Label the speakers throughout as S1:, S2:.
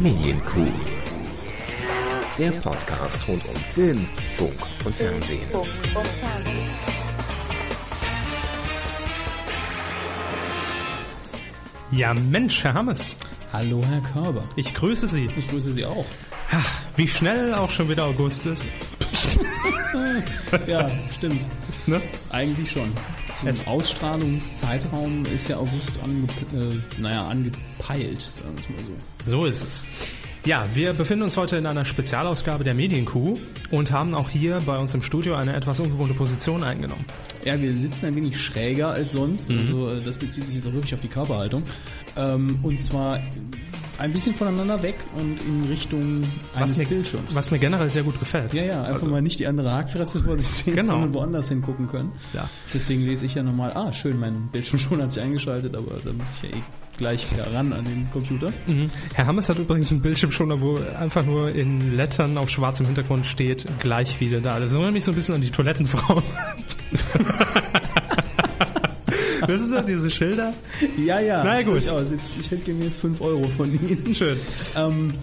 S1: Medienkuh. Der Podcast rund um Film, Funk und Fernsehen.
S2: Ja, Mensch, Herr Hammes,
S3: Hallo, Herr Körber.
S2: ich grüße Sie.
S3: Ich grüße Sie auch.
S2: Wie schnell auch schon wieder August ist.
S3: Ja, stimmt.
S2: Ne?
S3: Eigentlich schon. Zum
S2: Es-
S3: Ausstrahlungszeitraum ist ja August ange, äh, naja, angepeilt, sagen wir es mal so.
S2: So ist es. Ja, wir befinden uns heute in einer Spezialausgabe der Medienkuh und haben auch hier bei uns im Studio eine etwas ungewohnte Position eingenommen.
S3: Ja, wir sitzen ein wenig schräger als sonst.
S2: Mhm.
S3: Also, äh, das bezieht sich jetzt auch wirklich auf die Körperhaltung. Ähm, und zwar ein bisschen voneinander weg und in Richtung eines
S2: Was mir,
S3: Bildschirms.
S2: was mir generell sehr gut gefällt.
S3: Ja, ja, einfach mal nicht die andere Hackfresse vor sich sehen,
S2: Genau.
S3: sondern woanders hingucken können.
S2: Ja.
S3: Deswegen lese ich ja nochmal, ah, schön, mein Bildschirmschoner hat sich eingeschaltet, aber da muss ich ja eh gleich wieder ran an den Computer.
S2: Mhm. Herr Hammes hat übrigens einen Bildschirmschoner, wo einfach nur in Lettern auf schwarzem Hintergrund steht, gleich wieder da. Das erinnert mich so ein bisschen an die Toilettenfrau. das sind ja diese Schilder.
S3: Ja, ja.
S2: Na ja, gut.
S3: Durchaus. Jetzt, ich hätte mir jetzt 5 Euro von Ihnen.
S2: Schön.
S3: Ähm,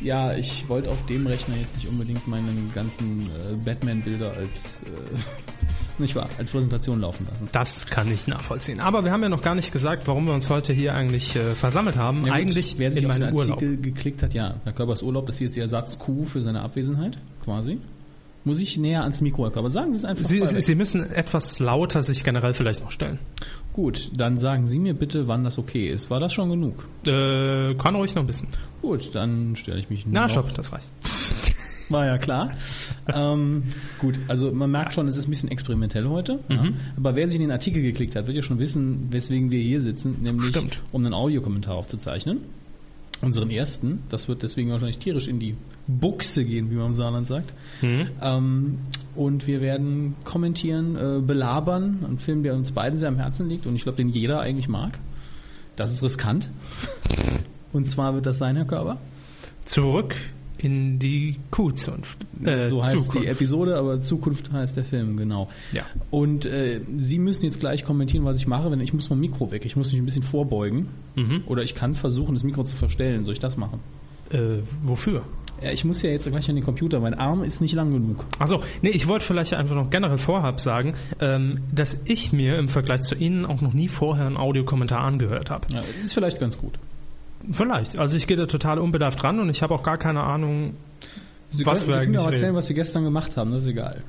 S3: ja, ich wollte auf dem Rechner jetzt nicht unbedingt meine ganzen äh, Batman-Bilder als, äh, nicht wahr, als Präsentation laufen lassen.
S2: Das kann ich nachvollziehen. Aber wir haben ja noch gar nicht gesagt, warum wir uns heute hier eigentlich äh, versammelt haben.
S3: Ja, gut,
S2: eigentlich
S3: wer sich
S2: in
S3: auf
S2: meinem
S3: den
S2: Urlaub.
S3: Artikel geklickt hat, ja, Herr Körbers Urlaub, das hier ist die Ersatz-Q für seine Abwesenheit, quasi. Muss ich näher ans Mikro, Herr Körber? Sagen Sie es einfach
S2: Sie,
S3: mal.
S2: Sie, Sie müssen etwas lauter sich generell vielleicht noch stellen.
S3: Gut, dann sagen Sie mir bitte, wann das okay ist. War das schon genug?
S2: Äh, kann ruhig noch ein bisschen.
S3: Gut, dann stelle ich mich nur
S2: Na,
S3: noch-
S2: stopp, das reicht.
S3: War ja klar. ähm, gut, also man merkt schon, es ist ein bisschen experimentell heute. Ja. Aber wer sich in den Artikel geklickt hat, wird ja schon wissen, weswegen wir hier sitzen, nämlich
S2: Stimmt.
S3: um einen Audiokommentar aufzuzeichnen. Unseren ersten. Das wird deswegen wahrscheinlich tierisch in die Buchse gehen, wie man im Saarland sagt. Ähm, und wir werden kommentieren, äh, belabern, einen Film, der uns beiden sehr am Herzen liegt und ich glaube, den jeder eigentlich mag. Das ist riskant. Und zwar wird das sein, Herr Körber.
S2: Zurück in die Kuhzunft. Äh,
S3: so heißt die
S2: Zukunft.
S3: Episode, aber Zukunft heißt der Film, genau.
S2: Ja.
S3: Und äh, Sie müssen jetzt gleich kommentieren, was ich mache, wenn ich muss vom Mikro weg. Ich muss mich ein bisschen vorbeugen.
S2: Mhm.
S3: Oder ich kann versuchen, das Mikro zu verstellen. Soll ich das machen?
S2: Äh, wofür?
S3: Ja, ich muss ja jetzt gleich an den Computer. Mein Arm ist nicht lang genug.
S2: Achso, Also, nee, ich wollte vielleicht einfach noch generell vorhab sagen, ähm, dass ich mir im Vergleich zu Ihnen auch noch nie vorher einen Audiokommentar angehört habe.
S3: Ja, ist vielleicht ganz gut.
S2: Vielleicht. Also ich gehe da total unbedarft ran und ich habe auch gar keine Ahnung.
S3: Sie
S2: Was
S3: können,
S2: wir
S3: Sie können mir
S2: eigentlich
S3: auch erzählen,
S2: reden.
S3: was Sie gestern gemacht haben. Das ist egal.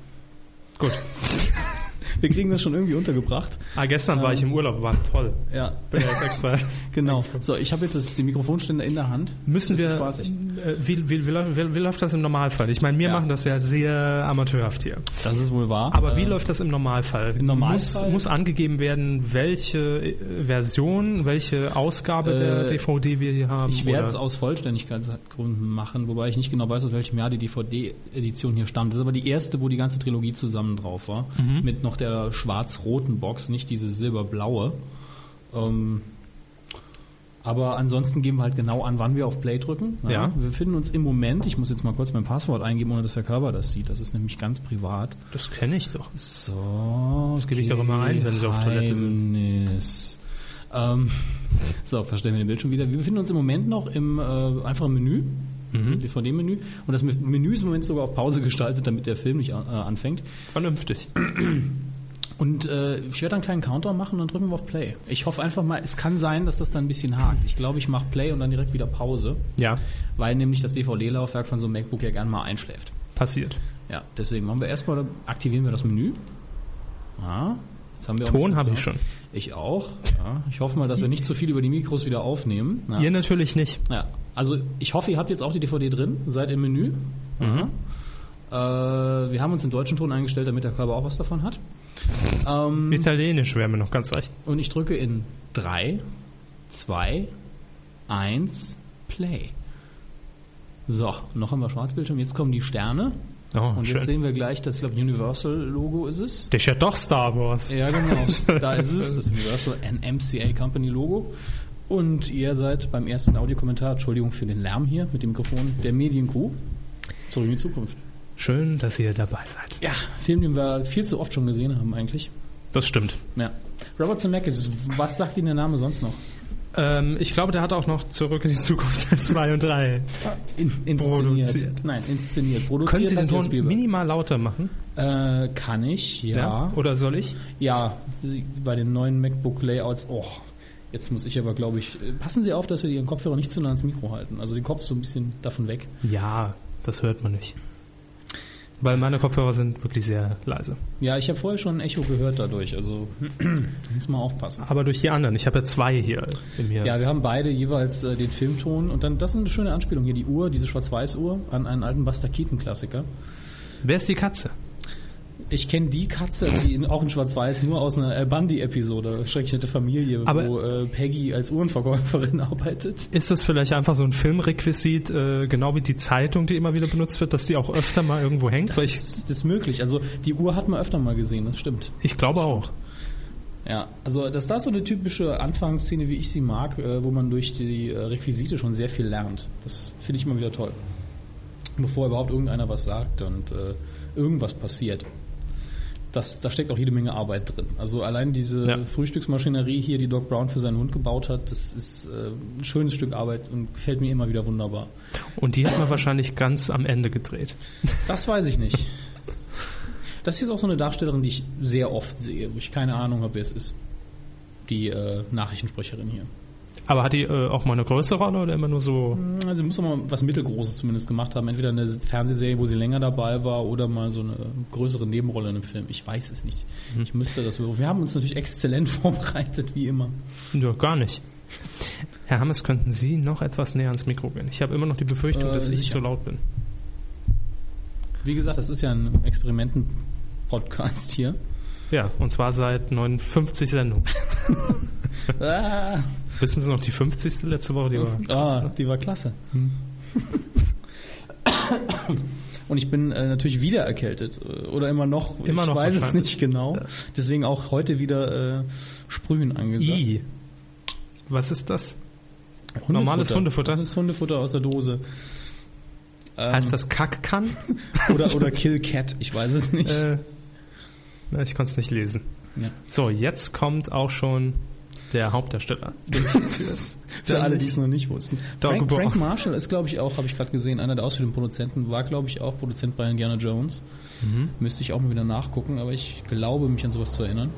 S2: Gut.
S3: Wir kriegen das schon irgendwie untergebracht.
S2: Ah, gestern war ich
S3: ähm,
S2: im Urlaub, war toll.
S3: Ja,
S2: Bin ja jetzt extra.
S3: genau. So, ich habe jetzt das, den Mikrofonständer in der Hand.
S2: Müssen wir.
S3: Das ist
S2: Äh,
S3: spaßig.
S2: wie, wie, wie, läuft- wie, wie läuft das im Normalfall? Ich meine, wir
S3: Ja.
S2: machen das ja sehr amateurhaft hier.
S3: Das ist wohl wahr. Äh,
S2: Aber wie läuft das im Normalfall? Im
S3: Ähm, Normalfall-
S2: Muss, muss angegeben werden, welche äh, Version, welche Ausgabe der
S3: Äh,
S2: DVD wir hier haben?
S3: Ich werde es
S2: oder-
S3: aus Vollständigkeitsgründen machen, wobei ich nicht genau weiß, aus welchem Jahr die DVD-Edition hier stammt. Das ist aber die erste, wo die ganze Trilogie zusammen drauf war.
S2: Mhm.
S3: Mit noch der schwarz-roten Box, nicht diese silberblaue. Ähm, aber ansonsten geben wir halt genau an, wann wir auf Play drücken.
S2: Ja.
S3: Wir befinden uns im Moment, ich muss jetzt mal kurz mein Passwort eingeben, ohne dass der Körper das sieht. Das ist nämlich ganz privat.
S2: Das kenne ich doch.
S3: So. Das
S2: gebe ich doch immer ein, wenn sie auf Toilette sind.
S3: sind. Ähm, so, verstellen wir den Bildschirm wieder. Wir befinden uns im Moment noch im äh, einfachen Menü. Mhm. DVD-Menü. Und das Menü ist im Moment sogar auf Pause gestaltet, damit der Film nicht äh, anfängt.
S2: Vernünftig.
S3: Und äh, ich werde einen kleinen Countdown machen und dann drücken wir auf Play. Ich hoffe einfach mal, es kann sein, dass das dann ein bisschen hakt. Ich glaube, ich mache Play und dann direkt wieder Pause,
S2: Ja,
S3: weil nämlich das DVD-Laufwerk von so einem MacBook ja gern mal einschläft.
S2: passiert.
S3: Ja, deswegen machen wir erstmal, aktivieren wir das Menü. Ah, jetzt haben wir auch
S2: Ton
S3: nichts
S2: habe ich
S3: gesagt.
S2: schon.
S3: Ich auch. Ja. Ich hoffe mal, dass wir nicht zu viel über die Mikros wieder aufnehmen. Ja.
S2: Ihr natürlich nicht.
S3: Ja. Also ich hoffe, ihr habt jetzt auch die DVD drin, seid im Menü.
S2: Mhm.
S3: Äh, wir haben uns den deutschen Ton eingestellt, damit der Körper auch was davon hat. Ähm,
S2: Italienisch wäre mir noch ganz recht.
S3: und ich drücke in 3, 2, 1, Play. So, noch haben wir Schwarzbildschirm. Jetzt kommen die Sterne.
S2: Oh,
S3: Und
S2: schön.
S3: jetzt sehen wir gleich, das ich glaube Universal-Logo ist es.
S2: Das ist ja doch Star Wars.
S3: Ja, genau. Da ist es, das Universal and MCA Company Logo. Und ihr seid beim ersten Audiokommentar, Entschuldigung für den Lärm hier mit dem Mikrofon, der Medienkuh. Zurück in die Zukunft.
S2: Schön, dass ihr dabei seid.
S3: Ja, Film, den wir viel zu oft schon gesehen haben eigentlich.
S2: Das stimmt.
S3: Ja. Robert Zemeckis, was sagt Ihnen der Name sonst noch?
S2: Ähm, ich glaube, der hat auch noch Zurück in die Zukunft 2 und 3.
S3: In,
S2: Produziert.
S3: Nein, inszeniert. Produziert
S2: Können Sie den
S3: hat ja
S2: Ton
S3: Spielberg.
S2: minimal lauter machen?
S3: Äh, kann ich, ja.
S2: Oder soll ich?
S3: Ja, Sie- bei den neuen MacBook-Layouts, oh, jetzt muss ich aber, glaube ich, äh, passen Sie auf, dass Sie Ihren Kopfhörer nicht zu nah ans Mikro halten. Also den Kopf so ein bisschen davon weg.
S2: Ja, das hört man nicht. Weil meine Kopfhörer sind wirklich sehr leise.
S3: Ja, ich habe vorher schon ein Echo gehört dadurch, also muss mal aufpassen.
S2: Aber durch die anderen. Ich habe ja zwei hier in mir.
S3: Ja, wir haben beide jeweils äh, den Filmton und dann, das ist eine schöne Anspielung hier, die Uhr, diese Schwarz-Weiß-Uhr an einen alten Buster Keaton-Klassiker.
S2: Wer ist die Katze?
S3: Ich kenne die Katze, die in, auch in Schwarz-Weiß, nur aus einer Al Bundy-Episode, schrecklich nette Familie,
S2: Aber-
S3: wo äh, Peggy als Uhrenverkäuferin arbeitet.
S2: Ist das vielleicht einfach so ein Filmrequisit, äh, genau wie die Zeitung, die immer wieder benutzt wird, dass die auch öfter mal irgendwo hängt? Weil ich,
S3: Das ist möglich. Also die Uhr hat man öfter mal gesehen, das stimmt.
S2: ich glaube auch.
S3: Ja, also das da ist so eine typische Anfangsszene, wie ich sie mag, äh, wo man durch die äh, Requisite schon sehr viel lernt. Das finde ich immer wieder toll. Bevor überhaupt irgendeiner was sagt und äh, irgendwas passiert. Das, da steckt auch jede Menge Arbeit drin. Also allein diese
S2: Ja.
S3: Frühstücksmaschinerie hier, die Doc Brown für seinen Hund gebaut hat, das ist äh, ein schönes Stück Arbeit und gefällt mir immer wieder wunderbar.
S2: Und die hat man wahrscheinlich ganz am Ende gedreht.
S3: Das weiß ich nicht. Das hier ist auch so eine Darstellerin, die ich sehr oft sehe, wo ich keine Ahnung habe, wer es ist. Die äh, Nachrichtensprecherin hier.
S2: Aber hat die äh, auch mal eine größere Rolle oder immer nur so?
S3: Also muss doch mal was Mittelgroßes zumindest gemacht haben. Entweder eine Fernsehserie, wo sie länger dabei war, oder mal so eine größere Nebenrolle in einem Film. Ich weiß es nicht. Ich müsste das. Wir haben uns natürlich exzellent vorbereitet, wie immer.
S2: Ja, gar nicht. Herr Hammes, könnten Sie noch etwas näher ans Mikro gehen? Ich habe immer noch die Befürchtung,
S3: Äh,
S2: dass ich
S3: sicher.
S2: so laut bin.
S3: Wie gesagt, das ist ja ein Experimenten-Podcast hier.
S2: Ja, und zwar seit 59 Sendungen.
S3: Ah,
S2: Wissen Sie noch die 50. letzte Woche, ne? die war?
S3: ah die war klasse. Und ich bin äh, natürlich wieder erkältet. äh, Oder immer noch.
S2: Immer
S3: ich
S2: noch
S3: weiß es
S2: wahrscheinlich.
S3: nicht genau.
S2: Ja.
S3: Deswegen auch heute wieder äh, Sprühen angesagt.
S2: I. Was ist das?
S3: Hundefutter.
S2: Normales Hundefutter?
S3: Das ist Hundefutter aus der Dose. Ähm,
S2: Heißt das Kackkann?
S3: Oder, oder Kill Cat, ich weiß es nicht.
S2: äh, na, ich konnte es nicht lesen.
S3: Ja.
S2: So, jetzt kommt auch schon der Hauptdarsteller.
S3: Für alle, die es noch nicht wussten.
S2: Dog
S3: Frank,
S2: Brown.
S3: Frank Marshall ist, glaube ich, auch, habe ich gerade gesehen, einer der ausführenden Produzenten, war, glaube ich, auch Produzent bei Indiana Jones.
S2: Mhm.
S3: Müsste ich auch mal wieder nachgucken, aber ich glaube, mich an sowas zu erinnern.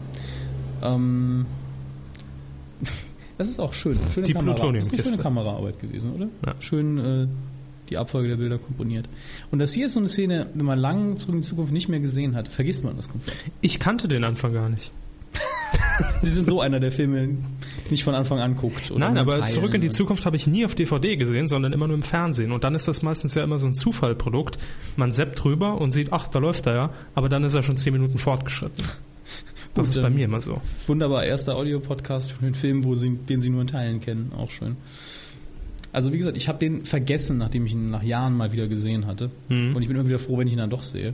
S3: Ähm, das ist auch schön. Schöne
S2: Die
S3: Kamera. Das ist eine
S2: Plutoniumkiste.
S3: schöne Kameraarbeit gewesen, oder?
S2: Ja.
S3: Schön äh, die Abfolge der Bilder komponiert. Und das hier ist so eine Szene, wenn man lange zurück in die Zukunft nicht mehr gesehen hat, vergisst man das komplett.
S2: Ich kannte den Anfang gar nicht.
S3: Sie sind so einer, der Filme nicht von Anfang an guckt. oder
S2: Nein,
S3: nur
S2: aber
S3: teilen
S2: zurück in die
S3: und-
S2: Zukunft habe ich nie auf DVD gesehen, sondern immer nur im Fernsehen. Und dann ist das meistens ja immer so ein Zufallprodukt. Man seppt drüber und sieht, ach, da läuft er ja, aber dann ist er schon zehn Minuten fortgeschritten. Das
S3: Gut,
S2: ist bei
S3: dann-
S2: mir immer so.
S3: Wunderbar, erster Audio-Podcast für den Film, wo sie, den sie nur in Teilen kennen. Auch schön. Also wie gesagt, ich habe den vergessen, nachdem ich ihn nach Jahren mal wieder gesehen hatte.
S2: Mhm.
S3: Und ich bin immer wieder froh, wenn ich ihn dann doch sehe.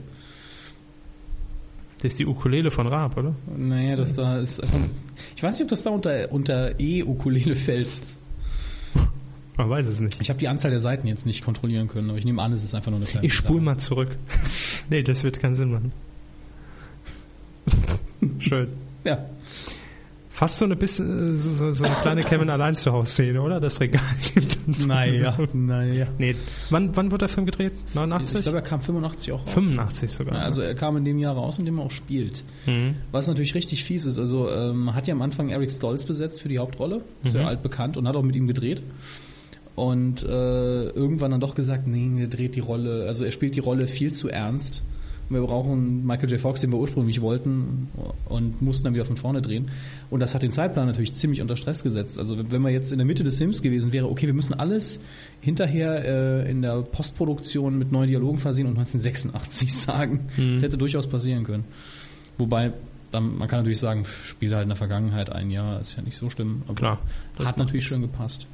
S2: Das ist die Ukulele von Raab, oder?
S3: Naja, das da ist einfach... Ich weiß nicht, ob das da unter, unter E-Ukulele fällt.
S2: Man weiß es nicht.
S3: Ich habe die Anzahl der Seiten jetzt nicht kontrollieren können, aber ich nehme an, es ist einfach nur eine kleine
S2: Ich spule
S3: Gitarre.
S2: mal zurück. nee, das wird keinen Sinn machen. Schön.
S3: Ja,
S2: Fast so eine bisschen, äh, so, so, so eine kleine Kevin allein zu Hause Szene, oder? Das Regal.
S3: naja, naja.
S2: nee. Wann, wann wird der Film gedreht?
S3: Ich
S2: 89?
S3: glaube, er kam 85 auch raus.
S2: 85 sogar.
S3: Ja, Also er kam in dem Jahr raus, in dem er auch spielt.
S2: Mhm.
S3: Was natürlich richtig fies ist, also ähm, man hat ja am Anfang Eric Stolz besetzt für die Hauptrolle, sehr altbekannt und hat auch mit ihm gedreht. Und äh, irgendwann dann doch gesagt, nee, er dreht die Rolle, also er spielt die Rolle viel zu ernst. Wir brauchen Michael J. Fox, den wir ursprünglich wollten und mussten dann wieder von vorne drehen. Und das hat den Zeitplan natürlich ziemlich unter Stress gesetzt. Also wenn man jetzt in der Mitte des Films gewesen wäre, okay, wir müssen alles hinterher äh, in der Postproduktion mit neuen Dialogen versehen und 1986 sagen.
S2: Mhm.
S3: Das hätte durchaus passieren können. Wobei, dann, man kann natürlich sagen, pff, spielt halt in der Vergangenheit ein Jahr, ist ja nicht so schlimm. Aber
S2: Klar. Das
S3: Hat
S2: macht
S3: natürlich
S2: nichts.
S3: schön gepasst.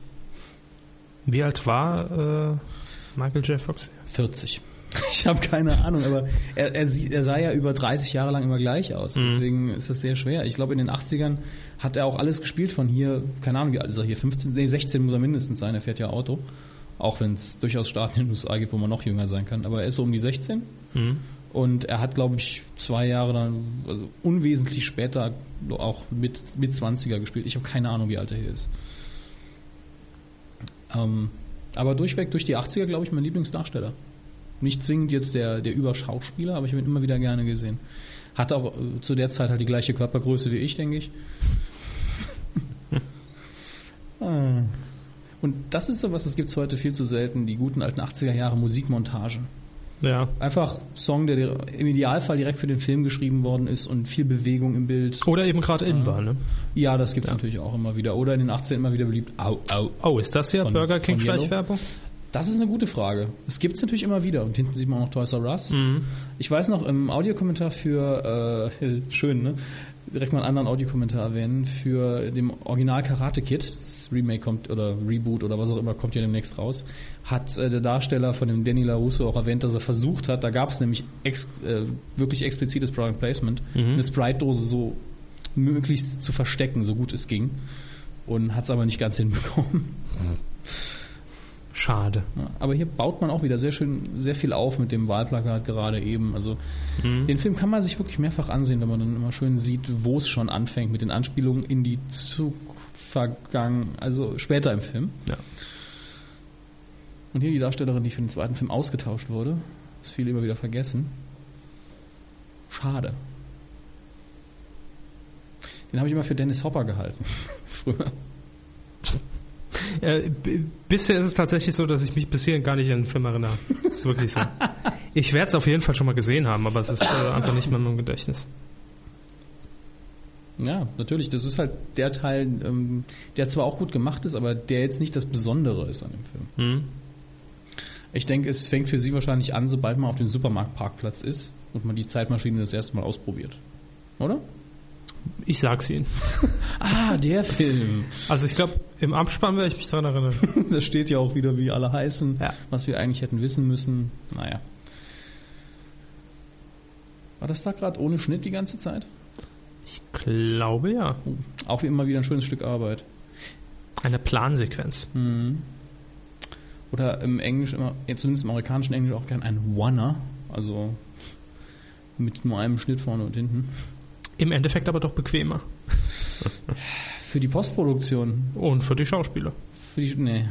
S2: Wie alt war äh, Michael J. Fox?
S3: 40. Ich habe keine Ahnung, aber er, er, sieht, er sah ja über 30 Jahre lang immer gleich aus. Deswegen ist das sehr schwer. Ich glaube, in den 80ern hat er auch alles gespielt von hier, keine Ahnung, wie alt ist er hier? 15, nee, 16 muss er mindestens sein. Er fährt ja Auto. Auch wenn es durchaus Staaten in den USA gibt, wo man noch jünger sein kann. Aber er ist so um die 16. Und er hat, glaube ich, zwei Jahre dann, also unwesentlich später, auch mit, mit 20er gespielt. Ich habe keine Ahnung, wie alt er hier ist. Ähm, aber durchweg durch die 80er, glaube ich, mein Lieblingsdarsteller. Nicht zwingend jetzt der, der Überschauspieler, aber ich habe ihn immer wieder gerne gesehen. Hat auch äh, zu der Zeit halt die gleiche Körpergröße wie ich, denke ich. Ah. Und das ist sowas, das gibt es heute viel zu selten, die guten alten 80er Jahre Musikmontagen.
S2: Ja.
S3: Einfach Song, der dir im Idealfall direkt für den Film geschrieben worden ist und viel Bewegung im Bild.
S2: Oder eben gerade innen war, ne?
S3: Ja, das gibt es natürlich auch immer wieder. Oder in den 80ern immer wieder beliebt. Au, au.
S2: Oh, ist das hier
S3: Von-
S2: Burger King
S3: von Yellow?
S2: Schleichwerbung?
S3: Das ist eine gute Frage. Es gibt es natürlich immer wieder. Und hinten sieht man auch noch Toys R Us. Ich weiß noch, im Audiokommentar für, äh, schön, ne? Direkt mal einen anderen Audiokommentar erwähnen, für dem Original Karate Kid, das Remake kommt, oder Reboot oder was auch immer, kommt ja demnächst raus, hat äh, der Darsteller von dem Danny LaRusso auch erwähnt, dass er versucht hat, da gab es nämlich ex, äh, wirklich explizites Product Placement, eine Sprite-Dose so möglichst zu verstecken, so gut es ging. Und hat es aber nicht ganz hinbekommen.
S2: Schade.
S3: Ja, Aber hier baut man auch wieder sehr schön, sehr viel auf mit dem Wahlplakat gerade eben. Also den Film kann man sich wirklich mehrfach ansehen, wenn man dann immer schön sieht, wo es schon anfängt mit den Anspielungen in die Vergangen, also später im Film.
S2: Ja.
S3: Und hier die Darstellerin, die für den zweiten Film ausgetauscht wurde, ist viel immer wieder vergessen. Schade. Den habe ich immer für Dennis Hopper gehalten. Früher.
S2: Äh, b- bisher ist es tatsächlich so, dass ich mich bisher gar nicht an den Film erinnere. Ist wirklich so. Ich werde es auf jeden Fall schon mal gesehen haben, aber es ist äh, einfach nicht mehr in meinem Gedächtnis.
S3: Ja, natürlich. Das ist halt der Teil, ähm, der zwar auch gut gemacht ist, aber der jetzt nicht das Besondere ist an dem Film.
S2: Hm?
S3: Ich denke, es fängt für Sie wahrscheinlich an, sobald man auf dem Supermarktparkplatz ist und man die Zeitmaschine das erste Mal ausprobiert. Oder?
S2: Ich sag's Ihnen.
S3: Ah, der Film.
S2: Also ich glaube, im Abspann werde ich mich dran erinnern.
S3: Das steht ja auch wieder, wie alle heißen,
S2: Ja.
S3: was wir eigentlich hätten wissen müssen. Naja. War das da gerade ohne Schnitt die ganze Zeit? Oh,
S2: Ich glaube ja.
S3: Auch wie immer wieder ein schönes Stück Arbeit.
S2: Eine Plansequenz.
S3: Mhm. Oder im Englisch, immer, ja, zumindest im amerikanischen Englisch auch gern ein Wanner. Also mit nur einem Schnitt vorne und hinten.
S2: Im Endeffekt aber doch bequemer.
S3: Für die Postproduktion.
S2: Und für die Schauspieler.
S3: Für die, nee,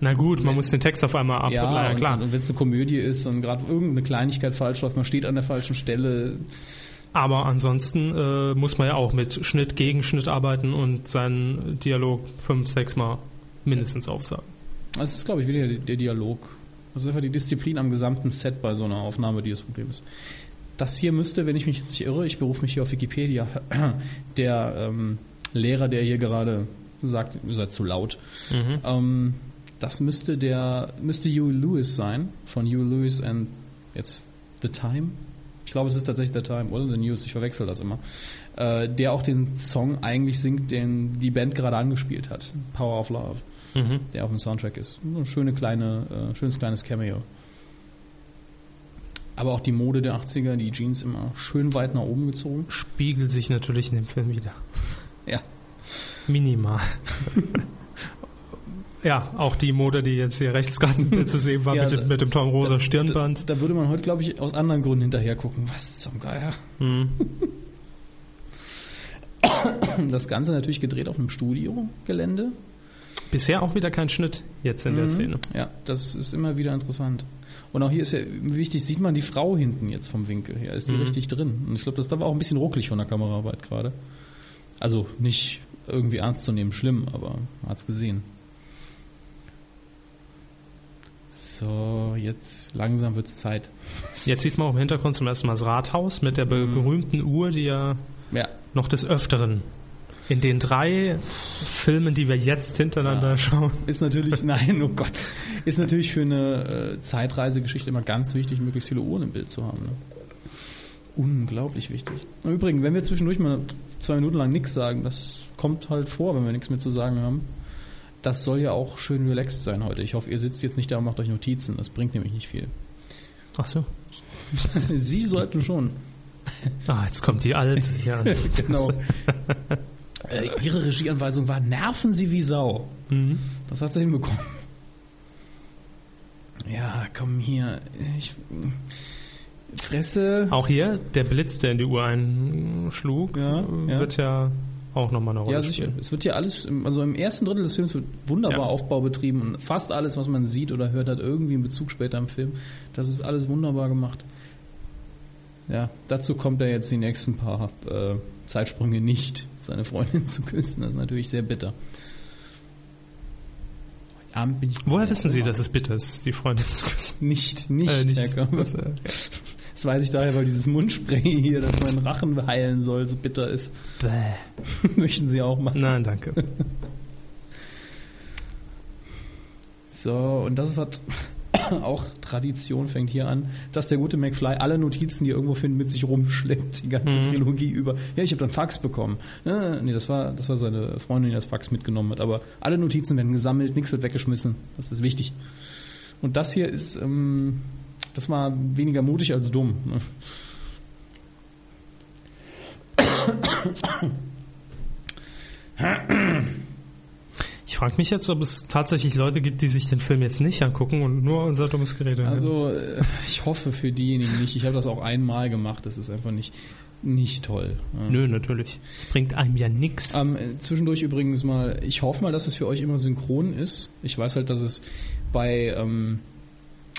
S2: Na gut, man muss den Text auf einmal ab.
S3: Ja,
S2: Ja, klar.
S3: und, und wenn es eine Komödie ist und gerade irgendeine Kleinigkeit falsch läuft, man steht an der falschen Stelle.
S2: Aber ansonsten äh, muss man ja auch mit Schnitt gegen Schnitt arbeiten und seinen Dialog fünf, sechs Mal mindestens aufsagen.
S3: Das ist, glaube ich, weniger der Dialog. Das ist einfach die Disziplin am gesamten Set bei so einer Aufnahme, die das Problem ist. Das hier müsste, wenn ich mich jetzt nicht irre, ich berufe mich hier auf Wikipedia, der ähm, Lehrer, der hier gerade sagt, ihr seid zu laut, ähm, das müsste der, müsste Huey Lewis sein, von Huey Lewis and jetzt The Time. Ich glaube, es ist tatsächlich The Time oder The News, ich verwechsel das immer. Äh, der auch den Song eigentlich singt, den die Band gerade angespielt hat. Power of Love der auf dem Soundtrack ist. Eine schöne kleine, äh, schönes kleines Cameo. Aber auch die Mode der 80er, die Jeans immer schön weit nach oben gezogen.
S2: Spiegelt sich natürlich in dem Film wieder.
S3: Ja.
S2: Minimal. ja, auch die Mode, die jetzt hier rechts gerade im Bild zu sehen war,
S3: Ja,
S2: mit,
S3: da-
S2: dem, mit dem Tom Rosa
S3: Da,
S2: Stirnband.
S3: da würde man heute, glaube ich, aus anderen Gründen hinterher gucken. Was zum Geier? mhm. Das Ganze natürlich gedreht auf einem Studiogelände.
S2: Bisher auch wieder kein Schnitt jetzt
S3: Mhm.
S2: in der Szene.
S3: Ja, das ist immer wieder interessant. Und auch hier ist ja wichtig, sieht man die Frau hinten jetzt vom Winkel her. Ist die richtig drin? Und ich glaube, das da war auch ein bisschen ruckelig von der Kameraarbeit gerade. Also nicht irgendwie ernst zu nehmen, schlimm, aber man hat's gesehen. So, jetzt langsam wird's Zeit.
S2: Jetzt sieht man auch im Hintergrund zum ersten Mal das Rathaus mit der
S3: Mhm.
S2: be- berühmten Uhr, die ja
S3: Ja,
S2: noch des Öfteren in den drei Filmen, die wir jetzt hintereinander
S3: Ja.
S2: schauen,
S3: ist natürlich, nein, oh Gott, ist natürlich für eine äh, Zeitreisegeschichte immer ganz wichtig, möglichst viele Uhren im Bild zu haben. Ne? Unglaublich wichtig. Im Übrigen, wenn wir zwischendurch mal zwei Minuten lang nichts sagen, das kommt halt vor, wenn wir nichts mehr zu sagen haben. Das soll ja auch schön relaxed sein heute. Ich hoffe, ihr sitzt jetzt nicht da und macht euch Notizen. Das bringt nämlich nicht viel.
S2: Ach so.
S3: Sie sollten schon.
S2: Ah, jetzt kommt die alte. Ja.
S3: Genau. äh, ihre Regieanweisung war, nerven Sie wie Sau.
S2: Mhm.
S3: Das hat sie hinbekommen. Ja, komm hier. Ich, Fresse.
S2: Auch hier der Blitz, der in die Uhr einschlug,
S3: Ja, ja.
S2: wird ja auch nochmal eine Rolle
S3: Ja, sicher.
S2: spielen.
S3: Es wird hier alles, im, also im ersten Drittel des Films wird wunderbar
S2: Ja.
S3: Aufbau betrieben und fast alles, was man sieht oder hört, hat irgendwie einen Bezug später im Film. Das ist alles wunderbar gemacht. Ja, dazu kommt er jetzt die nächsten paar äh, Zeitsprünge nicht, seine Freundin zu küssen. Das ist natürlich sehr bitter. Heute Abend bin ich
S2: Woher wissen Sie, dass es bitter ist, die Freundin zu küssen?
S3: nicht, nicht,
S2: Äh, nicht
S3: Herr
S2: zu
S3: Körber.
S2: küssen.
S3: Das weiß ich daher, weil dieses Mundspray hier, das meinen Rachen heilen soll, so bitter ist.
S2: Bäh.
S3: Möchten Sie auch mal.
S2: Nein, danke.
S3: So, und das hat auch Tradition, fängt hier an, dass der gute McFly alle Notizen, die er irgendwo findet, mit sich rumschleppt, die ganze Trilogie über. Ja, ich habe dann Fax bekommen. Ne, nee, das war, das war seine Freundin, die das Fax mitgenommen hat. Aber alle Notizen werden gesammelt, nichts wird weggeschmissen. Das ist wichtig. Und das hier ist, ähm, das war weniger mutig als dumm. Ne?
S2: Ich frage mich jetzt, ob es tatsächlich Leute gibt, die sich den Film jetzt nicht angucken und nur unser dummes Gerede hören.
S3: Also äh, ich hoffe für diejenigen nicht. Ich habe das auch einmal gemacht. Das ist einfach nicht, nicht toll. Ja.
S2: Nö, natürlich. Es bringt einem ja nix.
S3: Ähm, äh, zwischendurch übrigens mal, ich hoffe mal, dass es für euch immer synchron ist. Ich weiß halt, dass es bei ähm,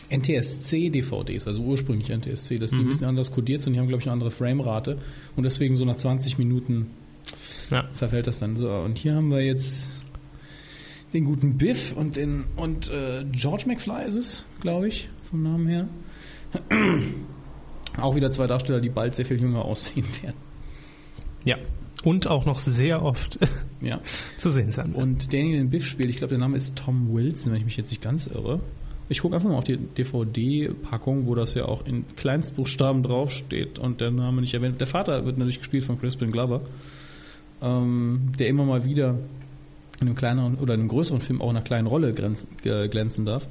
S3: NTSC-DVDs, also ursprünglich NTSC, dass die ein bisschen anders kodiert sind. Die haben, glaube ich, eine andere Framerate. Und deswegen so nach 20 Minuten
S2: Ja.
S3: verfällt das dann. So, und hier haben wir jetzt den guten Biff und den und äh, George McFly ist es, glaube ich, vom Namen her. Auch wieder zwei Darsteller, die bald sehr viel jünger aussehen werden.
S2: ja. Und auch noch sehr oft
S3: Ja.
S2: zu sehen sein. wird.
S3: Und derjenige, der den Biff spielt, ich glaube, der Name ist Tom Wilson, wenn ich mich jetzt nicht ganz irre. Ich gucke einfach mal auf die DVD-Packung, wo das ja auch in Kleinstbuchstaben draufsteht und der Name nicht erwähnt. wird. Der Vater wird natürlich gespielt von Crispin Glover, ähm, der immer mal wieder in einem kleineren oder in einem größeren Film auch in einer kleinen Rolle glänzen, äh, glänzen darf.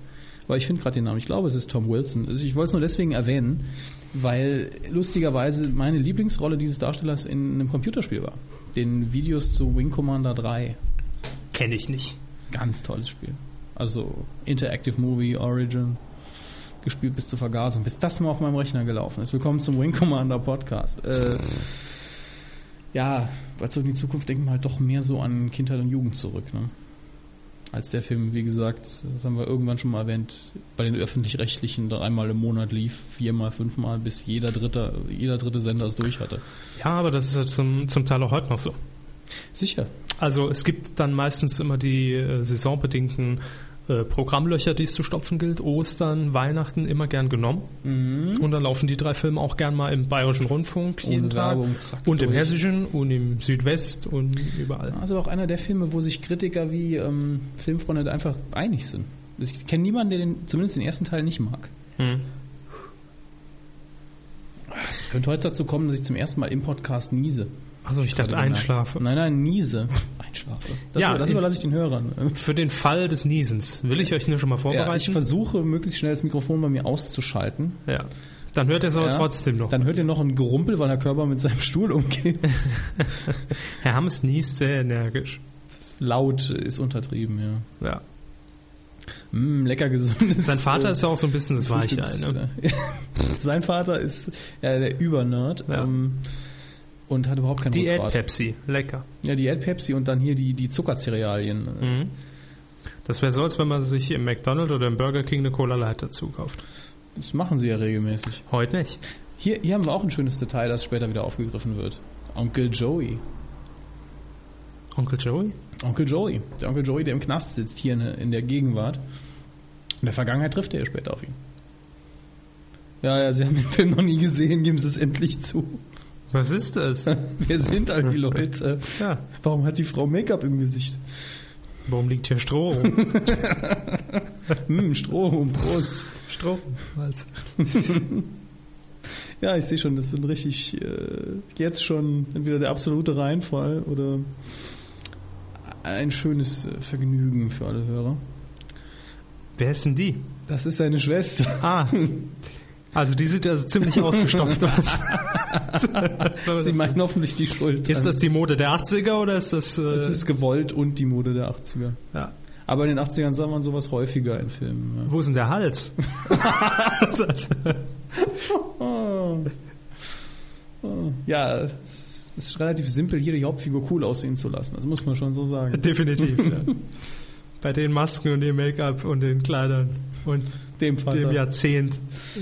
S3: Aber ich finde gerade den Namen, ich glaube, es ist Tom Wilson. Also ich wollte es nur deswegen erwähnen, weil lustigerweise meine Lieblingsrolle dieses Darstellers in einem Computerspiel war. Den Videos zu Wing Commander 3.
S2: Kenne ich nicht.
S3: Ganz tolles Spiel. Also Interactive Movie Origin. Gespielt bis zur Vergasung. Bis das mal auf meinem Rechner gelaufen ist. Willkommen zum Wing Commander Podcast. Äh, ja, weil so in die Zukunft denken wir halt doch mehr so an Kindheit und Jugend zurück. Ne? Als der Film, wie gesagt, das haben wir irgendwann schon mal erwähnt, bei den Öffentlich-Rechtlichen da einmal im Monat lief. Viermal, fünfmal, bis jeder dritte, jeder dritte Sender es durch hatte.
S2: Ja, aber das ist ja zum, zum Teil auch heute noch so.
S3: Sicher.
S2: Also es gibt dann meistens immer die äh, saisonbedingten äh, Programmlöcher, die es zu stopfen gilt. Ostern, Weihnachten immer gern genommen.
S3: Mhm.
S2: Und dann laufen die drei Filme auch gern mal im Bayerischen Rundfunk
S3: Ohne
S2: jeden Tag.
S3: Werbung, zack,
S2: und im
S3: durch.
S2: Hessischen und im Südwest und überall.
S3: Also auch einer der Filme, wo sich Kritiker wie ähm, Filmfreunde einfach einig sind. Ich kenne niemanden, der den, zumindest den ersten Teil nicht mag.
S2: Hm.
S3: Es könnte heute dazu kommen, dass ich zum ersten Mal im Podcast niese.
S2: Also ich dachte
S3: Gerade gemerkt.
S2: einschlafen.
S3: Nein, nein, niese. Einschlafe. Das,
S2: Ja,
S3: über, das
S2: ich-
S3: überlasse ich den Hörern.
S2: Für den Fall des Niesens will ich euch nur schon mal
S3: Ja, ich
S2: vorbereiten.
S3: versuche möglichst schnell das Mikrofon bei mir auszuschalten.
S2: Ja, Dann hört ihr es aber
S3: Ja.
S2: trotzdem noch.
S3: Dann hört ihr noch ein Gerumpel, weil der Körper mit seinem Stuhl umgeht.
S2: Herr Hammes niest sehr energisch.
S3: Laut ist untertrieben, ja.
S2: Ja.
S3: Mm, lecker gesundes.
S2: Sein Vater
S3: äh,
S2: ist ja auch so ein bisschen das Weiche.
S3: Frühstücks-
S2: Ne?
S3: Sein Vater ist ja, der Übernerd
S2: Ja.
S3: ähm, und hat überhaupt keinen
S2: Diät
S3: Rückgrat.
S2: Pepsi, lecker.
S3: Ja, Diät Pepsi und dann hier die, die Zuckercerealien.
S2: Mhm. Das wäre so, als wenn man sich im McDonald's oder im Burger King eine Cola Light dazu kauft.
S3: Das machen sie ja regelmäßig.
S2: Heute nicht.
S3: Hier, hier haben wir auch ein schönes Detail, das später wieder aufgegriffen wird. Onkel Joey.
S2: Onkel Joey?
S3: Onkel Joey. Der Onkel Joey, der im Knast sitzt, hier in, in der Gegenwart. In der Vergangenheit trifft er ja später auf ihn. Ja, ja, sie haben den Film noch nie gesehen, geben sie es endlich zu.
S2: Was ist das?
S3: Wer sind all die Leute?
S2: ja.
S3: Warum hat die Frau Make-up im Gesicht?
S2: Warum liegt hier Stroh rum?
S3: Hm, Stroh und Prost.
S2: Stroh. Als.
S3: Ja, ich sehe schon, das wird richtig äh, jetzt schon entweder der absolute Reinfall oder ein schönes äh, Vergnügen für alle Hörer.
S2: Wer ist denn die?
S3: Das ist seine Schwester.
S2: Ah. Also die sieht ja ziemlich ausgestopft aus.
S3: Sie meinen hoffentlich die Schuld.
S2: ist das die Mode der 80er oder ist das... Äh,
S3: Es ist gewollt und die Mode der 80er.
S2: ja.
S3: Aber in den 80ern sah man sowas häufiger in Filmen.
S2: Wo ist denn der Hals?
S3: Oh. Ja, ja es- ist relativ simpel, jede Hauptfigur cool aussehen zu lassen. Das muss man schon so sagen.
S2: Definitiv. ja. Bei den Masken und dem Make-up und den Kleidern und
S3: Dem Vater.
S2: dem Jahrzehnt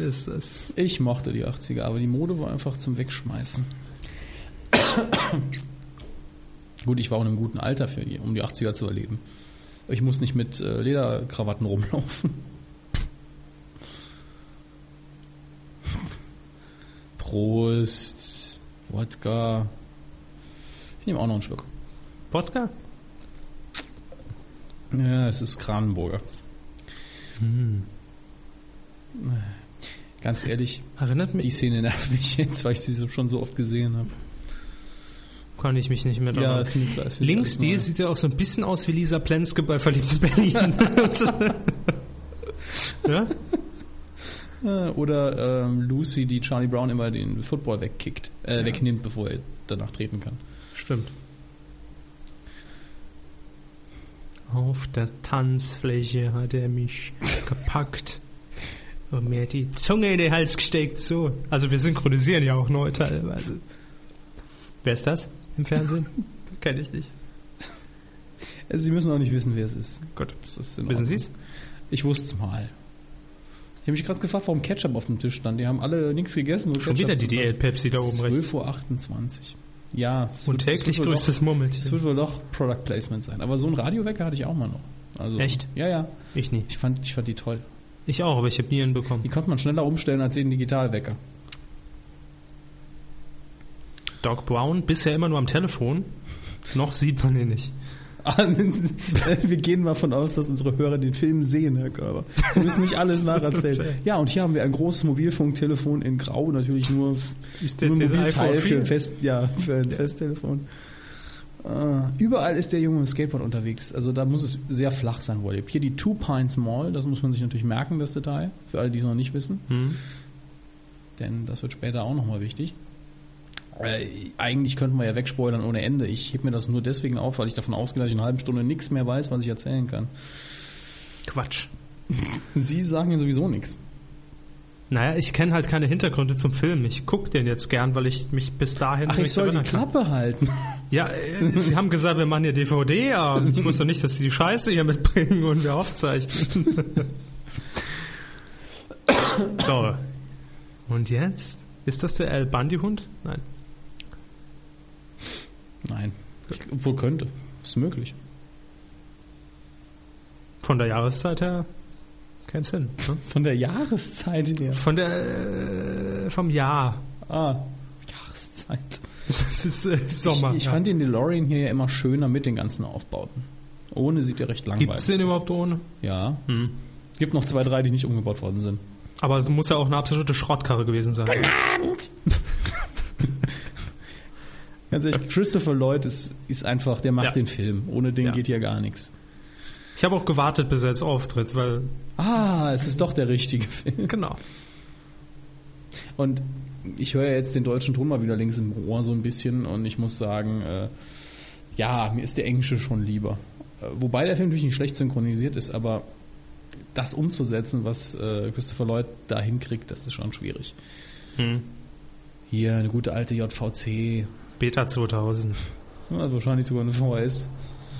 S2: ist das.
S3: Ich mochte die 80er, aber die Mode war einfach zum Wegschmeißen. Gut, ich war auch in einem guten Alter, für die, um die 80er zu erleben. Ich muss nicht mit äh, Lederkrawatten rumlaufen. Prost, Wodka. Ich nehme auch noch einen Schluck.
S2: Wodka?
S3: Ja, es ist Kranenburger. Hm. Ganz ehrlich,
S2: Erinnert
S3: die
S2: mich,
S3: Szene nervt mich jetzt, weil ich sie so, schon so oft gesehen habe.
S2: kann ich mich nicht mehr daran erinnern.
S3: mir klar. es wird
S2: Links,
S3: alles
S2: die
S3: neu.
S2: sieht ja auch so ein bisschen aus wie Lisa Plenske bei Verliebte Berlin. ja?
S3: Äh, Oder ähm, Lucy, die Charlie Brown immer den Football wegkickt, äh,
S2: Ja.
S3: wegnimmt, bevor er danach treten kann.
S2: Stimmt. Auf der Tanzfläche hat er mich gepackt und mir die Zunge in den Hals gesteckt. So. Also wir synchronisieren ja auch neu teilweise. Wer ist das im Fernsehen? Kenn ich nicht. Äh,
S3: Also, Sie müssen auch nicht wissen, wer es ist.
S2: Gut.
S3: Das ist in
S2: Wissen
S3: Ordnung.
S2: Sie's?
S3: Ich wusste es mal. Ich habe mich gerade gefragt, warum Ketchup auf dem Tisch stand. Die haben alle nichts gegessen.
S2: Schon wieder die DL-Pepsi da oben rechts.
S3: 12.28 Uhr. 28. Ja, es
S2: Und
S3: wird- es
S2: täglich
S3: wird wohl
S2: grüßt das
S3: doch- Es
S2: Murmeltier.
S3: wird wohl doch Product Placement sein. Aber so einen Radiowecker hatte ich auch mal noch. Also,
S2: Echt?
S3: Ja, ja.
S2: Ich nie.
S3: Ich fand, ich fand die toll.
S2: Ich auch, aber ich habe nie einen bekommen.
S3: Die konnte man schneller umstellen als jeden Digitalwecker.
S2: Doc Brown bisher immer nur am Telefon. Noch sieht man ihn nicht.
S3: Wir gehen mal von aus, dass unsere Hörer den Film sehen, Herr Körber. Wir müssen nicht alles nacherzählen. Ja, und hier haben wir ein großes Mobilfunktelefon in Grau, natürlich nur, nur ein
S2: das
S3: Mobilteil
S2: iPhone
S3: für ein, Fest, ja, für ein Festtelefon. Äh, überall ist der Junge mit dem Skateboard unterwegs. Also da muss es sehr flach sein, Wallip. Hier die Two Pines Mall, das muss man sich natürlich merken, das Detail, für alle, die es noch nicht wissen
S2: Hm.
S3: denn das wird später auch nochmal wichtig. Äh, eigentlich könnten wir ja wegspoilern ohne Ende. Ich heb mir das nur deswegen auf, weil ich davon ausgehe, dass ich in einer halben Stunde nichts mehr weiß, was ich erzählen kann.
S2: Quatsch.
S3: Sie sagen ja sowieso nichts.
S2: Naja, ich kenne halt keine Hintergründe zum Film. Ich gucke den jetzt gern, weil ich mich bis dahin
S3: Ach,
S2: nicht
S3: ich soll die
S2: erinnern kann.
S3: Klappe halten.
S2: Ja, äh, sie haben gesagt, wir machen hier DVD, aber ich wusste nicht, dass sie die Scheiße hier mitbringen und wir aufzeichnen. so. Und jetzt? Ist das der El Bundy-Hund? Nein.
S3: Nein. Ich, obwohl könnte. Ist möglich.
S2: Von der Jahreszeit her käme es hin. Ne?
S3: Von der Jahreszeit her.
S2: Von der, äh, vom Jahr.
S3: Ah. Jahreszeit.
S2: Es ist äh, Sommer.
S3: Ich, ich
S2: ja.
S3: fand den DeLorean hier ja immer schöner mit den ganzen Aufbauten. Ohne sieht er recht
S2: Gibt es
S3: langweilig.
S2: den überhaupt ohne?
S3: Ja.
S2: Hm.
S3: Gibt noch zwei, drei, die nicht umgebaut worden sind.
S2: Aber es muss ja auch eine absolute Schrottkarre gewesen sein.
S3: Ganz ehrlich, Christopher Lloyd ist, ist einfach, der macht
S2: Ja.
S3: den Film. Ohne den
S2: Ja.
S3: geht hier gar nichts.
S2: Ich habe auch gewartet, bis er jetzt auftritt, weil.
S3: Ah, es ist doch der richtige Film.
S2: Genau.
S3: Und ich höre ja jetzt den deutschen Ton mal wieder links im Ohr so ein bisschen und ich muss sagen, äh, ja, mir ist der englische schon lieber. Äh, Wobei der Film natürlich nicht schlecht synchronisiert ist, aber das umzusetzen, was äh, Christopher Lloyd da hinkriegt, das ist schon schwierig.
S2: Hm.
S3: Hier eine gute alte JVC,
S2: Beta 2000.
S3: ja, also wahrscheinlich sogar eine VHS.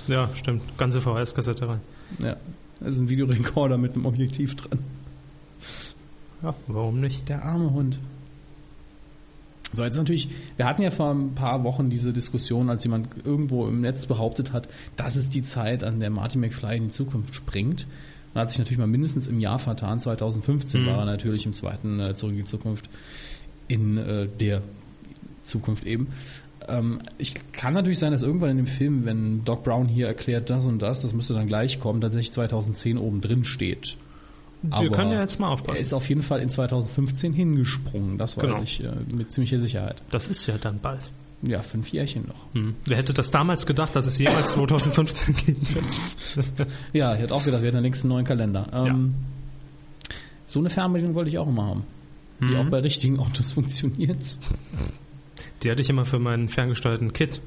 S2: Ja, stimmt. Ganze VHS-Kassette rein.
S3: Ja, das ist ein Videorekorder mit einem Objektiv dran.
S2: Ja, warum nicht?
S3: Der arme Hund. So, jetzt natürlich, wir hatten ja vor ein paar Wochen diese Diskussion, als jemand irgendwo im Netz behauptet hat, das ist die Zeit, an der Marty McFly in die Zukunft springt. Und hat sich natürlich mal mindestens im Jahr vertan. 2015
S2: Mhm.
S3: war er natürlich im zweiten äh, Zurück in die Zukunft in äh, der Zukunft eben. Ähm, ich kann natürlich sein, dass irgendwann in dem Film, wenn Doc Brown hier erklärt, das und das, das müsste dann gleich kommen, tatsächlich 2010 oben drin steht.
S2: Wir
S3: Aber
S2: können ja jetzt mal
S3: Er
S2: aufpassen.
S3: ist auf jeden Fall in 2015 hingesprungen, das weiß
S2: Genau.
S3: ich äh, mit ziemlicher Sicherheit.
S2: Das ist ja dann bald.
S3: Ja, fünf Jährchen noch.
S2: Hm. Wer hätte das damals gedacht, dass es jemals 2015 geben wird?
S3: Ja, ich hätte auch gedacht, wir hätten den nächsten neuen Kalender. Ähm, So eine Fernbedienung wollte ich auch immer haben. Die
S2: Mhm.
S3: auch bei richtigen Autos funktioniert.
S2: Die hatte ich immer für meinen ferngesteuerten Kit.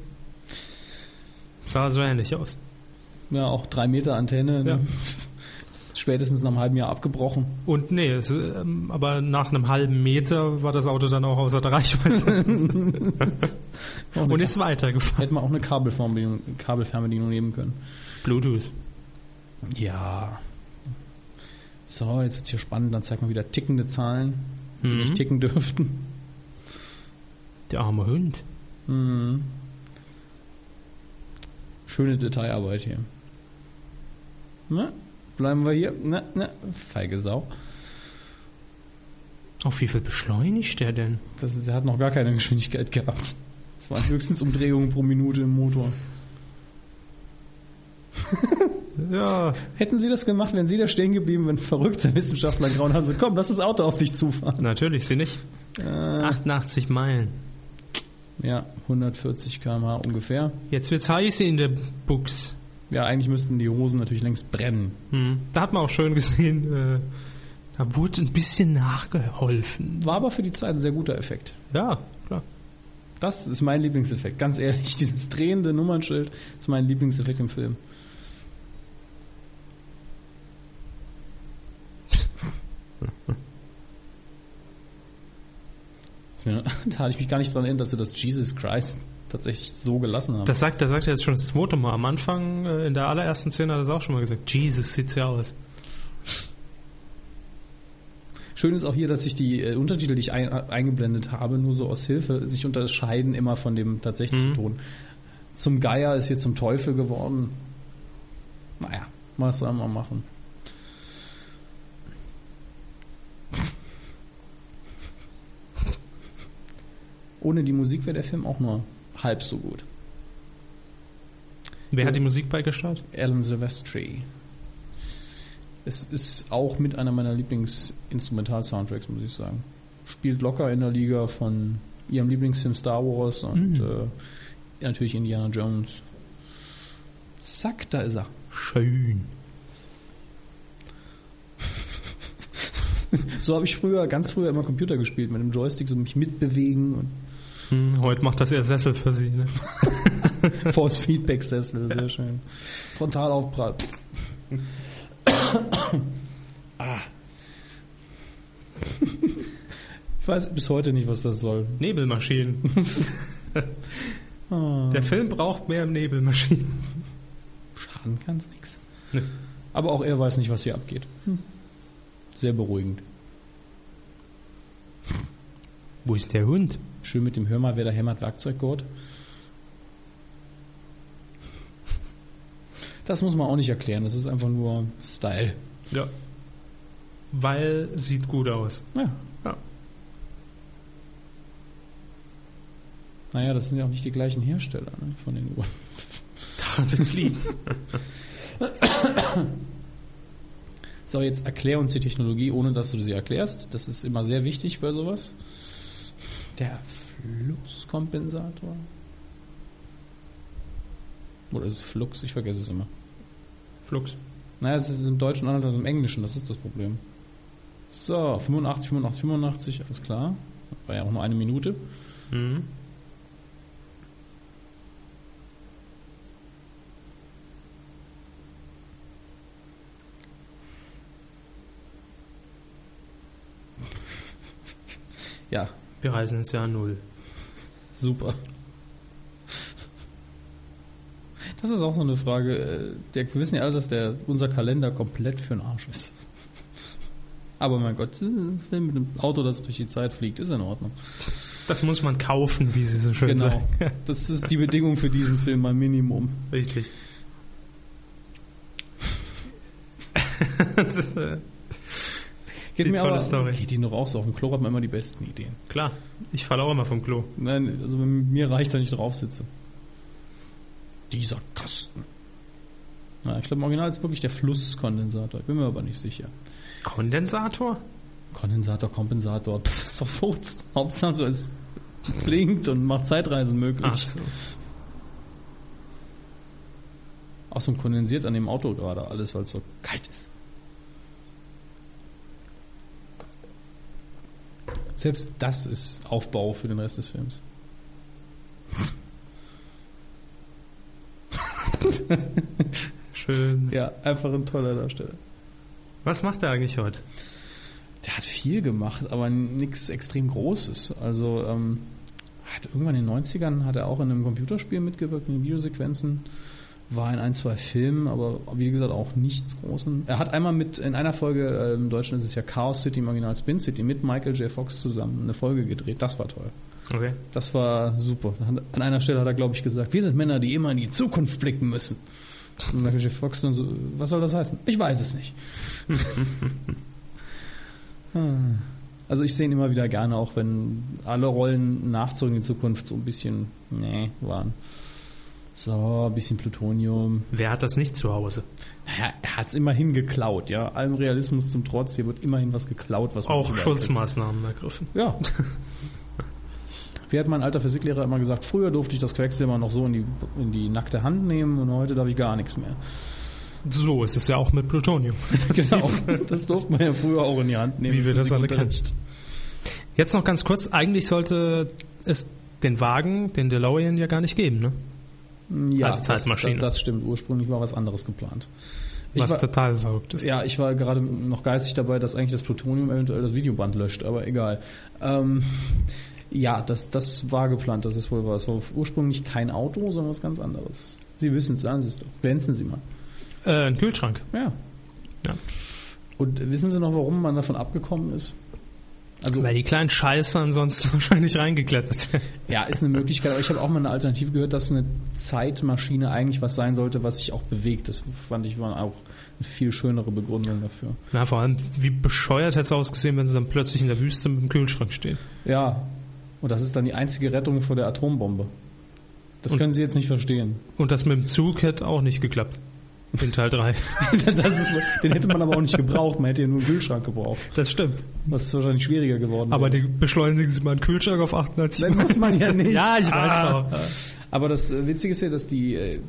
S2: Sah so ähnlich aus.
S3: Ja, auch drei Meter Antenne. Ne?
S2: Ja.
S3: Spätestens nach einem halben Jahr abgebrochen.
S2: Und nee, es, ähm, aber nach einem halben Meter war das Auto dann auch außer der Reichweite.
S3: eine
S2: und ist weitergefahren.
S3: Hätten wir auch eine Kabelfernbedienung, Kabelfernbedienung nehmen können.
S2: Bluetooth.
S3: Ja. So, jetzt ist hier spannend. Dann zeigt man wieder tickende Zahlen, die
S2: Mhm.
S3: nicht ticken dürften.
S2: Der arme Hund.
S3: Mhm. Schöne Detailarbeit hier. Na, bleiben wir hier. Na, na, feige Sau.
S2: Auf wie viel beschleunigt der denn?
S3: Das, der hat noch gar keine Geschwindigkeit gehabt. Das waren höchstens Umdrehungen pro Minute im Motor.
S2: Ja,
S3: Hätten Sie das gemacht, wären Sie da stehen geblieben, wenn ein verrückter Wissenschaftler grauen hat, so komm, lass das Auto auf dich zufahren.
S2: natürlich, sie nicht.
S3: Äh,
S2: 88 Meilen.
S3: ja, 140 km/h ungefähr.
S2: Jetzt wird's heiß in der Buchs.
S3: Ja, eigentlich müssten die Hosen natürlich längst brennen.
S2: Hm. Da hat man auch schön gesehen, äh, da wurde ein bisschen nachgeholfen.
S3: War aber für die Zeit ein sehr guter Effekt.
S2: Ja, klar.
S3: Das ist mein Lieblingseffekt, ganz ehrlich. Dieses drehende Nummernschild ist mein Lieblingseffekt im Film. Ja, Da hatte ich mich gar nicht dran erinnert, dass sie das Jesus Christ tatsächlich so gelassen haben.
S2: Das sagt, das sagt er jetzt schon das zweite Mal. Am Anfang, äh, in der allerersten Szene hat er es auch schon mal gesagt. Jesus sieht's ja aus.
S3: Schön ist auch hier, dass sich die äh, Untertitel, die ich ein, eingeblendet habe, nur so aus Hilfe, sich unterscheiden immer von dem tatsächlichen
S2: Mhm.
S3: Ton. Zum Geier ist hier zum Teufel geworden. Naja, was soll man machen? Ohne die Musik wäre der Film auch nur halb so gut.
S2: Wer
S3: Ja.
S2: hat die Musik beigesteuert?
S3: Alan Silvestri. Es ist auch mit einer meiner Lieblingsinstrumental-Soundtracks, muss ich sagen. Spielt locker in der Liga von ihrem Lieblingsfilm Star Wars und
S2: Mhm.
S3: äh, natürlich Indiana Jones. Zack, da ist er.
S2: Schön.
S3: So habe ich früher, ganz früher immer Computer gespielt, mit dem Joystick so mich mitbewegen und
S2: Hm, heute macht das ihr Sessel für sie. Ne?
S3: Force Feedback Sessel, sehr schön. Frontalaufprall. ah. Ich weiß bis heute nicht, was das soll.
S2: Nebelmaschinen.
S3: Ah.
S2: Der Film braucht mehr Nebelmaschinen.
S3: Schaden kann es nichts.
S2: Nee.
S3: Aber auch er weiß nicht, was hier abgeht. Sehr beruhigend.
S2: Wo ist der Hund?
S3: Schön mit dem Hör mal, wer da hämmert Werkzeuggurt. Das muss man auch nicht erklären. Das ist einfach nur Style.
S2: Ja. Weil sieht gut aus.
S3: Ja.
S2: Ja.
S3: Naja, das sind ja auch nicht die gleichen Hersteller ne, von den Uhren.
S2: Daran wird's liegen.
S3: So, jetzt erklär uns die Technologie, ohne dass du sie erklärst. Das ist immer sehr wichtig bei sowas. Der Fluxkompensator. Oder ist es Flux? Ich vergesse es immer.
S2: Flux.
S3: Naja, es ist im Deutschen anders als im Englischen, das ist das Problem. So, 85, 85, 85, alles klar. War ja auch nur eine Minute.
S2: Mhm.
S3: Ja,
S2: Wir reisen ins Jahr Null.
S3: Super. Das ist auch so eine Frage. äh, Der, wir wissen ja alle, dass der, unser Kalender komplett für den Arsch ist. Aber mein Gott, das ist ein Film mit einem Auto, das durch die Zeit fliegt, ist in Ordnung.
S2: Das muss man kaufen, wie sie so schön sagen.
S3: Das ist die Bedingung für diesen Film, mein Minimum.
S2: Richtig. Das, äh,
S3: Geht
S2: Die tolle Story.
S3: Geht Ihnen doch auch so. Auf dem Klo hat man immer die besten Ideen.
S2: klar, ich falle auch immer vom Klo.
S3: Nein, also mir reicht, wenn ich drauf sitze. Dieser Kasten. Na, ich glaube, im Original ist wirklich der Flusskondensator. Ich bin mir aber nicht sicher.
S2: Kondensator?
S3: Kondensator, Kompensator, pff, ist doch Furz. Hauptsache es blinkt und macht Zeitreisen möglich.
S2: Ach so.
S3: Außerdem kondensiert an dem Auto gerade alles, weil es so kalt ist. Selbst das ist Aufbau für den Rest des Films.
S2: Schön.
S3: Ja, einfach ein toller Darsteller.
S2: Was macht er eigentlich heute?
S3: Der hat viel gemacht, aber nichts extrem Großes. Also ähm, hat irgendwann in den 90ern hat er auch in einem Computerspiel mitgewirkt, in den Videosequenzen. War in ein, zwei Filmen, aber wie gesagt auch nichts Großen. Er hat einmal mit, in einer Folge, äh, im Deutschen ist es ja Chaos City, im Original Spin City, mit Michael J. Fox zusammen eine Folge gedreht. Das war toll.
S2: Okay.
S3: Das war super. An einer Stelle hat er, glaube ich, gesagt, wir sind Männer, die immer in die Zukunft blicken müssen. Und Michael J. Fox dann so, was soll das heißen? Ich weiß es nicht. Ah. Also ich sehe ihn immer wieder gerne, auch wenn alle Rollen nach Zurück in die Zukunft so ein bisschen, nee, waren. So, ein bisschen Plutonium.
S2: Wer hat das nicht zu Hause?
S3: Naja, er hat es immerhin geklaut, ja. Allem Realismus zum Trotz, hier wird immerhin was geklaut, was
S2: Auch
S3: überhaupt-
S2: Schutzmaßnahmen ergriffen.
S3: Ja. Wie hat mein alter Physiklehrer immer gesagt, früher durfte ich das Quecksilber noch so in die, in die nackte Hand nehmen und heute darf ich gar nichts mehr.
S2: So ist es ja auch mit Plutonium.
S3: Genau. Das durfte man ja früher auch in die Hand nehmen.
S2: Wie wir das alle kennen.
S3: Physikunterricht.
S2: Jetzt noch ganz kurz, eigentlich sollte es den Wagen, den DeLorean ja gar nicht geben, ne?
S3: Ja,
S2: Als Zeitmaschine.
S3: Das, das, das stimmt. Ursprünglich war was anderes geplant. Ich
S2: Was
S3: war,
S2: total verrückt ist.
S3: ja, ich war gerade noch geistig dabei, dass eigentlich das Plutonium eventuell das Videoband löscht, aber egal. Ähm, ja, das, das war geplant, das ist wohl was. Es war ursprünglich kein Auto, sondern was ganz anderes. Sie wissen es, sagen Sie es doch. Glänzen Sie mal.
S2: Äh, ein Kühlschrank.
S3: Ja.
S2: Ja.
S3: Und wissen Sie noch, warum man davon abgekommen ist? Also,
S2: Weil die kleinen Scheiße ansonsten wahrscheinlich reingeklettert wären.
S3: ja, ist eine Möglichkeit, aber ich habe auch mal eine Alternative gehört, dass eine Zeitmaschine eigentlich was sein sollte, was sich auch bewegt. Das fand ich war auch eine viel schönere Begründung dafür.
S2: Na, vor allem, wie bescheuert hätte es ausgesehen, wenn sie dann plötzlich in der Wüste mit dem Kühlschrank stehen.
S3: Ja, und das ist dann die einzige Rettung vor der Atombombe. Das
S2: Und-
S3: können Sie jetzt nicht verstehen.
S2: Und das mit dem Zug hätte auch nicht geklappt. In Teil 3.
S3: Das ist, den hätte man aber auch nicht gebraucht. Man hätte ja nur einen Kühlschrank gebraucht.
S2: Das stimmt.
S3: Was ist wahrscheinlich schwieriger geworden.
S2: Aber die beschleunigen sie mal einen Kühlschrank auf 88
S3: Dann muss man ja nicht.
S2: Ja, ich weiß
S3: Ah.
S2: noch.
S3: Aber das äh, Witzige ist ja, dass die, äh,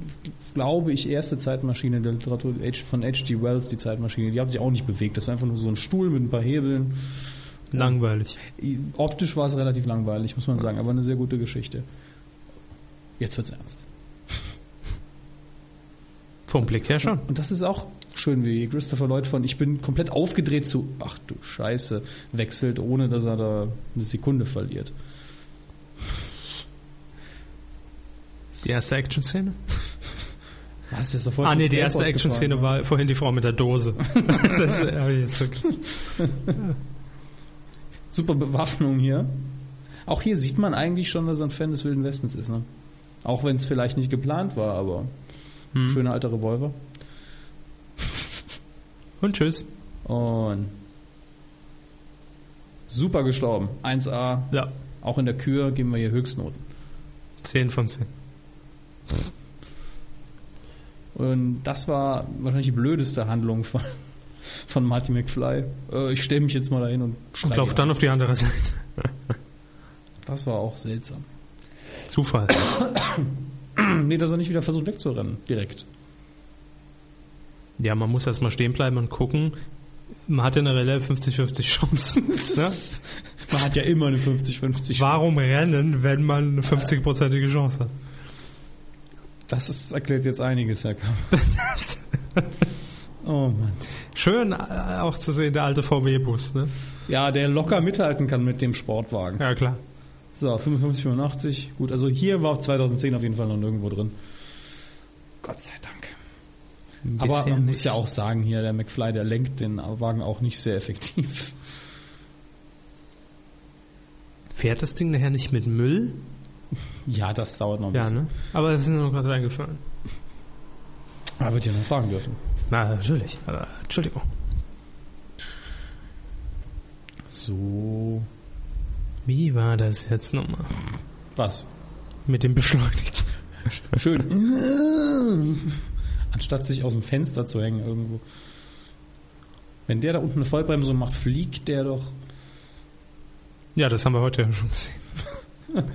S3: glaube ich, erste Zeitmaschine der Literatur H- von H.G. Wells, die Zeitmaschine, die hat sich auch nicht bewegt. Das war einfach nur so ein Stuhl mit ein paar Hebeln.
S2: Langweilig.
S3: I- Optisch war es relativ langweilig, muss man sagen, aber eine sehr gute Geschichte. Jetzt wird's ernst.
S2: Vom Blick her schon.
S3: Und das ist auch schön, wie Christopher Lloyd von Ich bin komplett aufgedreht zu Ach du Scheiße wechselt, ohne dass er da eine Sekunde verliert.
S2: Die erste Action-Szene?
S3: Was ist davor?
S2: Ah, nee, die erste Action-Szene war vorhin die Frau mit der Dose. das habe ich jetzt vergessen.
S3: Super Bewaffnung hier. Auch hier sieht man eigentlich schon, dass er ein Fan des Wilden Westens ist. Ne? Auch wenn es vielleicht nicht geplant war, aber schöner alter Revolver.
S2: Und tschüss.
S3: Und super gestorben. 1A.
S2: Ja,
S3: Auch in der Kür geben wir hier Höchstnoten.
S2: 10 von 10.
S3: Und das war wahrscheinlich die blödeste Handlung von, von Marty McFly. Äh, ich stelle mich jetzt mal dahin und
S2: Und
S3: schreibe.
S2: lauf dann auf die andere Seite.
S3: Das war auch seltsam.
S2: Zufall.
S3: Nee, dass er nicht wieder versucht wegzurennen, direkt.
S2: Ja, man muss erstmal stehen bleiben und gucken. Man hat in der Relais 50-50 Chancen. ne?
S3: Man hat ja immer eine 50-50.
S2: Warum rennen, wenn man eine 50-prozentige Chance hat?
S3: Das ist, erklärt jetzt einiges, Herr Kamp. Oh Mann.
S2: Schön äh, auch zu sehen, der alte VW-Bus, ne?
S3: Ja, der locker mithalten kann mit dem Sportwagen.
S2: Ja, klar.
S3: So, 55, 85. Gut, also hier war 2010 auf jeden Fall noch nirgendwo drin. Gott sei Dank. Aber
S2: Bisher
S3: man muss
S2: nicht.
S3: ja auch sagen, hier der McFly, der lenkt den Wagen auch nicht sehr effektiv.
S2: Fährt das Ding nachher nicht mit Müll?
S3: Ja, das dauert noch ein
S2: Ja,
S3: bisschen.
S2: ne? Aber das ist mir nur gerade eingefallen. ne?
S3: Aber wird ja noch fragen dürfen.
S2: Na, natürlich. Aber, Entschuldigung.
S3: So.
S2: Wie war das jetzt nochmal?
S3: Was?
S2: Mit dem Beschleunigten.
S3: Schön. Anstatt sich aus dem Fenster zu hängen irgendwo. Wenn der da unten eine Vollbremsung macht, fliegt der doch.
S2: Ja, das haben wir heute ja schon gesehen.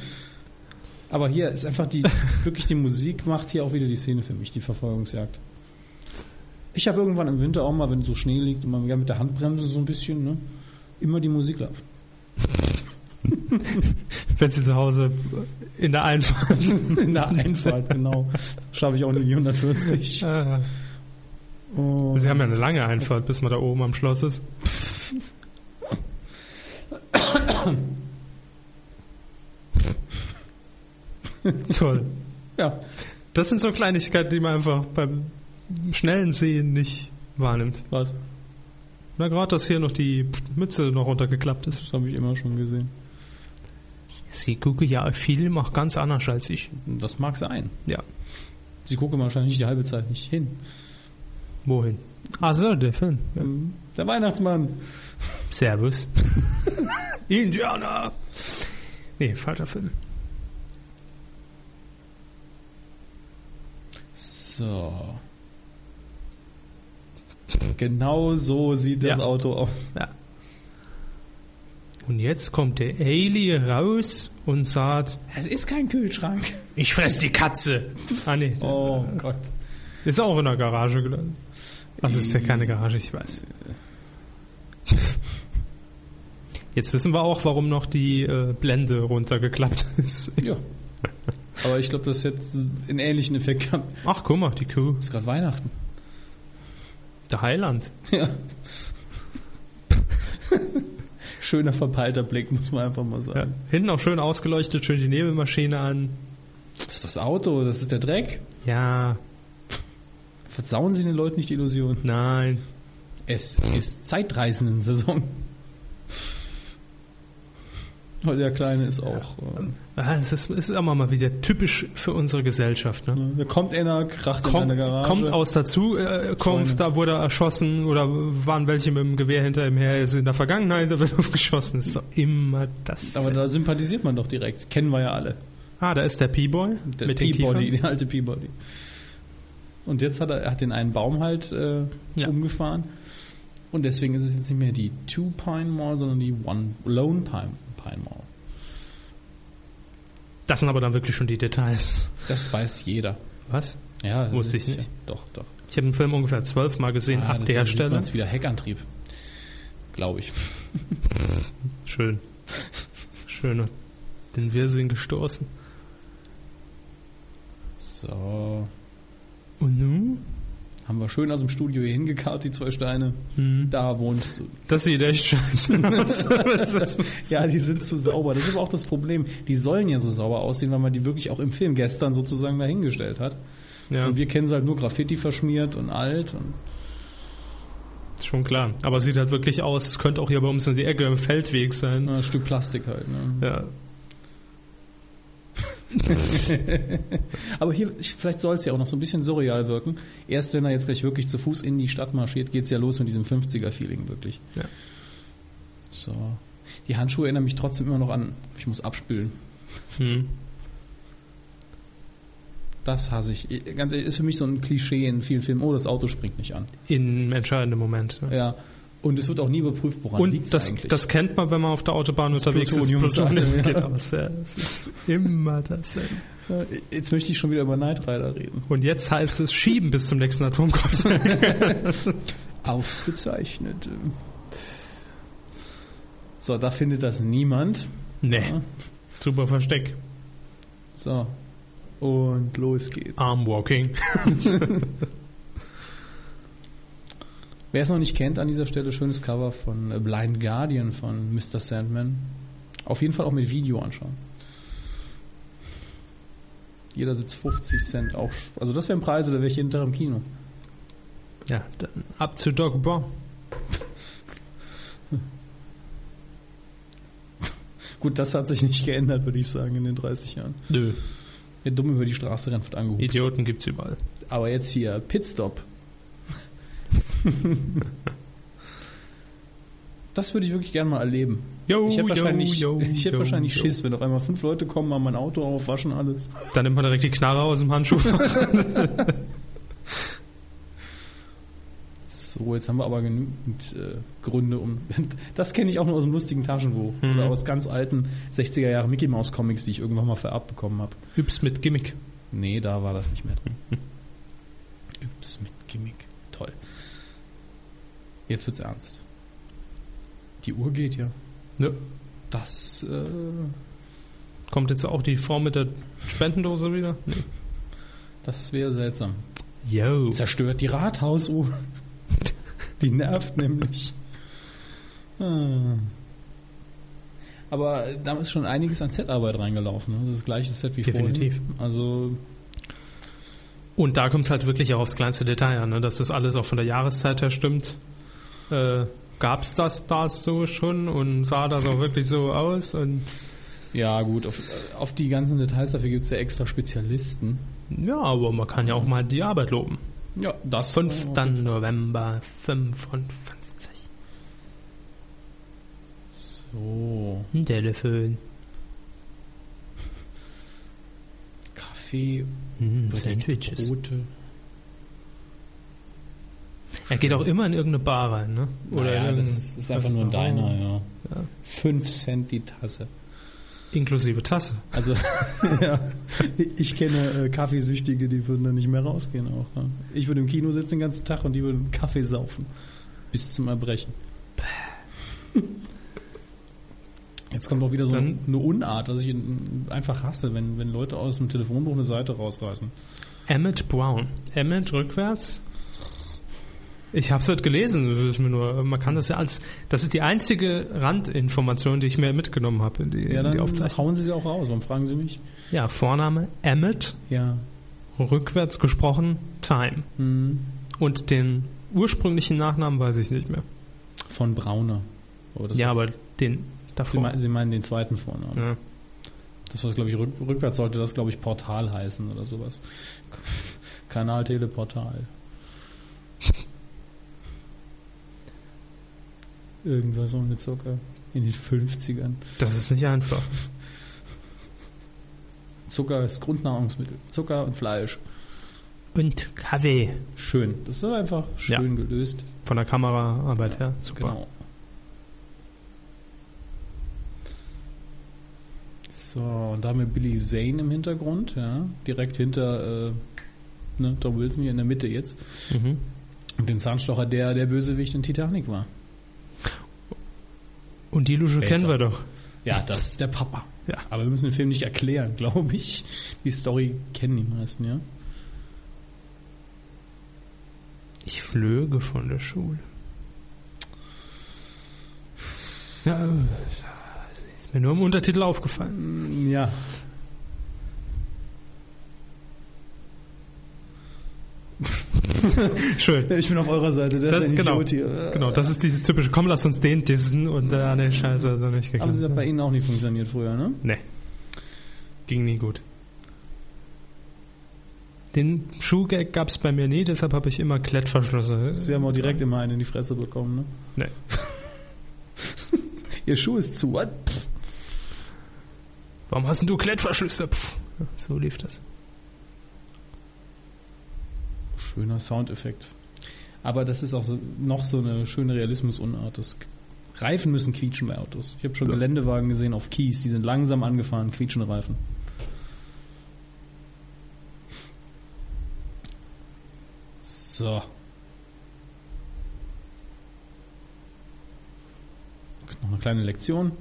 S3: Aber hier ist einfach die, wirklich die Musik macht hier auch wieder die Szene für mich, die Verfolgungsjagd. Ich habe irgendwann im Winter auch mal, wenn so Schnee liegt und man ja mit der Handbremse so ein bisschen, ne, immer die Musik laufen.
S2: Wenn sie zu Hause in der Einfahrt.
S3: In der Einfahrt, genau. Schaffe ich auch nie die 140.
S2: Äh,
S3: Oh.
S2: sie haben ja eine lange Einfahrt, bis man da oben am Schloss ist. Toll.
S3: Ja.
S2: Das sind so Kleinigkeiten, die man einfach beim schnellen Sehen nicht wahrnimmt.
S3: Was?
S2: Na, gerade, dass hier noch die Mütze noch runtergeklappt ist.
S3: Das habe ich immer schon gesehen.
S2: Sie gucken ja Film auch ganz anders als ich.
S3: Das mag sein.
S2: Ja.
S3: Sie gucken wahrscheinlich die halbe Zeit nicht hin.
S2: Wohin? Ach so, der Film. Ja.
S3: Ähm, Der Weihnachtsmann.
S2: Servus. Indianer! Nee, falscher Film.
S3: So. Genau so sieht
S2: Ja.
S3: das Auto aus.
S2: Und jetzt kommt der Ailey raus und sagt,
S3: Es ist kein Kühlschrank.
S2: ich fress die Katze. Ah nee, das
S3: Oh Gott.
S2: ist auch in der Garage gelandet. Also ist ja keine Garage, ich weiß. Jetzt wissen wir auch, warum noch die äh, Blende runtergeklappt ist.
S3: Ja. Aber ich glaube, das jetzt einen ähnlichen Effekt gehabt.
S2: Ach, guck mal, die Kuh.
S3: Ist gerade Weihnachten.
S2: Der Heiland.
S3: Ja. Schöner verpeilter Blick, muss man einfach mal
S2: Ja.
S3: sagen.
S2: Hinten auch schön ausgeleuchtet, schön die Nebelmaschine an.
S3: Das ist das Auto, das ist der Dreck.
S2: Ja,
S3: Versauen Sie den Leuten nicht die Illusion.
S2: nein.
S3: Es ist Zeitreisenden-Saison. Oh, der Kleine ist auch. äh,
S2: Ah, Es ist, es ist immer mal wieder typisch für unsere Gesellschaft. Ne?
S3: Äh, da kommt einer, kracht in
S2: Kommt,
S3: eine Garage.
S2: kommt aus der Zukunft,
S3: Scheune.
S2: da wurde er erschossen oder waren welche mit dem Gewehr hinter ihm her, ist in der Vergangenheit, da wird aufgeschossen. Ist doch immer das.
S3: Aber da sympathisiert man doch direkt. Kennen wir ja alle.
S2: ah, da ist der Peaboy
S3: Der
S2: mit den
S3: Peabody,
S2: Kiefern.
S3: der alte Peabody. Und jetzt hat er, er hat den einen Baum halt äh,
S2: Ja.
S3: umgefahren. Und deswegen ist es jetzt nicht mehr die Two Pine Mall, sondern die One Lone Pine, Pine Mall.
S2: Das sind aber dann wirklich schon die Details.
S3: Das weiß jeder.
S2: Was?
S3: Ja, das
S2: Wusste
S3: ist
S2: ich
S3: sicher. Doch, doch.
S2: Ich habe den Film ungefähr zwölfmal gesehen
S3: Ah,
S2: ab
S3: das-
S2: der
S3: dann sieht
S2: Stelle.
S3: man's wieder Heckantrieb. Glaube ich.
S2: Schön. Schön. Den Wirsing gestoßen.
S3: So.
S2: Und nun?
S3: Haben wir schön aus dem Studio hier hingekarrt, die zwei Steine.
S2: Hm.
S3: Da wohnst du.
S2: Das sieht echt scheiße aus.
S3: Ja, die sind zu sauber. Das ist aber auch das Problem. Die sollen ja so sauber aussehen, weil man die wirklich auch im Film gestern sozusagen dahingestellt hat.
S2: ja,
S3: Und wir kennen sie halt nur Graffiti verschmiert und alt. Und
S2: ist schon klar. Aber sieht halt wirklich aus. Es könnte auch hier bei uns in die Ecke im Feldweg sein.
S3: na, ein Stück Plastik halt. Ne?
S2: Ja.
S3: Aber hier, ich- vielleicht soll es ja auch noch so ein bisschen surreal wirken. Erst wenn er jetzt gleich wirklich zu Fuß in die Stadt marschiert, geht's ja los mit diesem 50er-Feeling wirklich.
S2: Ja.
S3: So. Die Handschuhe erinnern mich trotzdem immer noch an, ich muss abspülen.
S2: Hm.
S3: Das hasse ich. Ganz ehrlich, ist für mich so ein Klischee in vielen Filmen. Oh, das Auto springt nicht an.
S2: Im entscheidenden Moment. ne?
S3: Ja. Und es wird auch nie überprüft, woran Äh, liegt's
S2: Und das,
S3: eigentlich.
S2: das kennt man, wenn man auf der Autobahn
S3: Das
S2: unterwegs ist.
S3: Plutonium
S2: Plutonium
S3: ist an,
S2: geht
S3: ja.
S2: aus. Ja, es ist immer dasselbe.
S3: Äh, Jetzt möchte ich schon wieder über Knight Rider reden.
S2: Und jetzt heißt es schieben bis zum nächsten Atomkraftwerk.
S3: Ausgezeichnet. So, da findet das niemand. Ah.
S2: nee. Super Versteck.
S3: So. Und los geht's.
S2: Ah. Armwalking.
S3: Wer es noch nicht kennt, an dieser Stelle schönes Cover von äh, Blind Guardian von Mr. Sandman. Auf jeden Fall auch mit Video anschauen. Jeder sitzt 50 Cent auch. sch- Also das wären Preise, da wäre ich jeden Tag im Kino.
S2: Ja, dann ab zu Doc Brown.
S3: Gut, das hat sich nicht geändert, würde ich sagen, in den 30 Jahren.
S2: Nö.
S3: Wer dumm über die Straße rennt, wird angehoben.
S2: Idioten gibt's überall.
S3: Aber jetzt hier Pitstop. das würde ich wirklich gerne mal erleben.
S2: Yo,
S3: Ich hätte wahrscheinlich,
S2: yo,
S3: ich hätte
S2: yo,
S3: wahrscheinlich
S2: yo.
S3: Schiss, wenn auf einmal fünf Leute kommen, haben mein Auto auf, waschen alles.
S2: Dann nimmt man direkt die Knarre aus dem Handschuh.
S3: So, jetzt haben wir aber genügend äh, Gründe, um. Das kenne ich auch nur aus einem lustigen Taschenbuch
S2: Mhm.
S3: oder aus ganz alten 60er Jahre Mickey Mouse Comics, die ich irgendwann mal vererbt bekommen habe.
S2: Yps mit Gimmick.
S3: Nee, da war das nicht mehr drin. Ups, mit Gimmick. Toll. Jetzt wird's ernst. Die Uhr geht ja.
S2: Nö.
S3: Das, äh,
S2: Kommt jetzt auch die Frau mit der Spendendose wieder?
S3: das wäre seltsam.
S2: Yo.
S3: Zerstört die Rathausuhr. Die nervt nämlich. Ah. Aber da ist schon einiges an Setarbeit reingelaufen. ne? Das ist das gleiche Set wie
S2: Definitiv.
S3: vorhin. Also
S2: Und da kommt es halt wirklich auch aufs kleinste Detail an, ne? dass das alles auch von der Jahreszeit her stimmt. Äh, Gab es das da so schon und sah das auch wirklich so aus? Und
S3: ja gut, auf, auf die ganzen Details dafür gibt es ja extra Spezialisten.
S2: ja, aber man kann ja auch mal die Arbeit loben.
S3: Ja, das.
S2: 5. November 55.
S3: So,
S2: Ein Telefon.
S3: Kaffee,
S2: Hm,
S3: Sandwiches.
S2: Sandwiches.
S3: Brote.
S2: Er geht auch immer in irgendeine Bar rein, ne?
S3: Naja,
S2: in
S3: das ist einfach nur ein
S2: Restaurant.
S3: Diner, ja.
S2: Ja.
S3: Fünf Cent die Tasse.
S2: Inklusive Tasse.
S3: Also, ja, ich kenne äh, Kaffeesüchtige, die würden da nicht mehr rausgehen auch. Ne? Ich würde im Kino sitzen den ganzen Tag und die würden Kaffee saufen. Bis zum Erbrechen. Jetzt kommt auch wieder so
S2: Dann-
S3: eine Unart, was ich in- einfach hasse, wenn, wenn Leute aus dem Telefonbuch eine Seite rausreißen.
S2: Emmett Brown. Emmett rückwärts. Ich habe es halt gelesen, das ist mir nur, man kann das ja als, das ist die einzige Randinformation, die ich mir mitgenommen habe in die,
S3: Ja,
S2: in
S3: dann
S2: die Aufzeichnung.
S3: hauen sie sie auch raus. Warum fragen sie mich?
S2: Ja, Vorname Emmett,
S3: Ja.
S2: rückwärts gesprochen Time.
S3: Hm.
S2: Und den ursprünglichen Nachnamen weiß ich nicht mehr.
S3: Von Brauner. Oh, das
S2: ja,
S3: war-
S2: aber den
S3: sie,
S2: davor.
S3: meinen, sie meinen den zweiten Vornamen.
S2: Ja.
S3: Das was glaube ich rück, rückwärts sollte das glaube ich Portal heißen oder sowas. Kanal Teleportal. Irgendwas ohne Zucker in den 50ern.
S2: Das ist nicht einfach.
S3: Zucker ist Grundnahrungsmittel. Zucker und Fleisch.
S2: Und Kaffee.
S3: Schön. Das ist einfach schön gelöst.
S2: Von der Kameraarbeit her, super.
S3: Genau. So, und da haben wir Billy Zane im Hintergrund, ja. Direkt hinter äh, ne, Tom Wilson hier in der Mitte jetzt.
S2: Mhm.
S3: Und den Zahnstocher, der der Bösewicht in Titanic war.
S2: Und die Lusche
S3: Später.
S2: kennen wir doch.
S3: Ja, das ist der Papa.
S2: Ja.
S3: Aber wir müssen den Film nicht erklären, glaube ich. Die Story kennen die meisten, ja.
S2: Ich flöge von der Schule. Ja, äh, ist mir nur im Untertitel aufgefallen.
S3: Mm, Ja.
S2: Schön.
S3: Ich bin auf eurer Seite, der
S2: Das-
S3: ist ein
S2: genau.
S3: Idiot hier.
S2: Genau, das ist dieses typische, komm, lass uns den dissen und äh, ah, nee, scheiße, hat er nicht
S3: Aber das hat bei
S2: geklappt.
S3: Ihnen auch nicht funktioniert früher, ne?
S2: Ging nie gut. Den Schuhgag gab es bei mir nie, deshalb habe ich immer Klettverschlüsse.
S3: Sie haben auch direkt immer einen in die Fresse bekommen, ne? Ihr Schuh ist zu, what? Pff,
S2: Warum hast denn du Klettverschlüsse? Pff. Ja, So lief das.
S3: Schöner Soundeffekt. Aber das ist auch so, noch so eine schöne Realismusunart. Das Reifen müssen quietschen bei Autos. Ich habe schon
S2: Ja.
S3: Geländewagen gesehen auf Kies, die sind langsam angefahren, quietschende Reifen. So. Noch eine kleine Lektion.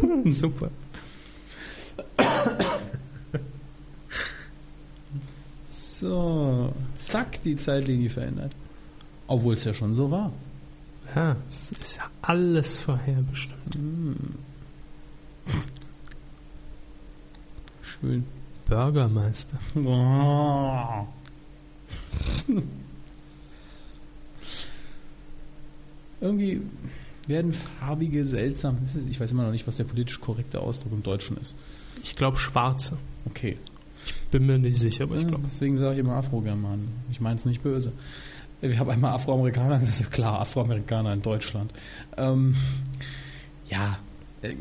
S3: Hm.
S2: Super.
S3: So, zack, die Zeitlinie verändert. Obwohl es ja schon so war.
S2: Ja, es ist ja alles vorherbestimmt.
S3: Schön.
S2: Bürgermeister.
S3: Irgendwie werden farbige seltsam. Das ist- Ich weiß immer noch nicht, was der politisch korrekte Ausdruck im Deutschen ist.
S2: Ich glaube Schwarze.
S3: Okay.
S2: Bin mir nicht sicher, aber ich glaube.
S3: Deswegen sage ich immer Afro-Germanen. Ich meine es nicht böse. Ich habe einmal Afroamerikaner gesagt, klar, Afroamerikaner in Deutschland. Ähm, ja, äh,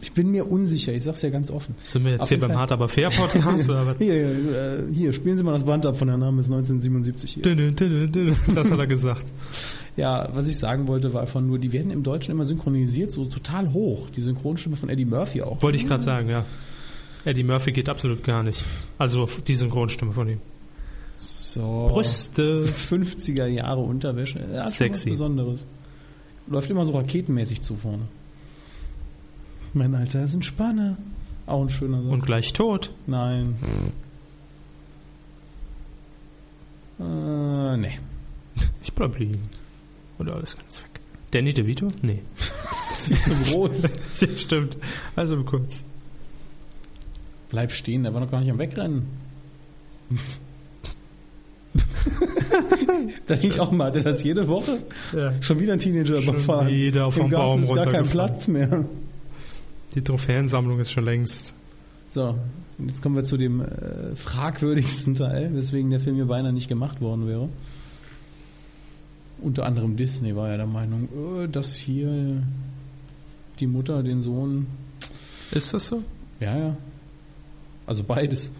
S3: ich bin mir unsicher, ich sag's ja ganz offen.
S2: Sind wir jetzt
S3: Auf
S2: hier
S3: jeden
S2: beim
S3: Fall.
S2: Hard aber Fair Podcast? oder was?
S3: Hier, äh, hier, spielen Sie mal das Band ab von der Name ist 1977. Hier.
S2: Dü- dü- dü- dü- dü. Das hat er gesagt.
S3: Ja, was ich sagen wollte, war einfach nur, die werden im Deutschen immer synchronisiert, so total hoch. Die Synchronstimme von Eddie Murphy auch.
S2: Wollte ich gerade sagen, ja. Eddie Murphy geht absolut gar nicht. Also auf die Synchronstimme von ihm.
S3: So.
S2: Brüste.
S3: 50er Jahre Unterwäsche. Ja, schon
S2: Sexy.
S3: Was Besonderes. Läuft immer so raketenmäßig zu vorne. Mein Alter ist ein Spanner. Auch ein schöner Satz.
S2: und gleich tot.
S3: Nein. Äh, nee.
S2: Ich bleib liegen. Oder alles ganz weg. Danny DeVito? Nee.
S3: Viel zu groß.
S2: Ja, Stimmt. Also kurz.
S3: Bleib stehen, der war noch gar nicht am Wegrennen. da denke ich auch mal, hat er das jede Woche?
S2: Ja.
S3: Schon wieder ein Teenager
S2: Schon
S3: überfahren.
S2: wieder
S3: Im
S2: vom
S3: Garten
S2: Baum
S3: ist gar kein
S2: runtergefallen.
S3: Platz mehr.
S2: Die Trophäensammlung ist schon längst.
S3: So, und jetzt kommen wir zu dem äh, fragwürdigsten Teil, weswegen der Film hier beinahe nicht gemacht worden wäre. Unter anderem Disney war ja der Meinung, äh, dass hier die Mutter den Sohn,
S2: Ist das so?
S3: ja, ja, also beides,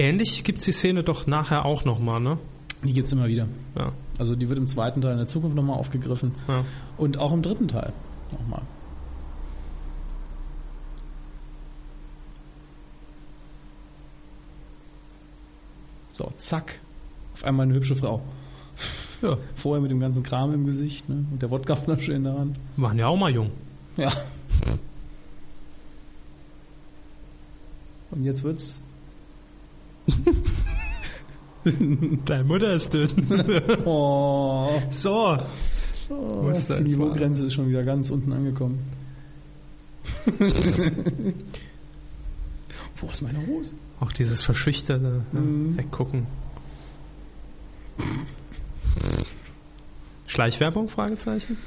S2: Ähnlich gibt's die Szene doch nachher auch nochmal, ne?
S3: die gibt's immer wieder.
S2: Ja.
S3: Also die wird im zweiten Teil in der Zukunft nochmal aufgegriffen
S2: ja.
S3: und auch im dritten Teil nochmal. So, zack, auf einmal eine hübsche Frau.
S2: ja.
S3: Vorher mit dem ganzen Kram im Gesicht ne? und der Wodkaflasche in der Hand.
S2: Waren ja auch mal jung.
S3: Ja. Und jetzt wird's.
S2: Deine Mutter ist dünn.
S3: Oh,
S2: so.
S3: oh
S2: ist das
S3: die Niveaugrenze ist schon wieder ganz unten angekommen. Wo ist meine Hose?
S2: Auch dieses verschüchterte ne?
S3: Mhm.
S2: Weggucken. Schleichwerbung? Fragezeichen?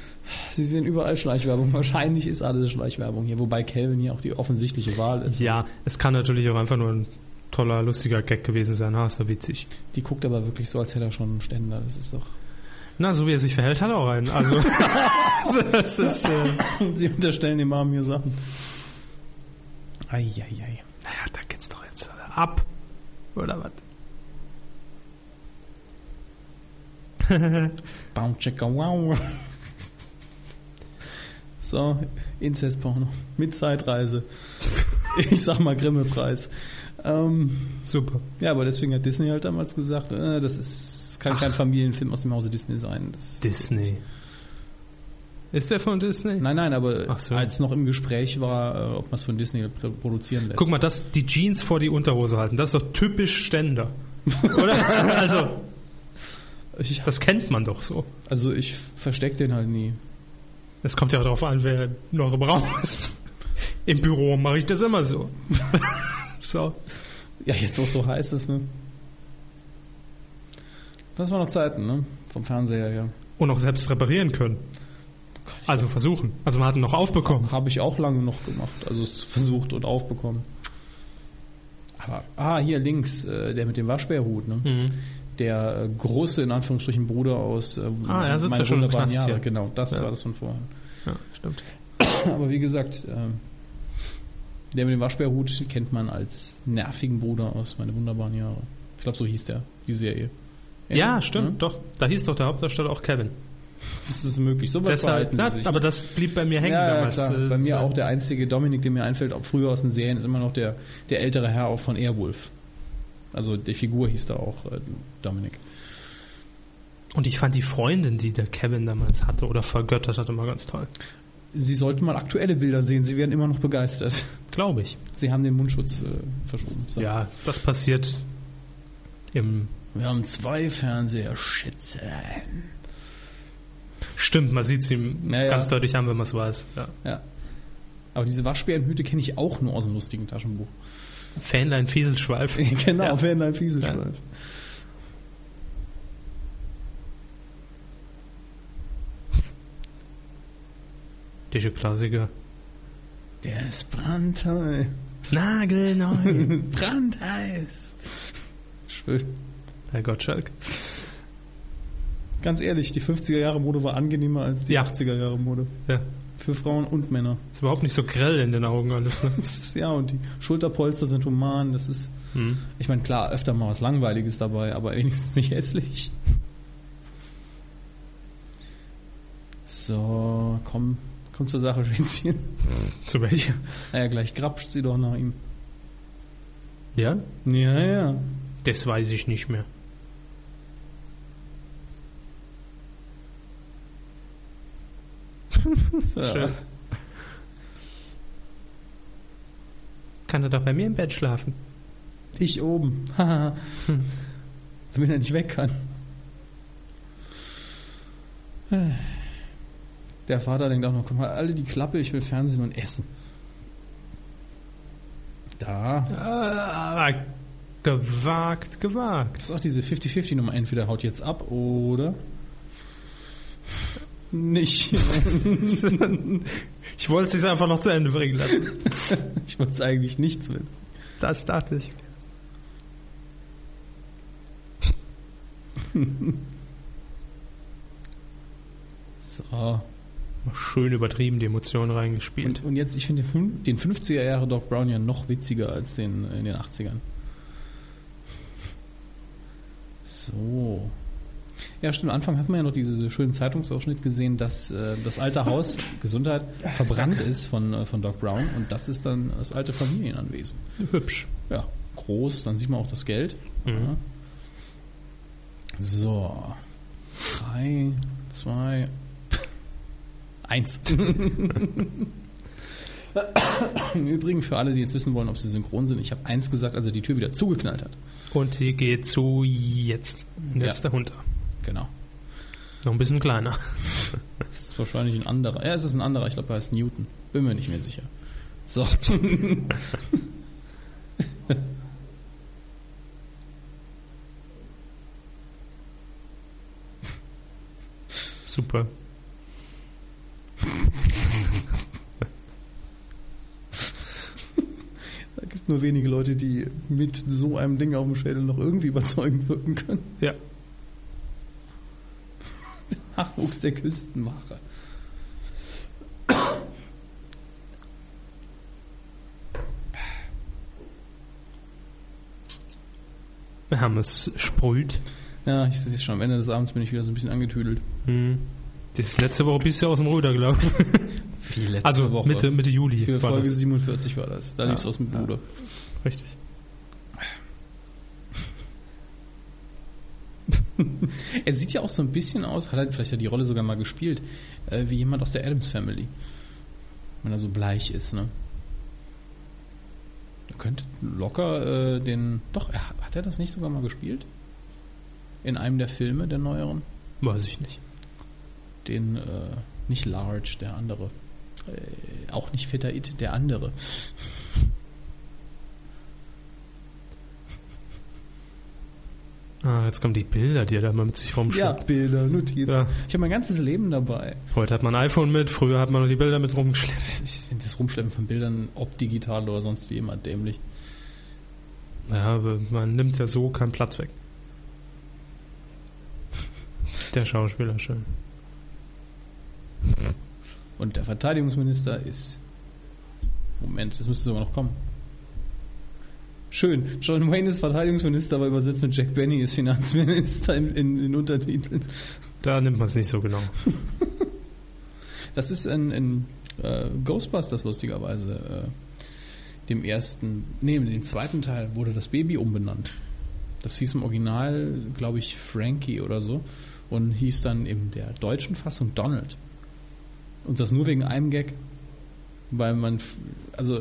S3: Sie sehen überall Schleichwerbung. Wahrscheinlich ist alles Schleichwerbung hier, wobei Calvin hier auch die offensichtliche Wahl ist.
S2: Ja, es kann natürlich auch einfach nur ein toller, lustiger Gag gewesen sein. Ha, ist doch witzig.
S3: Die guckt aber wirklich so, als hätte er schon einen Ständer. Das ist doch.
S2: Na, so wie er sich verhält, hat er auch einen. Also, das ist. Äh,
S3: Sie unterstellen dem Arm hier Sachen. Eieiei.
S2: naja, da geht's doch jetzt äh, ab. Oder was?
S3: Baum, checker, wow. So, Inzestporno. Mit Zeitreise. Ich sag mal Grimme-Preis. Ähm,
S2: Super.
S3: ja, aber deswegen hat Disney halt damals gesagt, äh, das ist, kann kein Familienfilm aus dem Hause Disney sein. Das
S2: Disney. Ist der von Disney?
S3: Nein, nein, aber
S2: Ach so.
S3: als noch im Gespräch war, äh, ob man es von Disney pr- produzieren lässt.
S2: Guck mal, das, die Jeans vor die Unterhose halten, das ist doch typisch Ständer. Oder? also,
S3: ich,
S2: das kennt man doch so.
S3: also ich verstecke den halt nie.
S2: Es kommt ja darauf an, wer noch im Raum ist. Im Büro mache ich das immer so. so.
S3: Ja, jetzt wo es so heiß ist, ne? Das waren noch Zeiten, ne? Vom Fernseher her.
S2: Und auch selbst reparieren können. Also versuchen. Also man hat ihn noch aufbekommen.
S3: Habe ich auch lange noch gemacht. Also es versucht und aufbekommen. Aber, ah, hier links, äh, der mit dem Waschbärhut, ne?
S2: Mhm.
S3: Der äh, große, in Anführungsstrichen, Bruder aus äh,
S2: Ah, er sitzt
S3: meine
S2: ja schon im
S3: wunderbaren
S2: Knast
S3: Jahre.
S2: hier.
S3: Genau, das
S2: Ja.
S3: war das von vorhin.
S2: Ja, stimmt.
S3: Aber wie gesagt, ähm, der mit dem Waschbärhut kennt man als nervigen Bruder aus meine wunderbaren Jahre. Ich glaube, so hieß der, die Serie.
S2: Ja,
S3: ne?
S2: stimmt, doch. Da hieß doch der Hauptdarsteller auch Kevin.
S3: Das ist möglich. So was
S2: Deshalb,
S3: verhalten
S2: na,
S3: sie sich. ne?
S2: aber das blieb bei mir hängen
S3: ja, ja,
S2: damals.
S3: klar.
S2: Äh,
S3: Bei
S2: so-
S3: mir auch der einzige Dominik, der mir einfällt, auch früher aus den Serien, ist immer noch der, der ältere Herr auch von Airwolf. Also die Figur hieß da auch äh, Dominik.
S2: Und ich fand die Freundin, die der Kevin damals hatte oder vergöttert hat, immer ganz toll.
S3: Sie sollten mal aktuelle Bilder sehen, sie werden immer noch begeistert.
S2: Glaube ich.
S3: Sie haben den Mundschutz äh, verschoben. So.
S2: Ja, das passiert im.
S3: Wir haben zwei Fernseher, Schätze.
S2: Stimmt, man sieht sie ihm
S3: Ja, ja.
S2: ganz deutlich an, wenn man es weiß. Ja.
S3: Ja. Aber diese Waschbärenhüte kenne ich auch nur aus dem lustigen Taschenbuch.
S2: Fähnlein Fieselschweif.
S3: genau,
S2: Ja.
S3: wenn ein fieses
S2: Ja.
S3: Schweif.
S2: Dische Klassiker.
S3: Der ist brandheiß.
S2: Nagelneu.
S3: brandheiß. Schön.
S2: Herr Gottschalk.
S3: Ganz ehrlich, die 50er Jahre Mode war angenehmer als die
S2: Ja.
S3: 80er Jahre Mode.
S2: Ja.
S3: Für Frauen und Männer.
S2: Ist überhaupt nicht so grell in den Augen alles, ne?
S3: Das ist, ja, und die Schulterpolster sind human. Das ist,
S2: Hm.
S3: ich meine, klar, öfter mal was Langweiliges dabei, aber wenigstens nicht hässlich. So, komm, komm zur Sache, Schänzchen.
S2: Zu welcher?
S3: Naja, gleich grapscht sie doch nach ihm.
S2: Ja?
S3: Ja, ja.
S2: Das weiß ich nicht mehr.
S3: So.
S2: Schön. kann er doch bei mir im Bett schlafen.
S3: Ich oben. Haha. Damit er nicht weg kann. Der Vater denkt auch noch, komm mal, alle die Klappe, ich will Fernsehen und Essen. Da.
S2: Ah, gewagt, gewagt.
S3: Das ist auch diese 50-50-Nummer. Entweder haut jetzt ab oder nicht.
S2: Ich wollte es einfach noch zu Ende bringen lassen.
S3: ich wollte es eigentlich nichts mit.
S2: Das dachte ich.
S3: So.
S2: Mal Schön übertrieben die Emotionen reingespielt.
S3: Und, und jetzt, ich finde den fün- den 50er Jahre Doc Brown ja noch witziger als den äh, in den 80ern. So. Ja, stimmt. Am Anfang hat man ja noch diesen schönen Zeitungsausschnitt gesehen, dass äh, das alte Haus, Gesundheit, verbrannt ist von, äh, von Doc Brown. Und das ist dann das alte Familienanwesen.
S2: hübsch.
S3: Ja, groß, dann sieht man auch das Geld.
S2: Mhm.
S3: Ja. So. Drei, zwei, eins. Im Übrigen, für alle, die jetzt wissen wollen, ob sie synchron sind, ich habe eins gesagt, als er die Tür wieder zugeknallt hat.
S2: Und die geht zu jetzt. Und jetzt
S3: Ja.
S2: der Hund.
S3: Genau.
S2: Noch ein bisschen kleiner.
S3: Das ist wahrscheinlich ein anderer. Ja, es ist ein anderer. Ich glaube, er heißt Newton. Bin mir nicht mehr sicher. So.
S2: Super.
S3: Es gibt nur wenige Leute, die mit so einem Ding auf dem Schädel noch irgendwie überzeugend wirken können.
S2: Ja.
S3: Nachwuchs der Küstenmacher.
S2: Wir haben es sprüht.
S3: Ja, ich sehe es schon. Am Ende des Abends bin ich wieder so ein bisschen angetüdelt.
S2: Hm. Das letzte Woche bist du aus dem Ruder gelaufen.
S3: Viel letzte
S2: Also Mitte, Mitte Juli
S3: Für
S2: war
S3: Folge
S2: das.
S3: 47 war das. Da
S2: Ja.
S3: lief es aus dem Bruder.
S2: Richtig.
S3: Er sieht ja auch so ein bisschen aus, hat halt vielleicht ja die Rolle sogar mal gespielt, äh, wie jemand aus der Adams Family. Wenn er so bleich ist, ne? Er könnte locker äh, den. Doch, er, hat er das nicht sogar mal gespielt? In einem der Filme, der neueren?
S2: Weiß ich nicht.
S3: Den, äh, nicht Large, der andere. Äh, auch nicht Fitter It, der andere.
S2: Ah, jetzt kommen die Bilder, die er da immer mit sich rumschleppt.
S3: Bilder, Notizen.
S2: Ja.
S3: Ich habe mein ganzes Leben dabei.
S2: Heute hat man ein iPhone mit, früher hat man noch die Bilder mit rumgeschleppt.
S3: Ich finde das Rumschleppen von Bildern, ob digital oder sonst wie immer, dämlich.
S2: Ja, aber man nimmt ja so keinen Platz weg. Der Schauspieler schön.
S3: Und der Verteidigungsminister ist. Moment, das müsste sogar noch kommen. Schön. John Wayne ist Verteidigungsminister, aber übersetzt mit Jack Benny ist Finanzminister in, in, in Untertiteln.
S2: Da nimmt man es nicht so genau.
S3: Das ist in, in äh, Ghostbusters lustigerweise. Äh, dem ersten, nee, dem zweiten Teil wurde das Baby umbenannt. Das hieß im Original, glaube ich, Frankie oder so. Und hieß dann in der deutschen Fassung Donald. Und das nur wegen einem Gag. Weil man, f- also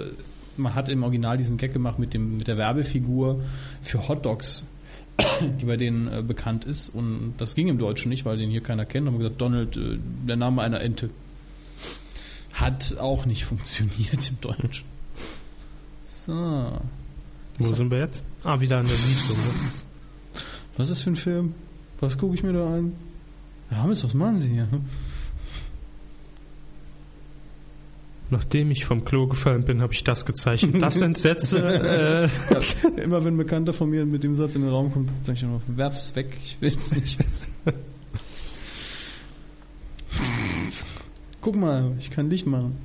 S3: man hat im Original diesen Gag gemacht mit, dem, mit der Werbefigur für Hotdogs, die bei denen äh, bekannt ist. Und das ging im Deutschen nicht, weil den hier keiner kennt. Und haben gesagt, Donald, äh, der Name einer Ente. Hat auch nicht funktioniert im Deutschen. So.
S2: Wo sind wir jetzt? Ah, wieder an der ne? Liebe.
S3: Was ist für ein Film? Was gucke ich mir da an? Herr Hammes, was machen Sie hier?
S2: Nachdem ich vom Klo gefallen bin, habe ich das gezeichnet. Das entsetze. Äh,
S3: Immer wenn ein Bekannter von mir mit dem Satz in den Raum kommt, sage ich immer, werf's weg, ich will's nicht wissen. Guck mal, ich kann Licht machen.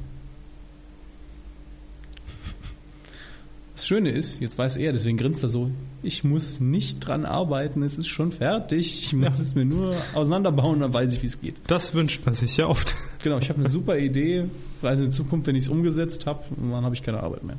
S3: Das Schöne ist, jetzt weiß er, deswegen grinst er so, ich muss nicht dran arbeiten, es ist schon fertig, ich muss es mir nur auseinanderbauen, dann weiß ich, wie es geht.
S2: das wünscht man sich ja oft.
S3: Genau, ich habe eine super Idee, weiß in Zukunft, wenn ich es umgesetzt habe, dann habe ich keine Arbeit mehr.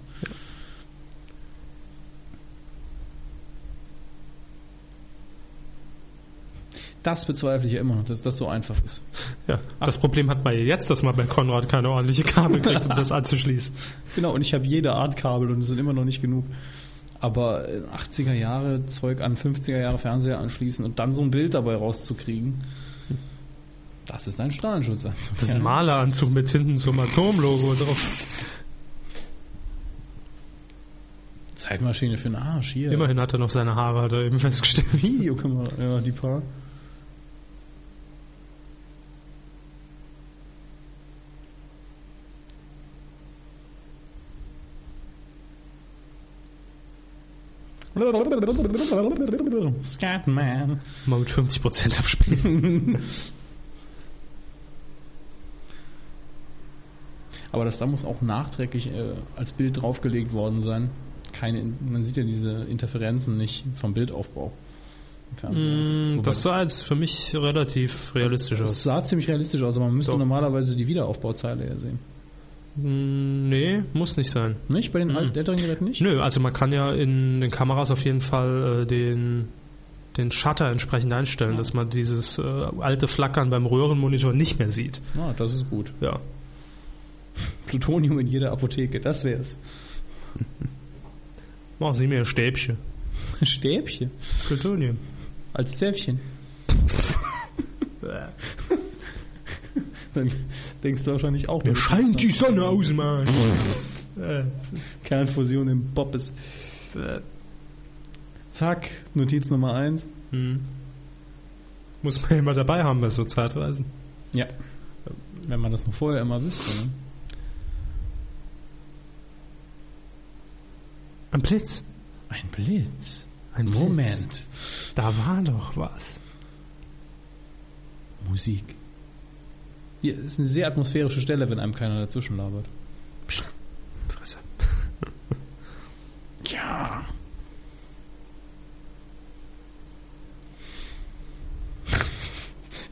S3: Das bezweifle ich ja immer noch, dass das so einfach ist.
S2: Ja, das Problem hat man ja jetzt, dass man bei Konrad keine ordentliche Kabel kriegt, um das anzuschließen.
S3: Genau, und ich habe jede Art Kabel und es sind immer noch nicht genug. Aber 80er Jahre Zeug an 50er Jahre Fernseher anschließen und dann so ein Bild dabei rauszukriegen, das ist ein Strahlenschutzanzug.
S2: Das ist
S3: ja.
S2: ein Maleranzug mit hinten so einem Atomlogo drauf.
S3: Zeitmaschine für den Arsch hier.
S2: Immerhin hat er noch seine Haare, hat er eben festgestellt.
S3: Videokamera, ja, die paar. Scatman.
S2: Mal mit 50% abspielen.
S3: Aber das da muss auch nachträglich äh, als Bild draufgelegt worden sein. Keine, man sieht ja diese Interferenzen nicht vom Bildaufbau. im Fernseher.
S2: Mm,
S3: Wobei,
S2: das sah jetzt für mich relativ realistisch
S3: das
S2: aus.
S3: sah ziemlich realistisch aus, aber man müsste
S2: Doch.
S3: normalerweise die Wiederaufbauzeile ja sehen.
S2: Mm, Nee, muss nicht sein.
S3: Nicht? Bei den
S2: Mhm.
S3: alten älteren Geräten nicht?
S2: Nö, also man kann ja in den Kameras auf jeden Fall äh, den, den Shutter entsprechend einstellen,
S3: Ja.
S2: dass man dieses äh, alte Flackern beim Röhrenmonitor nicht mehr sieht.
S3: Ah, das ist gut.
S2: Ja.
S3: Plutonium in jeder Apotheke, das wär's.
S2: Machen Sie mir ein Stäbchen.
S3: Stäbchen.
S2: Plutonium.
S3: Als Zäpfchen. Dann denkst du wahrscheinlich auch,
S2: Mir scheint die Sonne aus, Mann. Äh,
S3: Kernfusion im Boppes.
S2: äh,
S3: Zack, Notiz Nummer 1.
S2: hm. Muss man ja immer dabei haben bei so Zeitreisen.
S3: Wenn man das noch vorher immer wüsste. Ne?
S2: Ein Blitz.
S3: Ein Blitz.
S2: Ein Blitz.
S3: Moment.
S2: Da war doch was.
S3: Musik. Hier ist eine sehr atmosphärische Stelle, wenn einem keiner dazwischen labert.
S2: Fresse.
S3: Ja.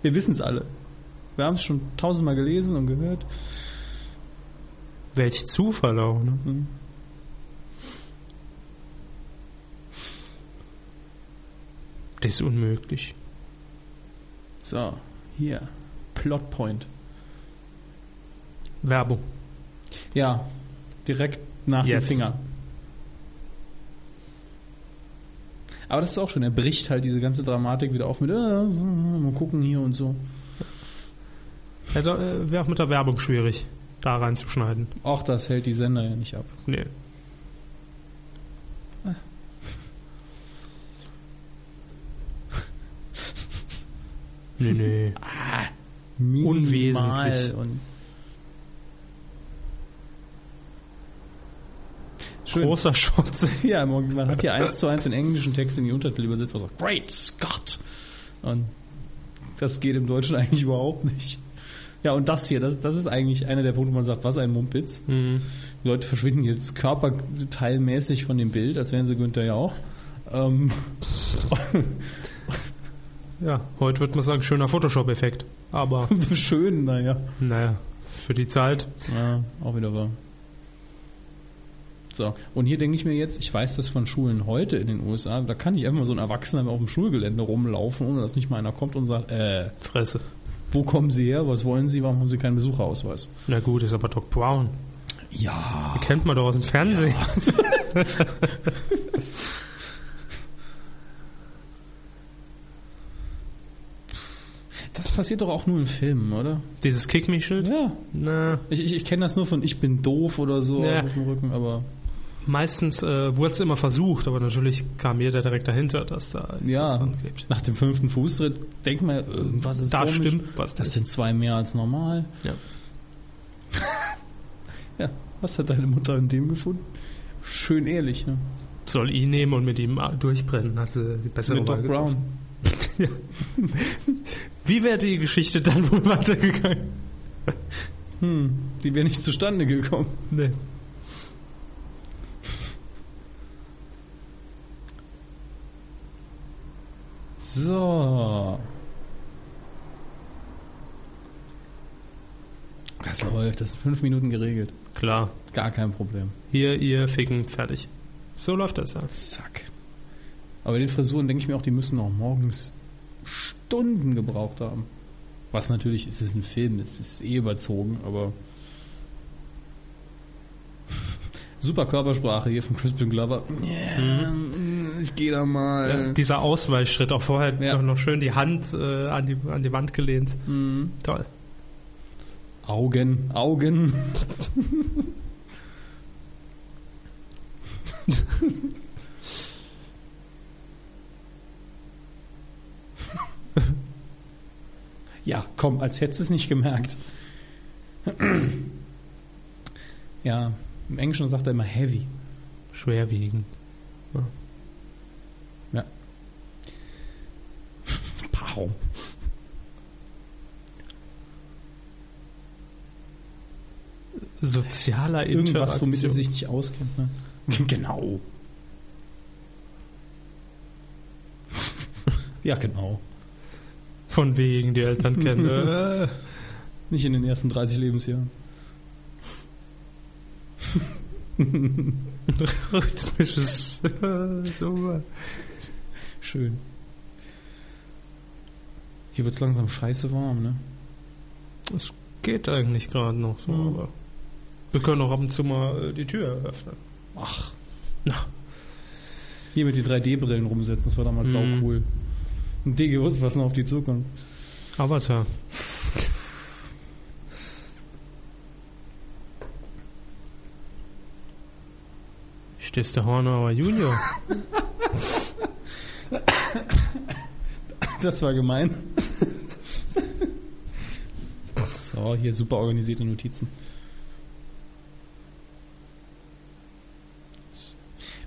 S3: Wir wissen es alle. Wir haben es schon tausendmal gelesen und gehört.
S2: Welch Zufall auch, ne?
S3: Hm.
S2: Das ist unmöglich.
S3: So, hier. Plotpoint.
S2: Werbung.
S3: Ja, direkt nach
S2: Jetzt.
S3: dem Finger. Aber das ist auch schon, er bricht halt diese ganze Dramatik wieder auf mit, äh, mal gucken hier und so.
S2: Ja, da, äh, Wäre auch mit der Werbung schwierig, da reinzuschneiden.
S3: Auch das hält die Sender ja nicht ab.
S2: Nee. Nee, nee.
S3: Minimal
S2: Unwesentlich.
S3: Und Schön.
S2: Großer Schutz.
S3: Ja, man man hat hier eins zu eins den englischen Text in die Untertitel übersetzt, was sagt, Great Scott! Und das geht im Deutschen eigentlich überhaupt nicht. Ja, und das hier, das, das ist eigentlich einer der Punkte, wo man sagt, was ein Mumpitz.
S2: Mhm.
S3: Die Leute verschwinden jetzt körperteilmäßig von dem Bild, als wären sie Günther ja auch. Ähm,
S2: Ja, heute würde man sagen, schöner Photoshop-Effekt. Aber,
S3: schön, naja.
S2: naja, für die Zeit.
S3: Ja, auch wieder wahr. So, und hier denke ich mir jetzt, ich weiß das von Schulen heute in den USA, da kann ich einfach mal so ein Erwachsener auf dem Schulgelände rumlaufen, ohne dass nicht mal einer kommt und sagt, äh,
S2: Fresse.
S3: wo kommen Sie her, was wollen Sie, warum haben Sie keinen Besucherausweis?
S2: Na gut, ist aber Doc Brown.
S3: Ja.
S2: Die
S3: Ah.
S2: kennt man doch aus dem Fernsehen.
S3: Das passiert doch auch nur in Filmen, oder?
S2: Dieses Kick-Me-Schild?
S3: Ja.
S2: Na,
S3: Ich, ich, ich kenne das nur von Ich bin doof oder so
S2: Ja.
S3: auf dem Rücken, aber
S2: meistens äh, wurde es immer versucht, aber natürlich kam jeder direkt dahinter, dass da jetzt
S3: Ja.
S2: was dran klebt.
S3: nach dem fünften Fußtritt denkt man, irgendwas ist
S2: Da
S3: komisch.
S2: stimmt was
S3: Das
S2: nicht.
S3: sind zwei mehr als normal.
S2: Ja.
S3: ja, was hat deine Mutter in dem gefunden? Schön ehrlich, ne?
S2: Soll ihn nehmen und mit ihm äh, durchbrennen, hat sie die bessere
S3: Mit
S2: Wahl
S3: Doc
S2: getroffen.
S3: Brown.
S2: Wie wäre die Geschichte dann wohl weitergegangen?
S3: Hm, die wäre nicht zustande gekommen.
S2: Nee.
S3: So. Das läuft, das sind fünf Minuten geregelt.
S2: Klar.
S3: Gar kein Problem.
S2: Hier, ihr ficken, fertig. So läuft das ja.
S3: Zack. Aber den Frisuren denke ich mir auch, die müssen auch morgens Stunden gebraucht haben. Was natürlich, es ist ein Film, es ist eh überzogen, aber. Super Körpersprache hier von Crispin Glover. Mhm. Yeah, Ich gehe da
S2: Ja,
S3: mal.
S2: Äh, dieser Ausweichschritt, auch vorher
S3: Ja.
S2: noch, noch schön die Hand äh, an, die, an die Wand gelehnt.
S3: Mhm.
S2: Toll.
S3: Augen, Augen. ja, komm, als hättest du es nicht gemerkt. ja, im Englischen sagt er immer heavy.
S2: Schwerwiegend.
S3: Paarung.
S2: Sozialer
S3: Irgendwas, womit er
S2: Interaktion.
S3: sich nicht auskennt. Ne? Genau. ja, genau.
S2: Von wegen, die Eltern kennen. äh,
S3: Nicht in den ersten 30 Lebensjahren.
S2: rhythmisches. äh, so.
S3: Schön. Hier wird es langsam scheiße warm, ne?
S2: Geht eigentlich gerade noch so,
S3: Mhm.
S2: aber. Wir können auch ab und zu mal äh, die Tür öffnen.
S3: Ach.
S2: Na.
S3: Hier mit die 3D-Brillen rumsetzen, das war damals
S2: Mhm.
S3: saucool. Und die gewusst, was noch auf die zukommt.
S2: Avatar. Stehst der Hornauer Junior?
S3: Das war gemein. so, hier super organisierte Notizen.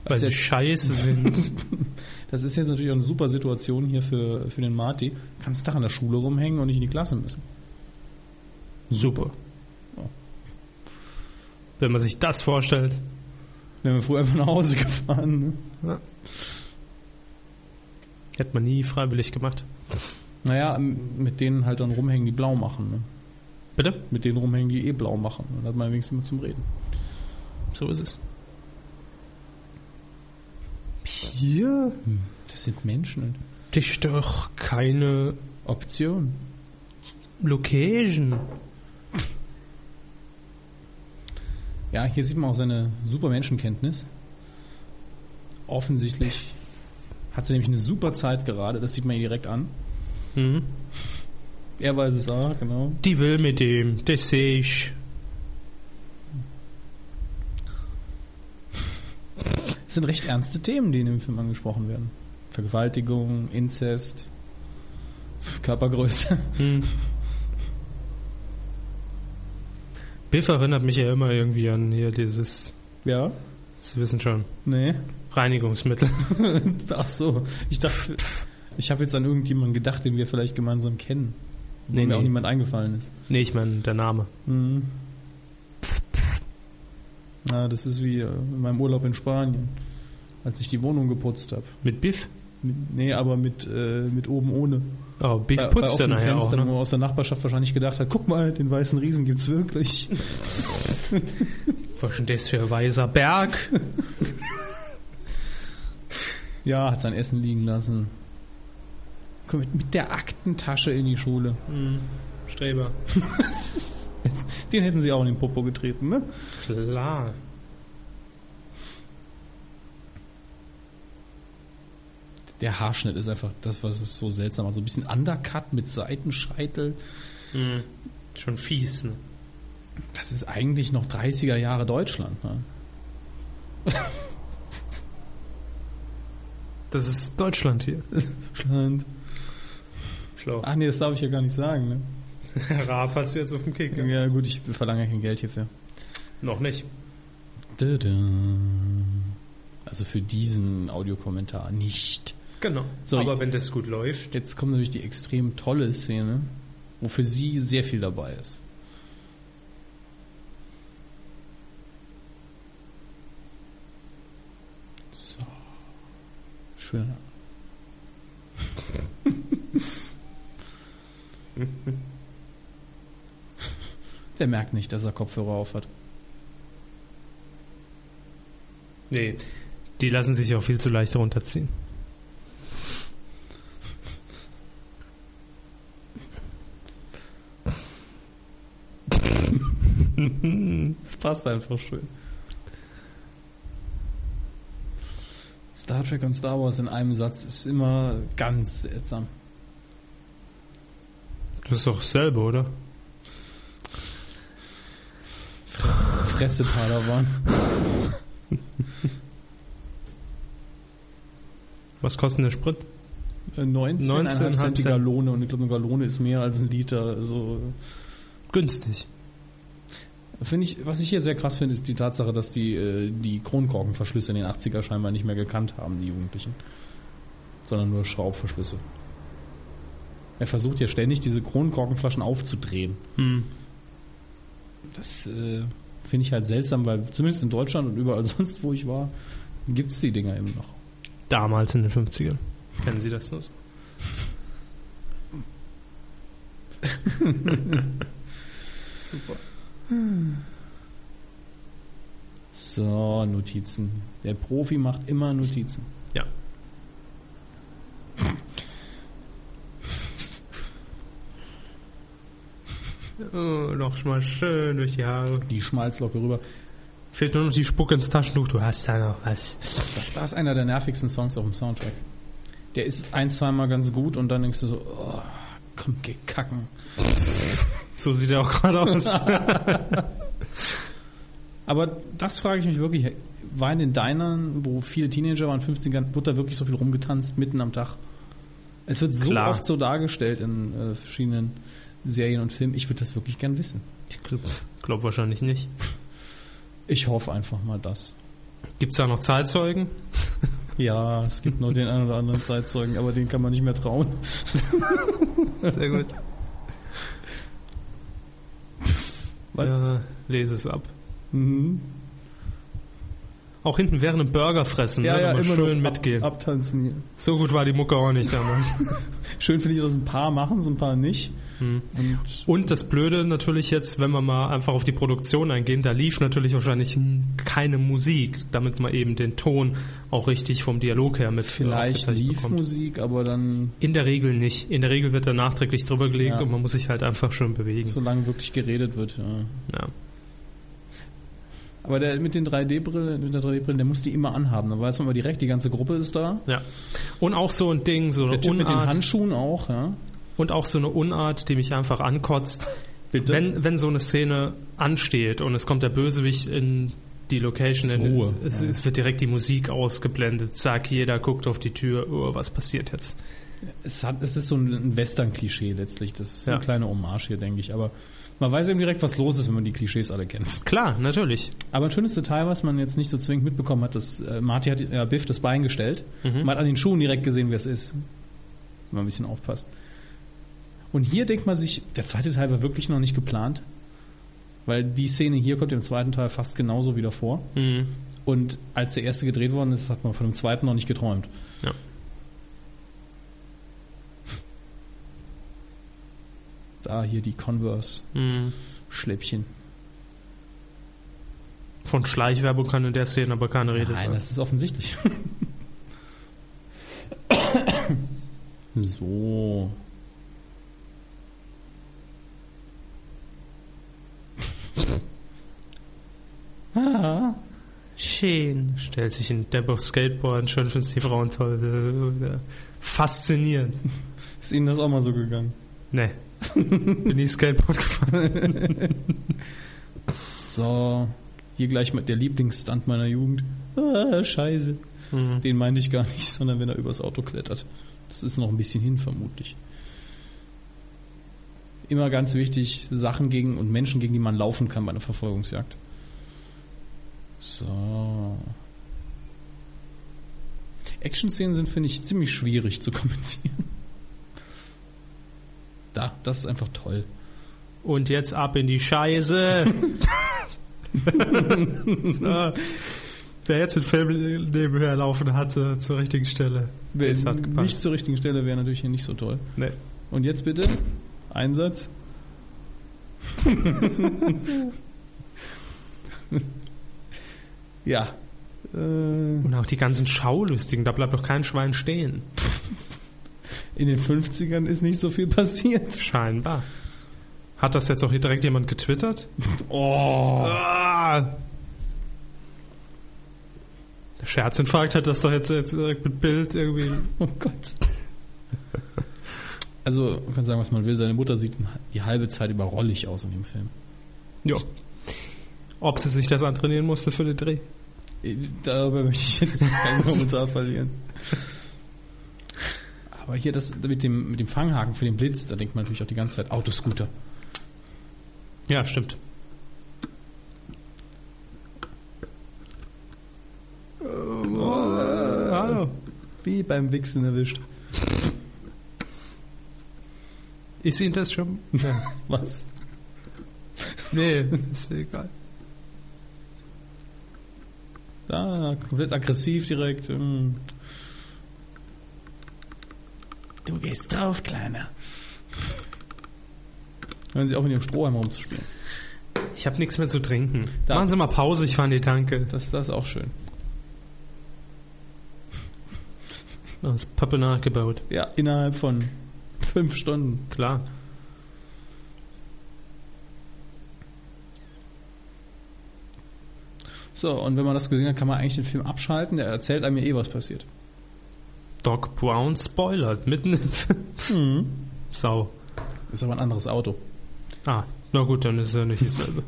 S2: Weil
S3: Was
S2: sie
S3: jetzt-
S2: scheiße sind.
S3: Das ist jetzt natürlich auch eine super Situation hier für, für den Marty. Kannst Tag an der Schule rumhängen und nicht in die Klasse müssen.
S2: Super. Wenn man sich das vorstellt.
S3: Wären wir früher einfach nach Hause gefahren. Ne?
S2: Hätte man nie freiwillig gemacht.
S3: Naja, m- mit denen halt dann rumhängen, die blau machen. Ne?
S2: Bitte?
S3: Mit denen rumhängen, die eh blau machen. Dann hat man wenigstens immer zum Reden.
S2: So ist es. Hier?
S3: Hm. Das sind Menschen.
S2: Dich doch keine
S3: Option.
S2: Location.
S3: Ja, hier sieht man auch seine super Menschenkenntnis. Offensichtlich hat sie nämlich eine super Zeit gerade. Das sieht man ihr direkt an.
S2: Hm?
S3: Er weiß es auch, genau.
S2: Die will mit dem. Das sehe ich.
S3: Es sind recht ernste Themen, die in dem Film angesprochen werden. Vergewaltigung, Inzest, Körpergröße.
S2: Hm. Biff erinnert mich ja immer irgendwie an hier dieses,
S3: Ja?
S2: Sie wissen schon,
S3: Nee?
S2: Reinigungsmittel.
S3: Ach so. Ich dachte, ich habe jetzt an irgendjemanden gedacht, den wir vielleicht gemeinsam kennen.
S2: Nee,
S3: Nee, mir
S2: nee.
S3: auch niemand eingefallen ist.
S2: Nee, ich meine, der Name.
S3: Mhm. Na, das ist wie äh, in meinem Urlaub in Spanien, als ich die Wohnung geputzt habe.
S2: Mit Biff?
S3: Nee, aber mit, äh, mit oben ohne.
S2: Oh, Biff
S3: Bei- bei
S2: putzt ja
S3: offenen
S2: nachher auch,
S3: Fenstern,
S2: ne?
S3: wo aus der Nachbarschaft wahrscheinlich gedacht hat, guck mal, den weißen Riesen gibt's wirklich.
S2: Was ist denn das für ein weißer Berg?
S3: Ja, hat sein Essen liegen lassen. Kommt mit, mit der Aktentasche in die Schule.
S2: Hm, Streber.
S3: Den hätten sie auch in den Popo getreten, ne?
S2: Klar.
S3: Der Haarschnitt ist einfach das, was es so seltsam macht. So ein bisschen Undercut mit Seitenscheitel.
S2: Hm. Schon fies, ne?
S3: Das ist eigentlich noch 30er Jahre Deutschland, ne?
S2: Das ist Deutschland hier.
S3: Deutschland.
S2: Schlau.
S3: Ach nee, das darf ich ja gar nicht sagen, ne?
S2: Herr Raab hat jetzt auf dem Kick.
S3: Ja, gut, ich verlange kein Geld hierfür.
S2: Noch nicht.
S3: Also für diesen Audiokommentar nicht.
S2: Genau.
S3: So,
S2: Aber wenn das gut läuft.
S3: Jetzt kommt natürlich die extrem tolle Szene, wo für sie sehr viel dabei ist. So. Schön. Der merkt nicht, dass er Kopfhörer auf hat.
S2: Nee. Die lassen sich auch viel zu leicht runterziehen.
S3: Das passt einfach schön. Star Trek und Star Wars in einem Satz ist immer ganz seltsam.
S2: Das ist doch dasselbe, oder?
S3: Fresse Padawan.
S2: Was kostet der Sprit?
S3: 19, 19
S2: 19,5
S3: Cent die
S2: Cent.
S3: Gallone und ich glaube, eine Gallone ist mehr als ein Liter. Also
S2: Günstig.
S3: Finde ich, was ich hier sehr krass finde, ist die Tatsache, dass die, äh, die Kronkorkenverschlüsse in den 80er scheinbar nicht mehr gekannt haben, die Jugendlichen. Sondern nur Schraubverschlüsse. Er versucht ja ständig, diese Kronkorkenflaschen aufzudrehen.
S2: Hm.
S3: Das äh, finde ich halt seltsam, weil zumindest in Deutschland und überall sonst, wo ich war, gibt es die Dinger eben noch.
S2: Damals in den 50ern. Kennen Sie das nur so?
S3: So, Notizen. Der Profi macht immer Notizen.
S2: Ja. Oh, noch mal schön durch die Haare.
S3: Die Schmalzlocke rüber.
S2: Fehlt nur noch die Spucke ins Taschentuch. Du hast da noch was.
S3: Das, das ist einer der nervigsten Songs auf dem Soundtrack. Der ist ein, zweimal ganz gut und dann denkst du so, oh, komm, geh kacken.
S2: So sieht er auch gerade aus.
S3: Aber das frage ich mich wirklich. War in den Dinern, wo viele Teenager waren, 15ern, wurde da wirklich so viel rumgetanzt mitten am Tag? Es wird so
S2: Klar.
S3: oft so dargestellt in äh, verschiedenen Serien und Filmen. Ich würde das wirklich gern wissen.
S2: ich glaub, glaub wahrscheinlich nicht.
S3: Ich hoffe einfach mal das.
S2: Gibt es da noch Zeitzeugen?
S3: Ja, es gibt noch den einen oder anderen Zeitzeugen, aber den kann man nicht mehr trauen.
S2: Sehr gut.
S3: Was?
S2: Ja, lese es ab.
S3: Mhm.
S2: Auch hinten während einem Burger fressen, ne? Nochmal schön
S3: nur ab-
S2: mitgehen.
S3: abtanzen hier.
S2: So gut war die Mucke auch nicht damals.
S3: Schön finde ich, dass ein paar machen, so ein paar nicht.
S2: Hm.
S3: Und
S2: Und das Blöde natürlich jetzt, wenn wir mal einfach auf die Produktion eingehen, da lief natürlich wahrscheinlich keine Musik, damit man eben den Ton auch richtig vom Dialog her mit äh,
S3: vielleicht
S2: aufgezeichnet Hm.
S3: lief Musik, aber dann,
S2: In der Regel nicht. In der Regel wird da nachträglich drüber gelegt
S3: Ja.
S2: und man muss sich halt einfach schön bewegen.
S3: solange wirklich geredet wird. Ja.
S2: Ja.
S3: Aber der mit den 3D-Brillen, mit der 3D-Brillen, der muss die immer anhaben. Dann weiß man immer direkt, die ganze Gruppe ist da.
S2: ja. Und auch so ein Ding, so eine
S3: Der Typ mit den
S2: Unart
S3: Handschuhen auch, ja.
S2: und auch so eine Unart, die mich einfach ankotzt.
S3: Bitte.
S2: Wenn, wenn so eine Szene ansteht und es kommt der Bösewicht in die Location,
S3: Ist
S2: in,
S3: Ruhe.
S2: Es,
S3: Ja.
S2: es wird direkt die Musik ausgeblendet. Zack, jeder guckt auf die Tür. Oh, was passiert jetzt?
S3: es, hat, es ist so ein Western-Klischee letztlich. Das ist
S2: Ja.
S3: eine kleine Hommage hier, denke ich. Aber man weiß eben direkt, was los ist, wenn man die Klischees alle kennt.
S2: Klar, natürlich.
S3: Aber ein schönes Detail, was man jetzt nicht so zwingend mitbekommen hat, dass äh, Marty hat äh, Biff das Bein gestellt. Man hat an den Schuhen direkt gesehen, wer es ist. Wenn man ein bisschen aufpasst. Und hier denkt man sich, der zweite Teil war wirklich noch nicht geplant. Weil die Szene hier kommt im zweiten Teil fast genauso wieder vor.
S2: Mhm.
S3: Und als der erste gedreht worden ist, hat man von dem zweiten noch nicht geträumt.
S2: Ja.
S3: Da hier die Converse-Schläppchen.
S2: Mhm. Von Schleichwerbung kann in der Szene aber keine Rede
S3: Nein,
S2: sein.
S3: das ist offensichtlich. so. ah.
S2: Schön. Stellt sich ein Depp auf Skateboard, schön findet die Frauen toll. Äh, Faszinierend.
S3: Ist Ihnen das auch mal so gegangen?
S2: Nee. Bin ich Skateboard gefahren.
S3: So. Hier gleich mit der Lieblingsstunt meiner Jugend. Ah, scheiße.
S2: Mhm.
S3: Den meinte ich gar nicht, sondern wenn er übers Auto klettert. Das ist noch ein bisschen hin, vermutlich. Immer ganz wichtig, Sachen gegen und Menschen, gegen die man laufen kann bei einer Verfolgungsjagd. So. Action-Szenen sind, finde ich, ziemlich schwierig zu kommentieren. Da, das ist einfach toll.
S2: Und jetzt ab in die Scheiße. so. Wer jetzt den Film nebenher laufen hatte, zur richtigen Stelle.
S3: Wenn
S2: Das hat gepasst.
S3: nicht zur richtigen Stelle wäre natürlich hier nicht so toll.
S2: Nee.
S3: Und jetzt bitte Einsatz. ja. Äh,
S2: Und auch die ganzen Schaulustigen, da bleibt doch kein Schwein stehen.
S3: In den 50ern ist nicht so viel passiert.
S2: Scheinbar. Hat das jetzt auch hier direkt jemand getwittert?
S3: Oh.
S2: Ah! Der Scherzinfarkt hat das doch jetzt, jetzt direkt mit Bild irgendwie.
S3: Oh Gott. Also, man kann sagen, was man will. Seine Mutter sieht die halbe Zeit über rollig aus in dem Film.
S2: Ja. Ob sie sich das antrainieren musste für den Dreh?
S3: Äh, Darüber möchte ich jetzt keinen Kommentar verlieren. Aber hier das mit dem, mit dem Fanghaken für den Blitz, da denkt man natürlich auch die ganze Zeit Autoscooter.
S2: Ja, stimmt. Hallo.
S3: Äh, Wie beim Wichsen erwischt.
S2: Ist Ihnen das schon?
S3: Was?
S2: Nee, ist egal.
S3: Da, komplett aggressiv direkt. mm. Du gehst drauf, Kleiner. Hören Sie auf, mit dem Strohhalm rumzuspielen.
S2: Ich habe nichts mehr zu trinken.
S3: Da.
S2: Machen Sie mal Pause, ich fahre in die Tanke.
S3: Das, das ist auch schön.
S2: Das ist Pappe nachgebaut.
S3: Ja, innerhalb von fünf Stunden.
S2: Klar.
S3: So, und wenn man das gesehen hat, kann man eigentlich den Film abschalten. Der erzählt einem ja eh, was passiert.
S2: Doc Brown spoilert mitten im Film.
S3: Mhm.
S2: Sau.
S3: Ist aber ein anderes Auto.
S2: Ah, na gut, dann ist er nicht dieselbe.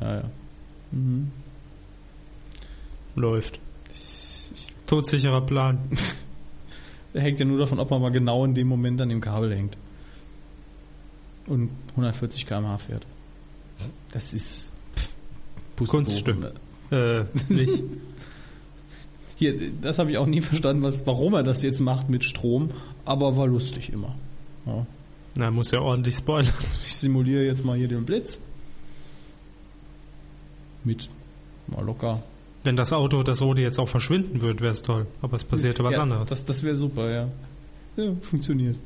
S3: Ja, Mhm. ja.
S2: Läuft.
S3: Das, ich,
S2: Todsicherer Plan.
S3: der hängt ja nur davon, ob man mal genau in dem Moment an dem Kabel hängt. Und 140 km/h fährt. Das ist pff, Pustekuchen.
S2: Kunststück. Äh, nicht.
S3: Hier, das habe ich auch nie verstanden, was, warum er das jetzt macht mit Strom, aber war lustig immer. Ja.
S2: Na, muss ja ordentlich spoilern.
S3: Ich simuliere jetzt mal hier den Blitz. Mit mal locker
S2: Wenn das Auto, das rote jetzt auch verschwinden würde, wäre es toll. Aber es passierte was
S3: ja,
S2: anderes.
S3: Das, das wäre super, ja. ja. Funktioniert.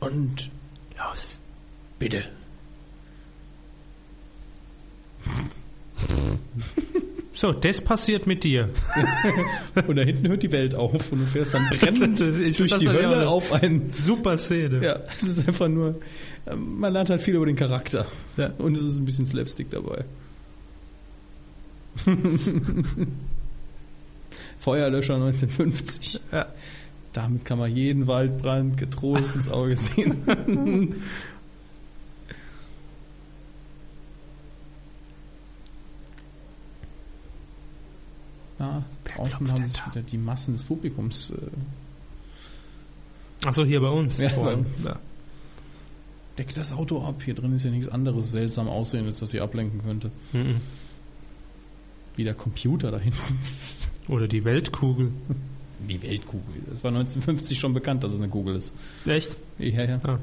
S3: Und
S2: Los.
S3: bitte.
S2: So, das passiert mit dir.
S3: Und da hinten hört die Welt auf und du fährst dann brennend
S2: Das- ich
S3: durch
S2: find
S3: die
S2: das ja
S3: Hölle
S2: auch-
S3: auf einen.
S2: Super Szene.
S3: Ja, es ist einfach nur. ähm, Man lernt halt viel über den Charakter. Und es ist ein bisschen Slapstick dabei. Feuerlöscher 1950. Damit kann man jeden Waldbrand getrost ins Auge sehen. Ja, draußen haben sich wieder die Massen des Publikums. Äh,
S2: Achso, hier bei uns.
S3: Ja,
S2: Vor
S3: bei
S2: allem.
S3: uns.
S2: Ja.
S3: deckt das Auto ab. Hier drin ist ja nichts anderes seltsam aussehendes, das sie ablenken könnte.
S2: Mhm.
S3: Wie der Computer da hinten.
S2: Oder die Weltkugel.
S3: Die Weltkugel. Es war 1950 schon bekannt, dass es eine Kugel ist.
S2: Echt?
S3: Ja, ja.
S2: Ah.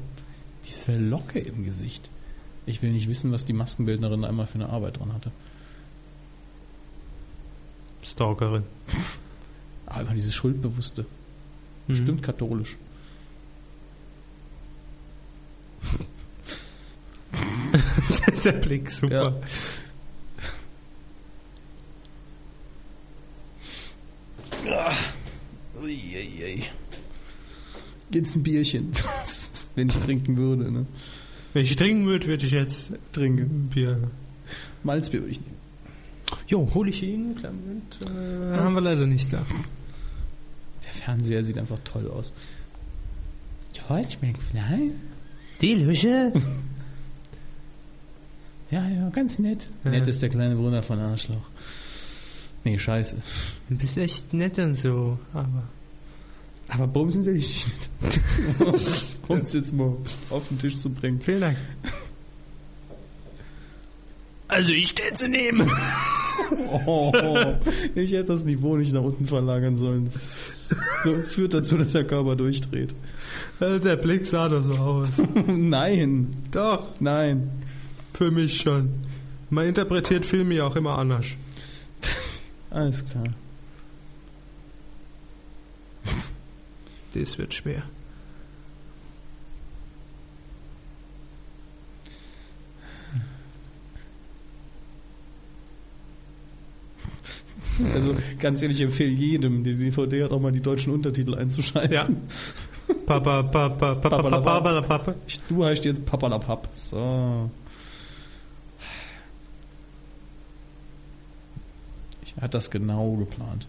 S3: Diese Locke im Gesicht. Ich will nicht wissen, was die Maskenbildnerin da einmal für eine Arbeit dran hatte.
S2: Stalkerin.
S3: Aber Ah, immer dieses Schuldbewusste.
S2: Mhm.
S3: Stimmt katholisch.
S2: Der Blick, super.
S3: Ah. Uiuiui. Jetzt ein Bierchen. Wenn ich trinken würde, ne?
S2: Wenn ich trinken würde, würde ich jetzt
S3: Trinke.
S2: ein Bier.
S3: Malzbier würde ich nehmen.
S2: Jo, hole ich ihn. Kleinen Moment. Äh, haben wir leider nicht da.
S3: Der Fernseher sieht einfach toll aus. George McFly?
S2: Die Lüche?
S3: Ja, ja, ganz nett.
S2: Ja.
S3: Nett ist der kleine Bruder von Arschloch. Nee, scheiße.
S2: Du bist echt nett und so, aber.
S3: Aber bumsen will ich nicht. ich bums jetzt mal auf den Tisch zu bringen.
S2: Vielen Dank. Also ich stelle sie nehmen.
S3: Oh, ich hätte das Niveau nicht nach unten verlagern sollen. Das führt dazu, dass der Körper durchdreht.
S2: Äh, Der Blick sah da so aus.
S3: Nein,
S2: Doch,
S3: nein.
S2: für mich schon. Man interpretiert Filme ja auch immer anders.
S3: Alles klar.
S2: Das wird schwer.
S3: Also ganz ehrlich, ich empfehle jedem, die DVD hat auch mal die deutschen Untertitel einzuschalten.
S2: Ja. Papa, papa, papa, papa, papa, papa.
S3: Du heißt jetzt Papalapap. So. Ich hatte das genau geplant.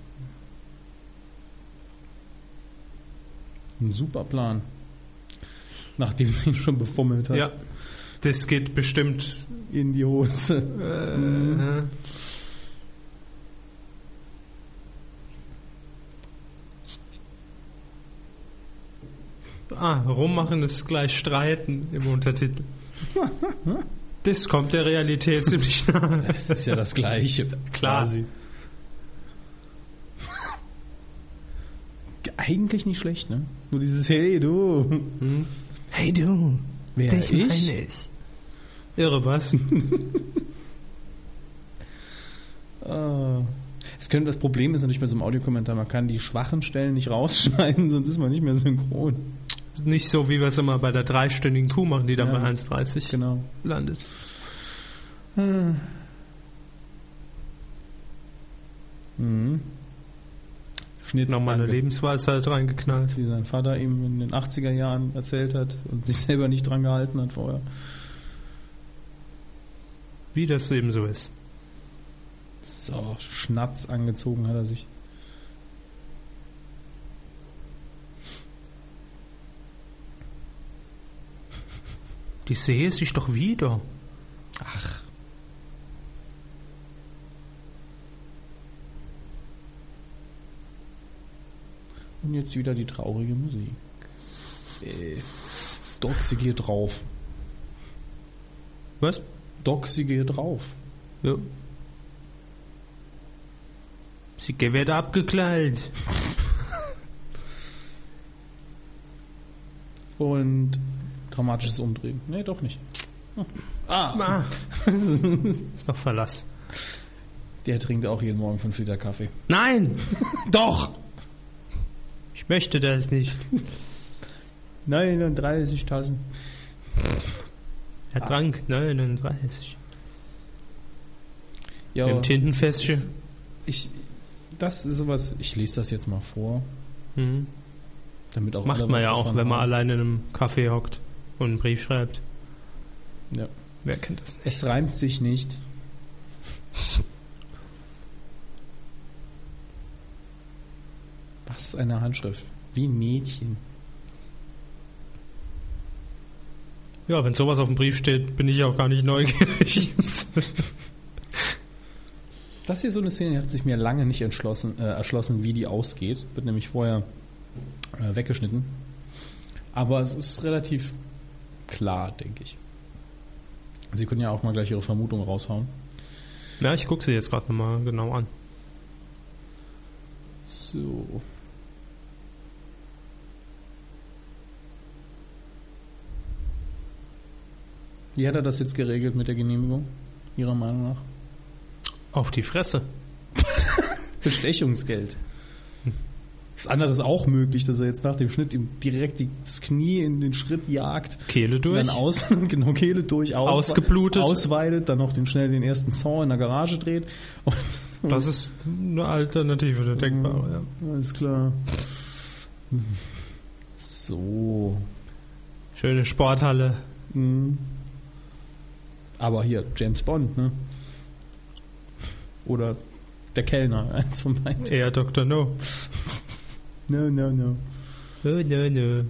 S3: Ein super Plan. Nachdem sie ihn schon befummelt hat.
S2: Ja. Das geht bestimmt.
S3: In die Hose.
S2: Äh, Ah, rummachen ist gleich streiten im Untertitel. Das kommt der Realität ziemlich nahe.
S3: Es ist ja das Gleiche.
S2: Klar.
S3: Quasi. Eigentlich nicht schlecht, ne? Nur dieses Hey, du.
S2: Hm. Hey du,
S3: Wer
S2: dich meine ich. Irre was?
S3: Ah. Es könnte, das Problem ist natürlich bei so einem Audiokommentar, man kann die schwachen Stellen nicht rausschneiden, sonst ist man nicht mehr synchron.
S2: Nicht so, wie wir es immer bei der dreistündigen Kuh machen, die dann
S3: Ja.
S2: bei 1,30
S3: Genau.
S2: landet. Ah.
S3: Mhm. Schnitt
S2: Nochmal eine
S3: Danke.
S2: Lebensweisheit reingeknallt.
S3: die sein Vater ihm in den 80er Jahren erzählt hat und sich selber nicht dran gehalten hat vorher.
S2: Wie das eben so ist.
S3: So, Schnatz angezogen hat er sich.
S2: Die sehe sich doch wieder.
S3: Ach. Und jetzt wieder die traurige Musik. Äh, Doxy geht drauf.
S2: Was?
S3: Doxy geht drauf.
S2: Ja. Sie wird abgeknallt.
S3: Und dramatisches Umdrehen. Nee, doch nicht. Hm. Ah,
S2: Ah, ist noch Verlass.
S3: der trinkt auch jeden Morgen fünf Liter Kaffee.
S2: Nein,
S3: Doch!
S2: ich möchte das nicht.
S3: 39 Tassen.
S2: Er trank 39.
S3: Ja,
S2: Im Tintenfässchen.
S3: das ist- Ich, das ist sowas, ich lese das jetzt mal vor,
S2: Mhm.
S3: damit auch
S2: Macht
S3: alle
S2: man
S3: was
S2: ja auch,
S3: davon
S2: wenn man
S3: haben.
S2: allein in einem Café hockt und einen Brief schreibt.
S3: Ja.
S2: Wer kennt das nicht?
S3: Es reimt sich nicht. Was eine Handschrift. Wie ein Mädchen.
S2: Ja, wenn sowas auf dem Brief steht, bin ich auch gar nicht neugierig.
S3: Das hier so eine Szene, die hat sich mir lange nicht entschlossen, äh, erschlossen, wie die ausgeht. Wird nämlich vorher äh, weggeschnitten. Aber es ist relativ klar, denke ich. Sie können ja auch mal gleich Ihre Vermutung raushauen.
S2: Na, ich gucke sie jetzt gerade nochmal genau an.
S3: So. Wie hat er das jetzt geregelt mit der Genehmigung? Ihrer Meinung nach?
S2: Auf die Fresse.
S3: Bestechungsgeld. Das andere ist auch möglich, dass er jetzt nach dem Schnitt ihm direkt die- das Knie in den Schritt jagt,
S2: Kehle durch.
S3: dann aus, genau, Kehle durch, aus,
S2: Ausgeblutet.
S3: ausweidet, dann noch den, schnell den ersten Zorn in der Garage dreht. Und,
S2: Das ist eine Alternative, eine denkbare. Ja.
S3: Alles klar. So.
S2: Schöne Sporthalle.
S3: Mhm. Aber hier, James Bond, ne? Oder der Kellner, eins von beiden.
S2: Eher Dr. No.
S3: No, no, no.
S2: Nö, nö, nö.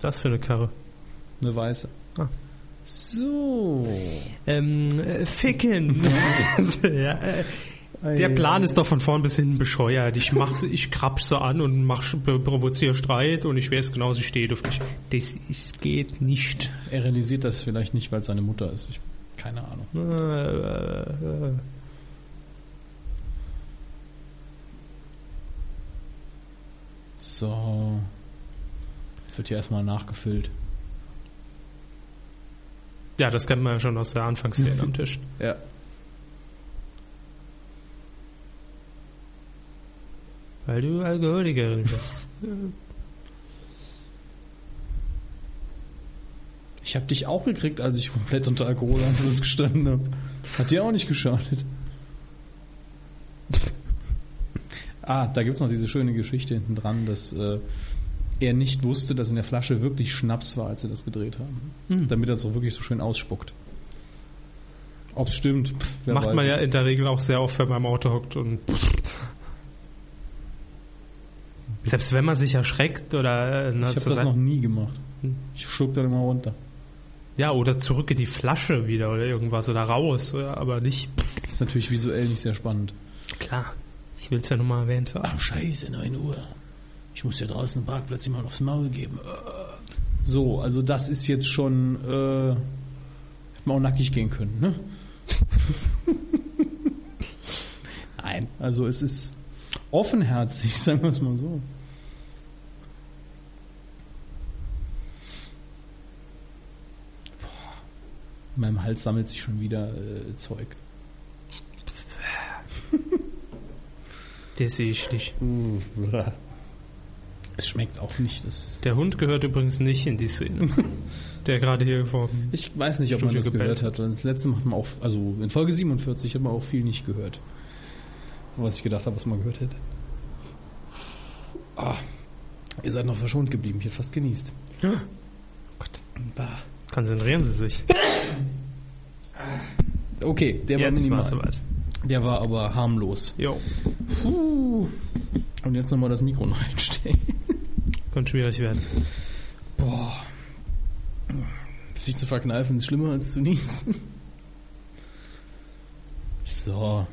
S2: Das für eine Karre.
S3: Eine weiße.
S2: Ah.
S3: So.
S2: Ähm, äh, ficken. ja, äh, der
S3: Ei.
S2: Plan ist doch von vorn bis hinten bescheuert. Ich mach sie, ich krapsch sie an und mach, provoziere Streit und ich weiß genau, sie steht auf mich. Das ist, geht nicht.
S3: Er realisiert das vielleicht nicht, weil es seine Mutter ist. Ich, keine Ahnung.
S2: Äh, äh, äh.
S3: So. Jetzt wird hier erstmal nachgefüllt.
S2: Ja, das kennt man ja schon aus der Anfangsserie am Tisch.
S3: Ja.
S2: Weil du Alkoholikerin bist.
S3: Ich habe dich auch gekriegt, als ich komplett unter Alkoholeinfluss gestanden habe. Hat dir auch nicht geschadet. Ah, da gibt es noch diese schöne Geschichte hinten dran, dass äh, er nicht wusste, dass in der Flasche wirklich Schnaps war, als sie das gedreht haben.
S2: Hm.
S3: Damit er es auch wirklich so schön ausspuckt. Ob es stimmt, pff, wer
S2: Macht
S3: weiß
S2: man ja
S3: es.
S2: in der Regel auch sehr oft, wenn man im Auto hockt und. Selbst wenn man sich erschreckt oder. äh, ne,
S3: Ich habe
S2: zur
S3: das
S2: Seite-
S3: noch nie gemacht.
S2: Hm.
S3: Ich schluck dann immer runter.
S2: ja, oder zurück in die Flasche wieder oder irgendwas oder raus, ja, aber nicht.
S3: Ist natürlich visuell nicht sehr spannend.
S2: Klar, ich will es ja nur mal erwähnt haben.
S3: scheiße, 9 Uhr. Ich muss ja draußen im Parkplatz jemand aufs Maul geben. So, also das ist jetzt schon... Äh, hätte man auch nackig gehen können, ne? Nein, also es ist offenherzig, sagen wir es mal so. Boah. In meinem Hals sammelt sich schon wieder äh, Zeug.
S2: Das sehe ich nicht.
S3: Mm, Es schmeckt auch nicht. Das
S2: Der Hund gehört übrigens nicht in die Szene. der gerade hier vor.
S3: ich weiß nicht, ob
S2: Studio
S3: man das
S2: gebellt.
S3: gehört hat. Das letzte Mal hat man auch, also in Folge 47 hat man auch viel nicht gehört. Was ich gedacht habe, was man gehört hätte. Ah, ihr seid noch verschont geblieben. Ich hätte fast genießt.
S2: Gott.
S3: Bah.
S2: Konzentrieren Sie sich.
S3: Okay, der war
S2: Jetzt war
S3: minimal.
S2: soweit.
S3: Der war aber harmlos.
S2: Jo,
S3: Puh. Und jetzt nochmal das Mikro neu einstellen.
S2: könnte schwierig werden.
S3: Boah. Sich zu verkneifen ist schlimmer als zu niesen. So.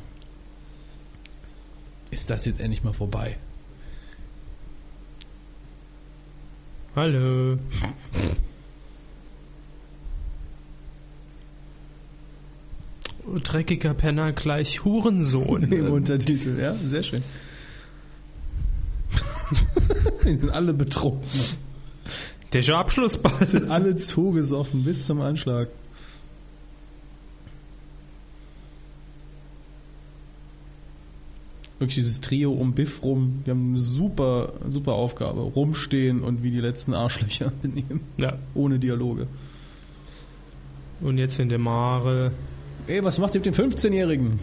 S3: Ist das jetzt endlich mal vorbei?
S2: Hallo. Oh, Dreckiger Penner gleich Hurensohn.
S3: Im Untertitel, ja, sehr schön. Die sind alle betrunken,
S2: Der Abschlusspass.
S3: sind alle zugesoffen bis zum Anschlag. Wirklich dieses Trio um Biff rum, die haben eine super, super Aufgabe. Rumstehen und wie die letzten Arschlöcher benehmen.
S2: Ja.
S3: Ohne Dialoge.
S2: Und jetzt in der Mare.
S3: Ey, was macht ihr mit dem 15-Jährigen?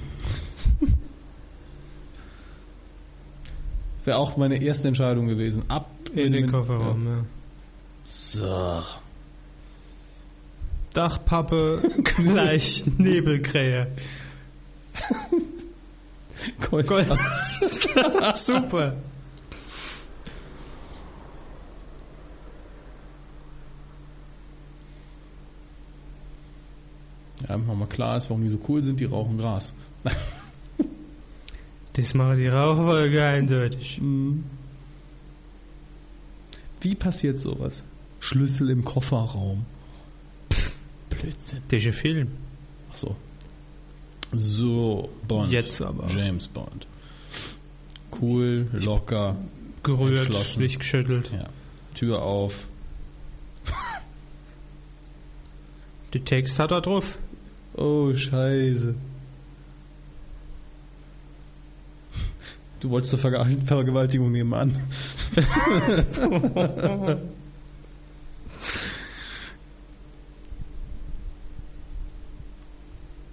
S3: Wäre auch meine erste Entscheidung gewesen. Ab
S2: In den
S3: mit-
S2: Kofferraum, ja.
S3: So.
S2: Dachpappe gleich Nebelkrähe.
S3: Gold.
S2: Gold. Super.
S3: Ja, einfach mal klar ist, warum die so cool sind, die rauchen Gras.
S2: Das macht die Rauchwolke eindeutig.
S3: Wie passiert sowas? Schlüssel im Kofferraum. Blödsinn.
S2: Das ist ein Film.
S3: Ach so. So, Bond.
S2: Jetzt aber.
S3: James Bond. Cool, locker,
S2: Gerührt,
S3: Entschlossen.
S2: schlicht geschüttelt.
S3: Tür auf.
S2: Den Text hat er drauf.
S3: Oh, scheiße. Du wolltest zur Verge Vergewaltigung nebenan.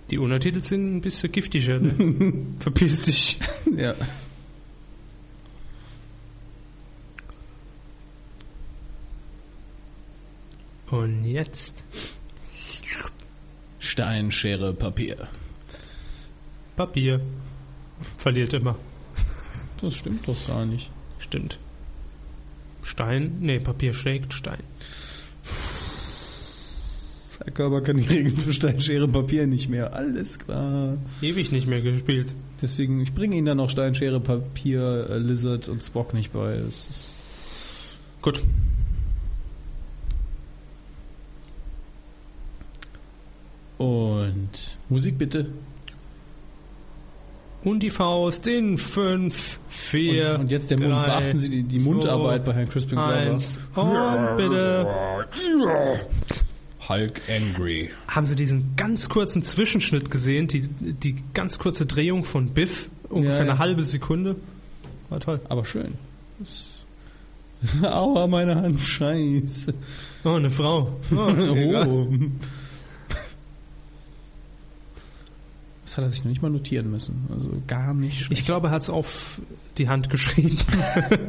S2: Die Untertitel sind ein bisschen giftiger. Ne? Verpiss dich.
S3: ja.
S2: Und jetzt
S3: Stein, Schere, Papier.
S2: Papier. Verliert immer.
S3: Das stimmt doch gar nicht.
S2: Stimmt. Stein? Nee, Papier schlägt Stein.
S3: Der Körper kann die Regeln für Stein, Schere, Papier nicht mehr. Alles klar.
S2: Ewig nicht mehr gespielt.
S3: Deswegen, ich bringe Ihnen dann noch Stein, Schere, Papier, äh, Lizard und Spock nicht bei. Es ist
S2: Gut.
S3: und Musik bitte.
S2: Und die Faust in 5,
S3: Und,
S2: 4,
S3: und jetzt der Mund.
S2: drei,
S3: Beachten Sie die, die
S2: zwei,
S3: Mundarbeit bei Herrn Crispin Glover.
S2: 1. Und Oh, bitte.
S3: Hulk Angry.
S2: Haben Sie diesen ganz kurzen Zwischenschnitt gesehen? Die, die ganz kurze Drehung von Biff? Ungefähr
S3: Ja, ja.
S2: eine halbe Sekunde. War toll.
S3: Aber schön. Es- Aua, meine Hand, scheiße.
S2: Oh, eine Frau. Oh, egal.
S3: Oh. Das hat er sich noch nicht mal notieren müssen. Also gar nicht
S2: Ich glaube, er hat es auf die Hand geschrieben.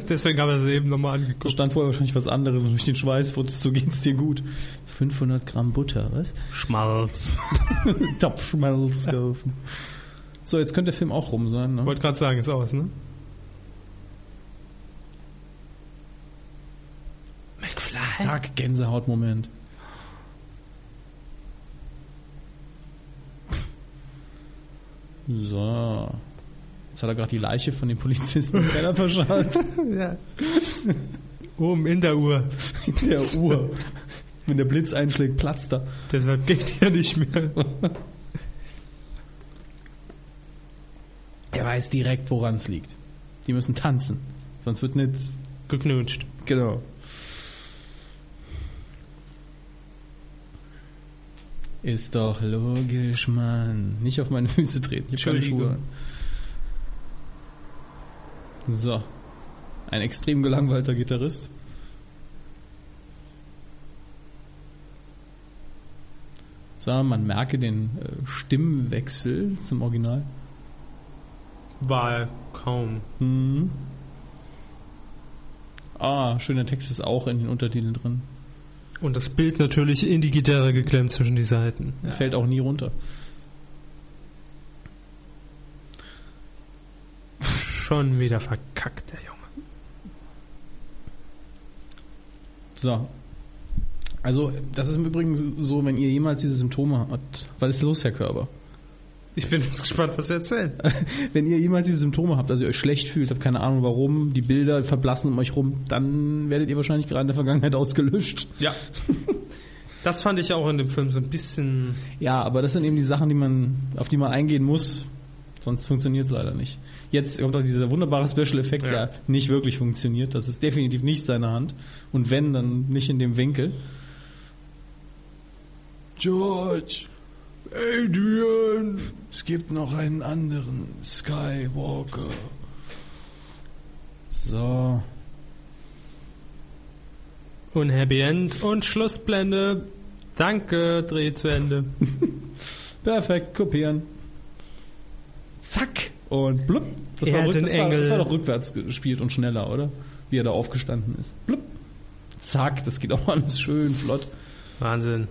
S2: Deswegen haben wir es eben nochmal
S3: Da
S2: angeguckt.
S3: stand vorher wahrscheinlich was anderes und durch den Schweißfurz zu geht's dir gut. 500 Gramm Butter, was?
S2: Schmalz.
S3: Topfschmalz kaufen. So, jetzt könnte der Film auch rum sein, ne?
S2: Wollte gerade sagen, ist aus, ne? McFly.
S3: Zack, Gänsehautmoment. So. Jetzt hat er gerade die Leiche von dem Polizisten im Keller verscharrt.
S2: Ja. Oben in der Uhr.
S3: In der Uhr. Wenn der Blitz einschlägt, platzt er.
S2: Deshalb geht hier nicht mehr.
S3: Er weiß direkt, woran es liegt. Die müssen tanzen. Sonst wird nicht
S2: Geknutscht.
S3: Genau. Ist doch logisch, Mann. Nicht auf meine Füße treten. Ich habe keine Schuhe. an. So. Ein extrem gelangweilter Gitarrist. So, man merke den äh, Stimmwechsel zum Original.
S2: War kaum.
S3: Mhm. Ah, schöner Text ist auch in den Untertiteln drin.
S2: Und das Bild natürlich in die Gitarre geklemmt zwischen die Seiten.
S3: Fällt auch nie runter.
S2: Schon wieder verkackt, der Junge.
S3: So. Also, das ist im Übrigen so, wenn ihr jemals diese Symptome habt. Was ist los, Herr Körber?
S2: Ich bin jetzt gespannt, was er erzählt.
S3: Wenn ihr jemals diese Symptome habt, also ihr euch schlecht fühlt, habt keine Ahnung warum, die Bilder verblassen um euch rum, dann werdet ihr wahrscheinlich gerade in der Vergangenheit ausgelöscht.
S2: Ja. Das fand ich auch in dem Film so ein bisschen.
S3: Ja, aber das sind eben die Sachen, die man, auf die man eingehen muss. Sonst funktioniert es leider nicht. Jetzt kommt auch dieser wunderbare Special-Effekt,
S2: Ja.
S3: der nicht wirklich funktioniert. Das ist definitiv nicht seine Hand. Und wenn, dann nicht in dem Winkel. George, Adrian, es gibt noch einen anderen Skywalker. So.
S2: Unhappy End und Schlussblende. Danke, Dreh zu Ende.
S3: Perfekt, kopieren. Zack und blub. Das,
S2: Er
S3: war,
S2: hat
S3: rück,
S2: den
S3: das, war, das war
S2: Engel.
S3: doch rückwärts gespielt und schneller, oder? Wie er da aufgestanden ist. Blub. Zack, das geht auch alles schön flott.
S2: Wahnsinn.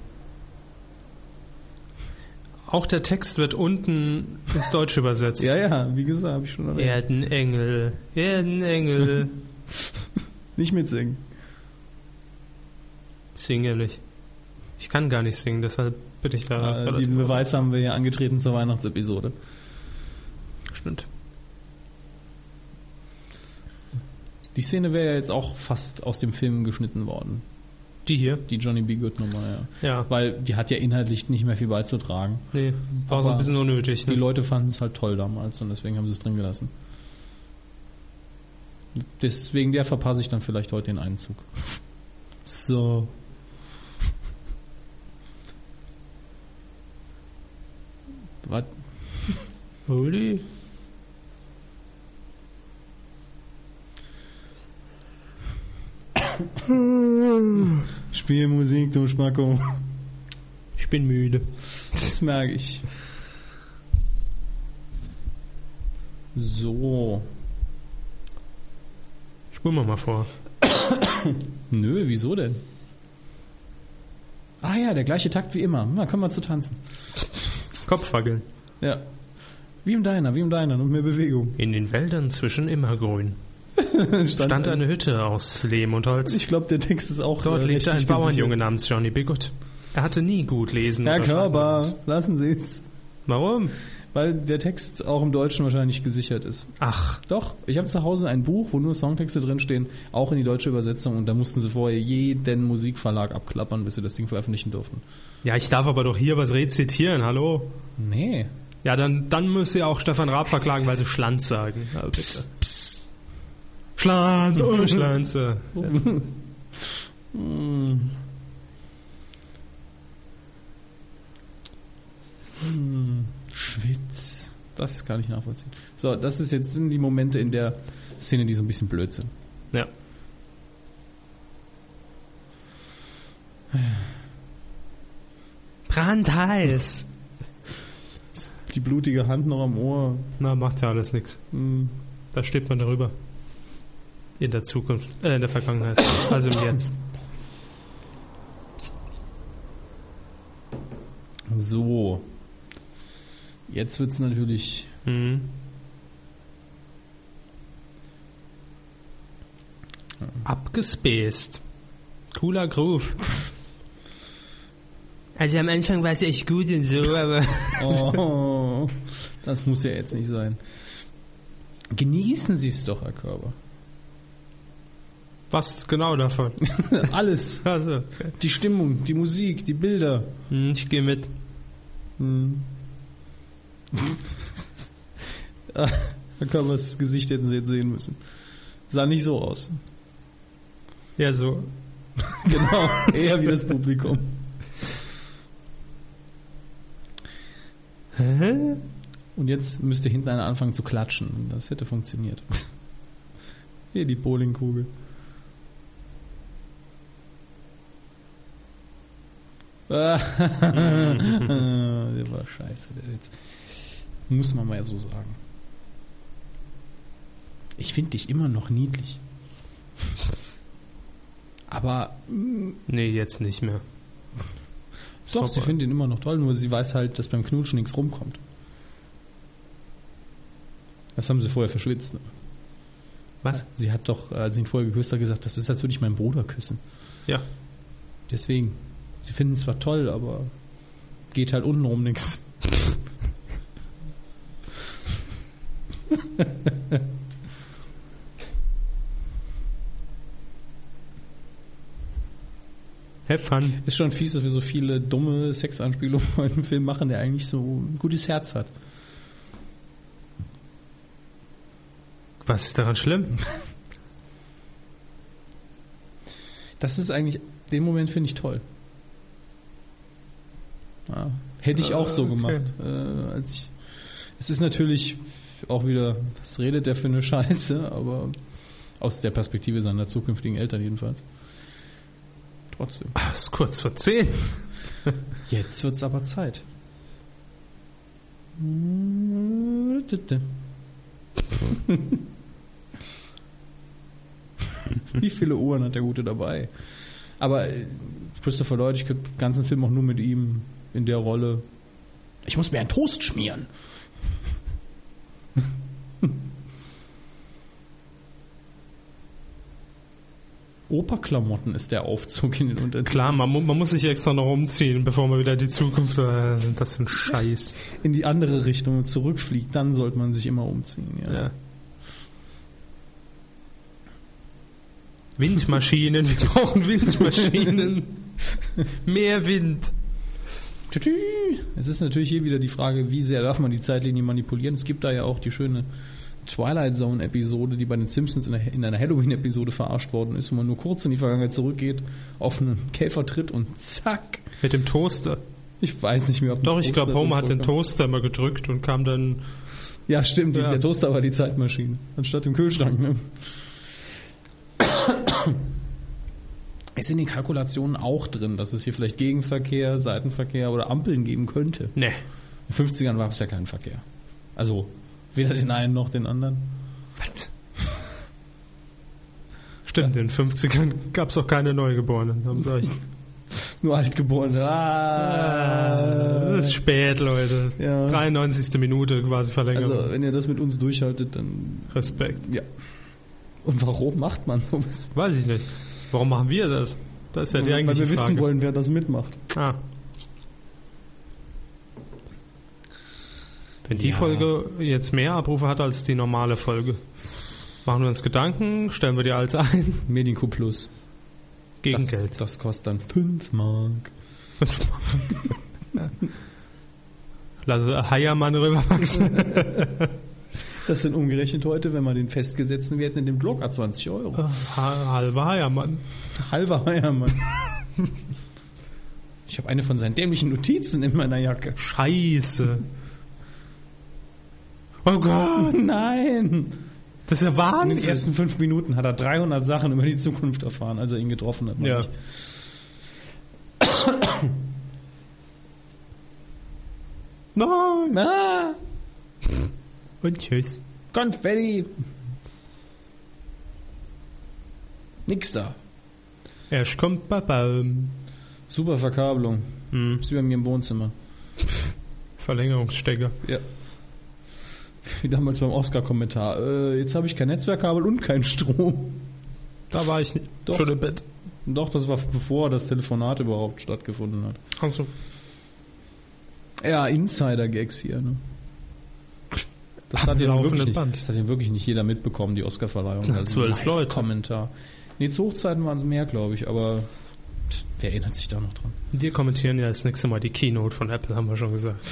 S2: Auch der Text wird unten ins Deutsche übersetzt.
S3: Ja, ja, wie gesagt, habe ich schon erwähnt.
S2: Erdenengel, Erdenengel.
S3: Nicht mitsingen.
S2: Singe nicht. Ich kann gar nicht singen, deshalb bin ich da.
S3: Äh,
S2: relativ
S3: den Beweis haben wir ja angetreten zur Weihnachtsepisode.
S2: aus- Stimmt.
S3: Die Szene wäre ja jetzt auch fast aus dem Film geschnitten worden.
S2: Die hier?
S3: Die Johnny B. Good-Nummer, ja.
S2: Ja,
S3: Weil die hat ja inhaltlich nicht mehr viel beizutragen.
S2: nee, war so ein
S3: Aber
S2: bisschen unnötig.
S3: Die
S2: Ne?
S3: Leute fanden es halt toll damals und deswegen haben sie es drin gelassen. Deswegen der verpasse ich dann vielleicht heute den Einzug. So. Was?
S2: Holy.
S3: Spielmusik, du Schmacko.
S2: Ich bin müde.
S3: Das merke ich. So.
S2: Spulen wir mal vor.
S3: Nö, wieso denn? Ah ja, der gleiche Takt wie immer. Na, können wir zu tanzen.
S2: Kopfwackeln.
S3: Ja. Wie im Diner, wie im Diner und mehr Bewegung.
S2: In den Wäldern zwischen Immergrün
S3: Stand,
S2: stand eine Hütte aus Lehm und Holz.
S3: äh, Ich glaube, der Text ist auch
S2: Dort
S3: äh,
S2: lebte ein
S3: richtig
S2: Bauernjunge
S3: gesichert.
S2: namens Johnny Bigot. Er hatte nie gut lesen.
S3: Herr
S2: oder schreiben gelernt.
S3: Körber, lassen Sie es.
S2: Warum?
S3: Weil der Text auch im Deutschen wahrscheinlich gesichert ist.
S2: Ach,
S3: Doch, ich habe zu Hause ein Buch, wo nur Songtexte drinstehen, auch in die deutsche Übersetzung. Und da mussten sie vorher jeden Musikverlag abklappern, bis sie das Ding veröffentlichen durften.
S2: ja, ich darf aber doch hier was rezitieren, hallo?
S3: Nee.
S2: Ja, dann, dann müsst ihr auch Stefan Raab verklagen, weil sie Schlanz sagen. Ja, bitte. Schlanz, oh Schlanze.
S3: Hm. Hm. Schwitz. Das kann ich nachvollziehen. So, das ist jetzt sind die Momente in der Szene, die so ein bisschen blöd sind.
S2: Ja. Brandheiß.
S3: die blutige Hand noch am Ohr.
S2: Na, macht ja alles nichts.
S3: Hm.
S2: Da steht man darüber. In der Zukunft, äh, in der Vergangenheit, also im Jetzt.
S3: So. Jetzt wird's natürlich.
S2: Mhm. Abgespaced. Cooler Groove. Also am Anfang war es echt gut und so, aber.
S3: Oh, das muss ja jetzt nicht sein. Genießen Sie es doch, Herr Körber.
S2: Was genau davon?
S3: Alles.
S2: Also, okay.
S3: Die Stimmung, die Musik, die Bilder.
S2: Hm, ich gehe mit.
S3: Hm. Ah, Herr Körbers Gesicht hätten Sie jetzt sehen müssen. Sah nicht so aus.
S2: Ja, so.
S3: Genau, eher wie das Publikum.
S2: Hä?
S3: Und jetzt müsste hinten einer anfangen zu klatschen. Das hätte funktioniert. Hier die Bowlingkugel. Ah, der war scheiße, der Witz. Muss man mal ja so sagen. Ich finde dich immer noch niedlich. Aber
S2: Nee, jetzt nicht mehr.
S3: doch,
S2: Vorbei.
S3: sie findet ihn immer noch toll, nur sie weiß halt, dass beim Knutschen nichts rumkommt. Das haben sie vorher verschwitzt. Ne?
S2: Was?
S3: Sie hat doch, äh, als sie ihn vorher geküsst hat, gesagt, das ist, als würde ich meinen Bruder küssen.
S2: Ja.
S3: Deswegen, sie finden es zwar toll, aber geht halt untenrum nichts.
S2: Have fun.
S3: Ist schon fies, dass wir so viele dumme Sexanspielungen heute im Film machen, der eigentlich so ein gutes Herz hat.
S2: Was ist daran schlimm?
S3: Das ist eigentlich, den Moment finde ich toll. Ja, hätte ich auch so
S2: Äh, okay.
S3: gemacht. Äh, als ich, es ist natürlich auch wieder, was redet der für eine Scheiße, aber aus der Perspektive seiner zukünftigen Eltern jedenfalls. Trotzdem.
S2: Ah, Es ist kurz vor 10.
S3: Jetzt wird's aber Zeit. Wie viele Uhren hat der Gute dabei? Aber äh, Christopher Lloyd, ich könnte den ganzen Film auch nur mit ihm in der Rolle. Ich muss mir einen Toast schmieren. Operklamotten ist der Aufzug in den Untertiteln.
S2: Klar, man, mu- man muss sich extra noch umziehen, bevor man wieder die Zukunft. Äh, sind das für ein Scheiß.
S3: in die andere Richtung und zurückfliegt, dann sollte man sich immer umziehen. Ja.
S2: Ja. Windmaschinen, wir brauchen Windmaschinen. Mehr Wind.
S3: Tütü. Es ist natürlich hier wieder die Frage, wie sehr darf man die Zeitlinie manipulieren. Es gibt da ja auch die schöne Twilight Zone-Episode, die bei den Simpsons in, der, in einer Halloween-Episode verarscht worden ist, wo man nur kurz in die Vergangenheit zurückgeht, auf einen Käfer tritt und zack.
S2: Mit dem Toaster.
S3: Ich weiß nicht mehr, ob ein
S2: Doch, ich
S3: Toaster
S2: glaube, Homer
S3: drin
S2: hat den
S3: vorkam.
S2: Toaster immer gedrückt und kam dann.
S3: Ja, stimmt. die-
S2: Ja.
S3: Der Toaster war die Zeitmaschine, anstatt im Kühlschrank. Ne? Ist in den Kalkulationen auch drin, dass es hier vielleicht Gegenverkehr, Seitenverkehr oder Ampeln geben könnte?
S2: Ne,
S3: In den 50ern war es ja keinen Verkehr. Also weder den einen noch den anderen.
S2: was? Stimmt, in den 50ern gab es auch keine Neugeborenen. Haben sie euch.
S3: Nur Altgeborene. Ah.
S2: Es ist spät, Leute.
S3: Ja.
S2: 93. Minute quasi verlängert.
S3: Also, wenn ihr das mit uns durchhaltet, dann.
S2: Respekt.
S3: Ja. Und warum macht man sowas?
S2: Weiß ich nicht. Warum machen wir das? Das ist ja die
S3: Weil wir
S2: eigentliche
S3: wissen
S2: Frage.
S3: wollen, wer das mitmacht.
S2: Ah. Wenn die
S3: Ja.
S2: Folge jetzt mehr Abrufe hat als die normale Folge, machen wir uns Gedanken, stellen wir die alte ein.
S3: Medienco Plus.
S2: Gegen
S3: das,
S2: Geld.
S3: Das kostet dann 5 Mark.
S2: Lasse Heiermann rüberwachsen.
S3: Das sind umgerechnet heute, wenn man den festgesetzten Wert in dem Block hat, 20 Euro.
S2: Ha- Halber Heiermann.
S3: Halber Heiermann. Ich habe eine von seinen dämlichen Notizen in meiner Jacke.
S2: Scheiße. Oh Gott,
S3: Nein!
S2: das ist ja
S3: In den
S2: Wahnsinn.
S3: ersten fünf Minuten hat er 300 Sachen über die Zukunft erfahren, als er ihn getroffen hat. meine
S2: Ja.
S3: ich.
S2: Nein.
S3: Werbung. Ah,
S2: Und tschüss.
S3: Konfetti. Nix da.
S2: Erst kommt Papa.
S3: Super Verkabelung.
S2: Hm,
S3: Ist wie bei mir im Wohnzimmer.
S2: Verlängerungsstecker.
S3: Wie damals beim Oscar-Kommentar. Äh, jetzt habe ich kein Netzwerkkabel und keinen Strom.
S2: Da war ich
S3: Doch.
S2: schon im Bett.
S3: Doch, das war bevor das Telefonat überhaupt stattgefunden hat.
S2: Also,
S3: Ja, Insider-Gags hier. Ne? Das hat, ja nun
S2: Laufende
S3: wirklich nicht,
S2: Band.
S3: das hat ja wirklich nicht jeder mitbekommen, die Oscar-Verleihung. Also
S2: Na, zwölf
S3: ein
S2: Leute.
S3: Kommentar. Nee, zu Hochzeiten waren es mehr, glaube ich, aber pff, wer erinnert sich da noch dran?
S2: wir kommentieren ja das nächste Mal die Keynote von Apple, haben wir schon gesagt.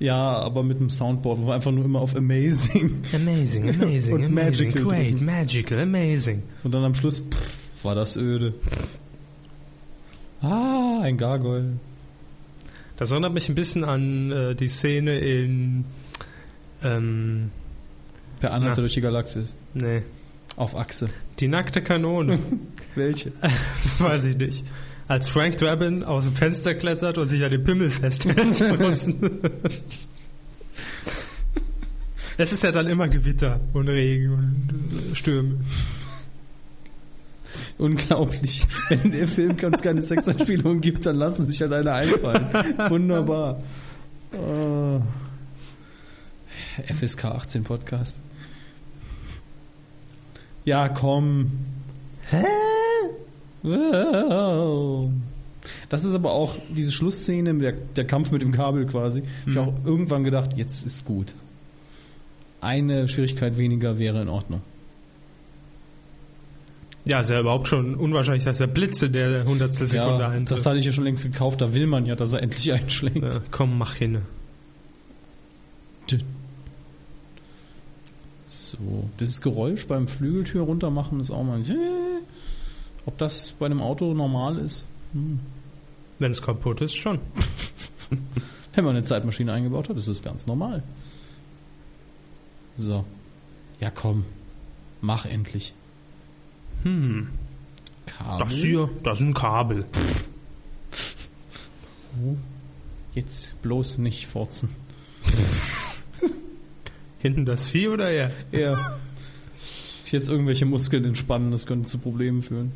S3: Ja, aber mit einem Soundboard, wo wir einfach nur immer auf Amazing
S2: Amazing,
S3: amazing,
S2: amazing,
S3: Und amazing,
S2: amazing,
S3: magical great,
S2: great,
S3: drücken.
S2: magical, amazing.
S3: und dann am Schluss pff, war das öde. Ah, ein Gargoyle.
S2: Das erinnert mich ein bisschen an äh, die Szene in. Ähm,
S3: Per Anhalter
S2: Na.
S3: durch die Galaxis.
S2: nee.
S3: Auf Achse.
S2: Die nackte Kanone,
S3: Welche?
S2: weiß ich nicht. Als Frank Drabin aus dem Fenster klettert und sich an den Pimmel festhält. draußen. es ist ja dann immer Gewitter und Regen und äh, Stürme.
S3: Unglaublich. Wenn der Film ganz keine Sexanspielungen gibt, dann lassen sich halt eine einfallen. Wunderbar. Oh. FSK 18 Podcast. Ja, komm. Hä? Wow. Das ist aber auch diese Schlussszene, der, der Kampf mit dem Kabel quasi. Hab Ich
S2: Mhm.
S3: habe auch irgendwann gedacht, jetzt ist gut. Eine Schwierigkeit weniger wäre in Ordnung.
S2: Ja, ist ja überhaupt schon unwahrscheinlich, dass der Blitz in der Hundertstel Sekunde
S3: ja,
S2: eintritt.
S3: das hatte ich ja schon längst gekauft. Da will man ja, dass er endlich einschlägt.
S2: ja, komm, mach hin.
S3: So, dieses Geräusch beim Flügeltür runtermachen ist auch mal. ein- Ob das bei einem Auto normal ist? Hm.
S2: Wenn es kaputt ist, schon.
S3: Wenn man eine Zeitmaschine eingebaut hat, ist es ganz normal. So. Ja, komm. Mach endlich.
S2: Hm,
S3: Kabel.
S2: das hier, das ist ein Kabel.
S3: Jetzt bloß nicht forzen.
S2: Hinten das Vieh oder er?
S3: Ja. Sich jetzt irgendwelche Muskeln entspannen, das könnte zu Problemen führen.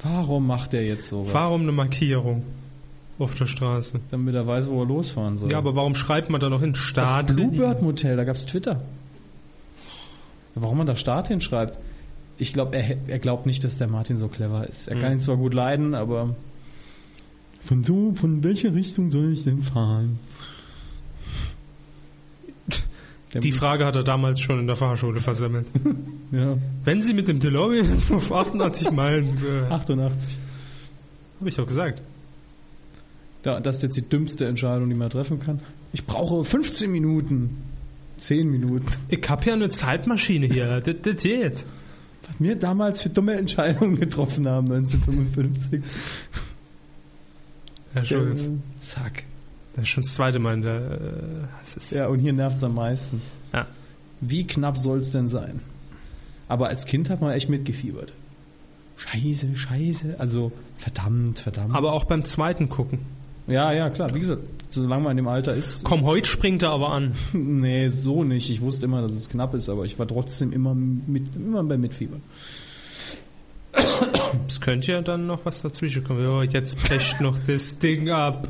S3: Warum macht der jetzt sowas?
S2: Warum eine Markierung auf der Straße?
S3: Damit er weiß, wo er losfahren soll.
S2: Ja, aber warum schreibt man da noch hin?
S3: Das
S2: Start.
S3: Bluebird Motel, da gab's Twitter. Warum man da Start hinschreibt? Ich glaube, er, er glaubt nicht, dass der Martin so clever ist. Er kann
S2: Mhm.
S3: ihn zwar gut leiden, aber von so, von welcher Richtung soll ich denn fahren? Der-
S2: Die Frage hat er damals schon in der Fahrschule versammelt.
S3: ja,
S2: Wenn Sie mit dem DeLorean auf 88 Meilen. Äh,
S3: 88.
S2: Habe ich doch gesagt.
S3: Da, das ist jetzt die dümmste Entscheidung, die man treffen kann. Ich brauche 15 Minuten. 10 Minuten.
S2: Ich hab ja eine Zeitmaschine hier. Das, das geht.
S3: Was wir damals für dumme Entscheidungen getroffen haben, 1955.
S2: Herr Schulz.
S3: Äh, Zack.
S2: Das ist schon das zweite Mal in der. Äh, das ist
S3: Ja, und hier nervt es am meisten.
S2: Ja.
S3: Wie knapp soll es denn sein? Aber als Kind hat man echt mitgefiebert. Scheiße, scheiße. Also verdammt, verdammt.
S2: Aber auch beim zweiten gucken.
S3: ja, ja, klar. Wie gesagt, solange man in dem Alter ist.
S2: Komm, heute springt er aber an.
S3: nee, so nicht. Ich wusste immer, dass es knapp ist, aber ich war trotzdem immer, mit, immer bei Mitfiebern.
S2: Es könnte ja dann noch was dazwischen kommen. Ja, jetzt pecht noch das Ding ab.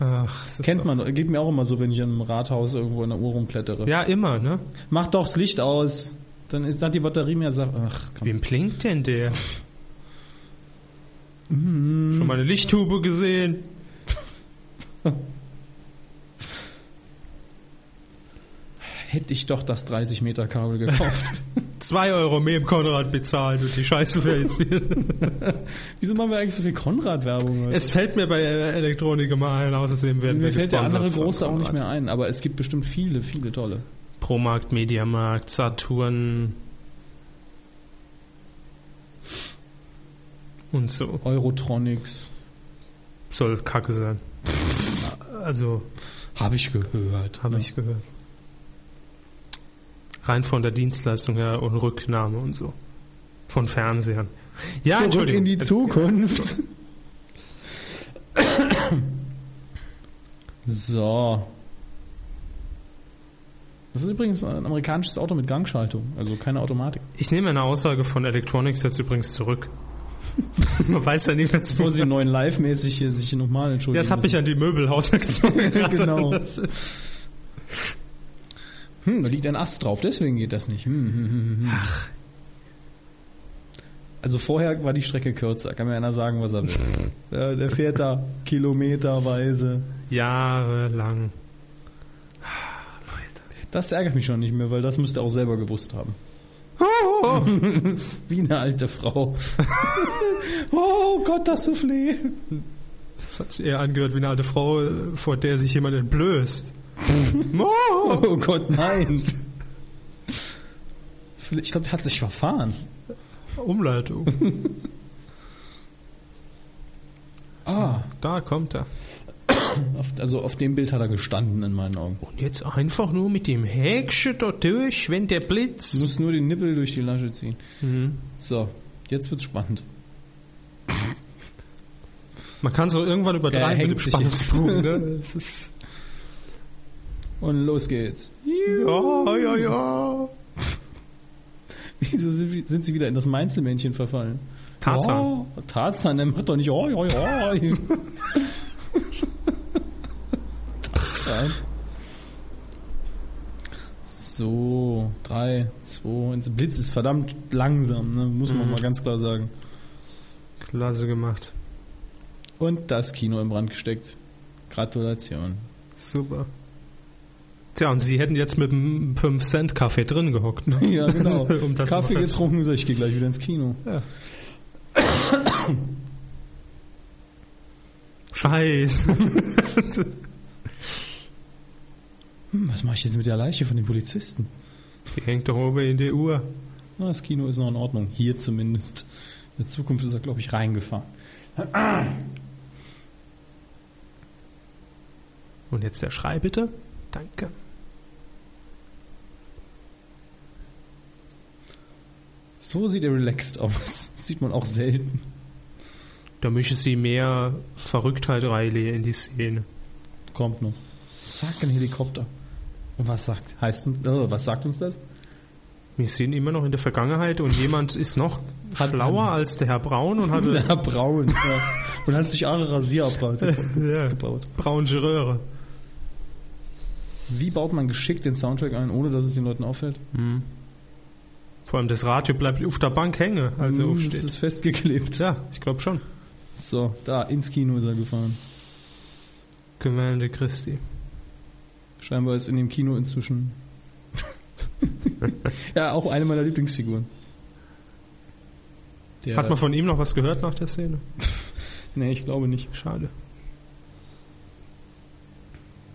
S2: Ach, das ist
S3: Kennt
S2: doch-
S3: man, geht mir auch immer so, wenn ich in einem Rathaus irgendwo in der Uhr rumklettere.
S2: Ja, immer, ne?
S3: Mach doch das Licht aus. Dann ist dann die Batterie mehr saft. Ach, komm.
S2: Wem blinkt denn der?
S3: Mhm.
S2: Schon mal eine Lichttube gesehen?
S3: Hätte ich doch das 30 Meter Kabel gekauft.
S2: Zwei Euro mehr im Konrad bezahlt und die Scheiße wäre jetzt hier.
S3: Wieso machen wir eigentlich so viel Konrad-Werbung? heute?
S2: Es fällt mir bei Elektronik immer ein, außerdem werden
S3: Mir
S2: wir
S3: fällt der
S2: gesponsert
S3: andere
S2: von
S3: große auch nicht
S2: Konrad.
S3: mehr ein, aber es gibt bestimmt viele, viele tolle.
S2: Promarkt, Mediamarkt, Saturn. Und so.
S3: Eurotronics.
S2: Soll Kacke sein. Also,
S3: Habe ich gehört. ne?
S2: habe
S3: ja.
S2: ich gehört. Rein von der Dienstleistung her und Rücknahme und so. Von Fernsehern. Ja,
S3: Zurück
S2: Entschuldigung. Also,
S3: in die Zukunft. So. Das ist übrigens ein amerikanisches Auto mit Gangschaltung, also keine Automatik.
S2: Ich nehme eine Aussage von Electronics jetzt übrigens zurück. Man weiß ja nie, was
S3: Bevor sie neuen live-mäßig hier sich nochmal entschuldigen.
S2: Das habe ich an
S3: müssen.
S2: die Möbelhausaktion gedacht.
S3: Genau.
S2: Das-
S3: Hm, da liegt ein Ast drauf, deswegen geht das nicht. Hm, hm, hm, hm. Ach. Also vorher war die Strecke kürzer, kann mir einer sagen, was er will. der, der fährt da kilometerweise.
S2: Jahrelang.
S3: Das ärgert mich schon nicht mehr, weil das müsste auch selber gewusst haben. Wie eine alte Frau. oh Gott, das Soufflé.
S2: Das hat sich eher angehört wie eine alte Frau, äh, vor der sich jemand entblößt. Mo!
S3: Oh Gott, nein. Ich glaube, der hat sich verfahren.
S2: Umleitung.
S3: Ah,
S2: Da kommt er.
S3: auf, also auf dem Bild hat er gestanden in meinen Augen.
S2: Und jetzt einfach nur mit dem Häkchen da durch, wenn der
S3: Du
S2: Blitz.
S3: musst nur den Nippel durch die Lasche ziehen.
S2: Mhm.
S3: So, jetzt wird's spannend.
S2: Man kann so irgendwann
S3: Er
S2: übertreiben
S3: hängt
S2: mit dem
S3: sich
S2: Spannungsbogen.
S3: jetzt.
S2: Ne? Es ist,
S3: Und los geht's.
S2: ja, ja, ja.
S3: Wieso sind, wir- sind sie wieder in das Meinzelmännchen verfallen?
S2: Tarzan.
S3: Oh, Tarzan, der macht doch nicht. Oh, oh, oh. Tarzan. So, drei, zwei, ins Blitz ist verdammt langsam, ne? muss man
S2: Mhm.
S3: mal ganz klar sagen.
S2: Klasse gemacht.
S3: Und das Kino in Brand gesteckt. Gratulation.
S2: Super. Tja, und sie hätten jetzt mit einem 5-Cent-Kaffee drin gehockt. Ne?
S3: Ja, genau.
S2: Um das
S3: Kaffee
S2: noch-
S3: getrunken, so ich gehe gleich wieder ins Kino.
S2: Scheiß.
S3: Hm, was mache ich jetzt mit der Leiche von den Polizisten?
S2: Die hängt doch oben in die Uhr.
S3: Na, das Kino ist noch in Ordnung. Hier zumindest. In der Zukunft ist er, glaube ich, reingefahren.
S2: Und jetzt der Schrei bitte. Danke.
S3: So sieht er relaxed aus. Das sieht man auch selten.
S2: Da mische sie mehr Verrücktheit Riley in die Szene.
S3: Kommt noch. Zack, ein Helikopter. Und was sagt? Heißt uns- äh, was sagt uns das?
S2: Wir sind immer noch in der Vergangenheit und jemand ist noch
S3: Hat
S2: schlauer als der Herr Braun und hatte
S3: Ja, braun. Ja. Und hat sich Aare Rasierapparate
S2: ja,
S3: gebaut.
S2: braune Röhre.
S3: Wie baut man geschickt den Soundtrack ein, ohne dass es den Leuten auffällt?
S2: Vor allem das Radio bleibt auf der Bank hängen, also
S3: Hm, das
S2: aufsteht.
S3: ist festgeklebt.
S2: Ja, ich glaube schon.
S3: So, da, ins Kino ist er gefahren.
S2: Gemeinde Christi.
S3: Scheinbar ist in dem Kino inzwischen. ja, auch eine meiner Lieblingsfiguren. Der,
S2: Hat man von ihm noch was gehört nach der Szene?
S3: nee, ich glaube nicht.
S2: Schade.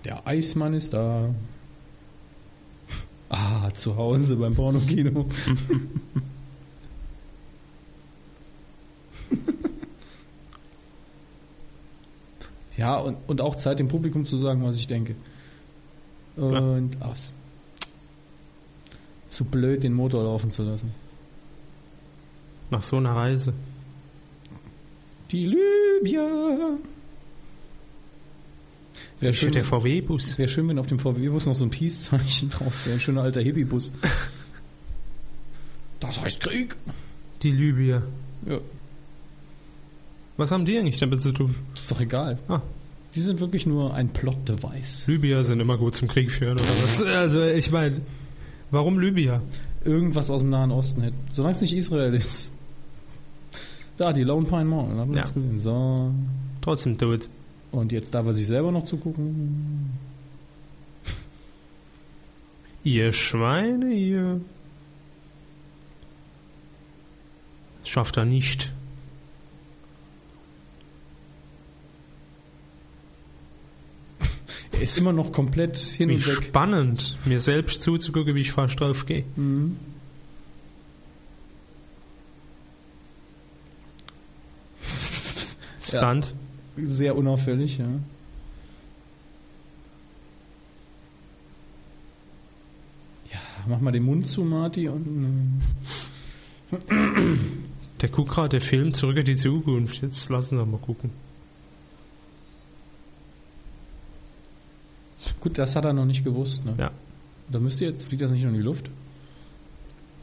S3: Der Eismann ist da. Ah, zu Hause beim Pornokino. ja, und, und auch Zeit, dem Publikum zu sagen, was ich denke. Und aus. Zu blöd, den Motor laufen zu lassen.
S2: Nach so einer Reise.
S3: Die Libyen. Wäre schön,
S2: Steht der VW-Bus.
S3: wär schön, wenn auf dem VW-Bus noch so ein Peace-Zeichen drauf wäre. Ein schöner alter Hippie-Bus. Das heißt Krieg.
S2: Die Libyer.
S3: Ja,
S2: Was haben die eigentlich damit zu tun?
S3: ist doch egal.
S2: Ah.
S3: Die sind wirklich nur ein Plot-Device.
S2: Libyer sind immer gut zum Krieg führen oder was? Also ich meine, warum Libyer?
S3: Irgendwas aus dem Nahen Osten hätten. Solange es nicht Israel ist. Da, die Lone Pine Mountain. Haben wir
S2: Ja.
S3: das gesehen. So.
S2: Trotzdem do it.
S3: Und jetzt darf er sich selber noch zugucken.
S2: Ihr Schweine, ihr. Das schafft er nicht.
S3: Er ist immer noch komplett hin
S2: Wie
S3: und weg.
S2: spannend, mir selbst zuzugucken, wie ich fast drauf gehe.
S3: Mhm.
S2: Stunt.
S3: Sehr unauffällig, ja. Ja, mach mal den Mund zu, Marty, und.
S2: Der guckt gerade der Film Zurück in die Zukunft. Jetzt lassen wir mal gucken.
S3: äh, Gut, das hat er noch nicht gewusst. Ne?
S2: Ja.
S3: Da müsst ihr jetzt, fliegt das nicht noch in die Luft?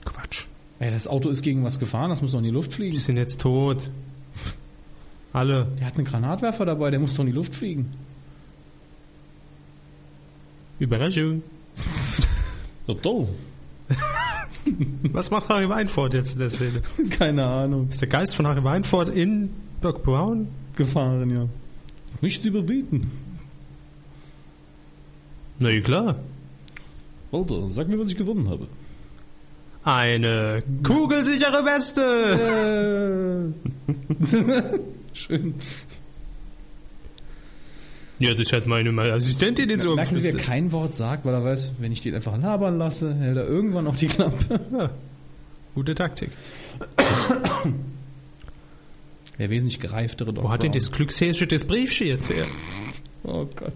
S2: Quatsch.
S3: Ey, das Auto ist gegen was gefahren, das muss noch in die Luft
S2: Die
S3: fliegen.
S2: sind jetzt tot. Alle.
S3: Der hat einen Granatwerfer dabei, der muss doch in die Luft fliegen.
S2: Überraschung.
S3: So, do.
S2: Was macht Harry Weinfurt jetzt in der Szene?
S3: Keine Ahnung.
S2: Ist der Geist von Harry Weinfurt in Doc Brown?
S3: Gefahren, ja. Nicht überbieten.
S2: Na ja, klar.
S3: Walter, sag mir, was ich gewonnen habe.
S2: Eine kugelsichere Weste.
S3: Schön.
S2: Ja, das hat meine meine Assistentin jetzt so
S3: Merken Sie, wer kein Wort sagt, weil er weiß, wenn ich den einfach labern lasse, hält er irgendwann auch die Klappe.
S2: ja. Gute Taktik.
S3: Der wesentlich gereiftere Doc
S2: Wo hat denn
S3: Brown.
S2: das Glückshäsche das Briefchen jetzt her?
S3: Oh Gott.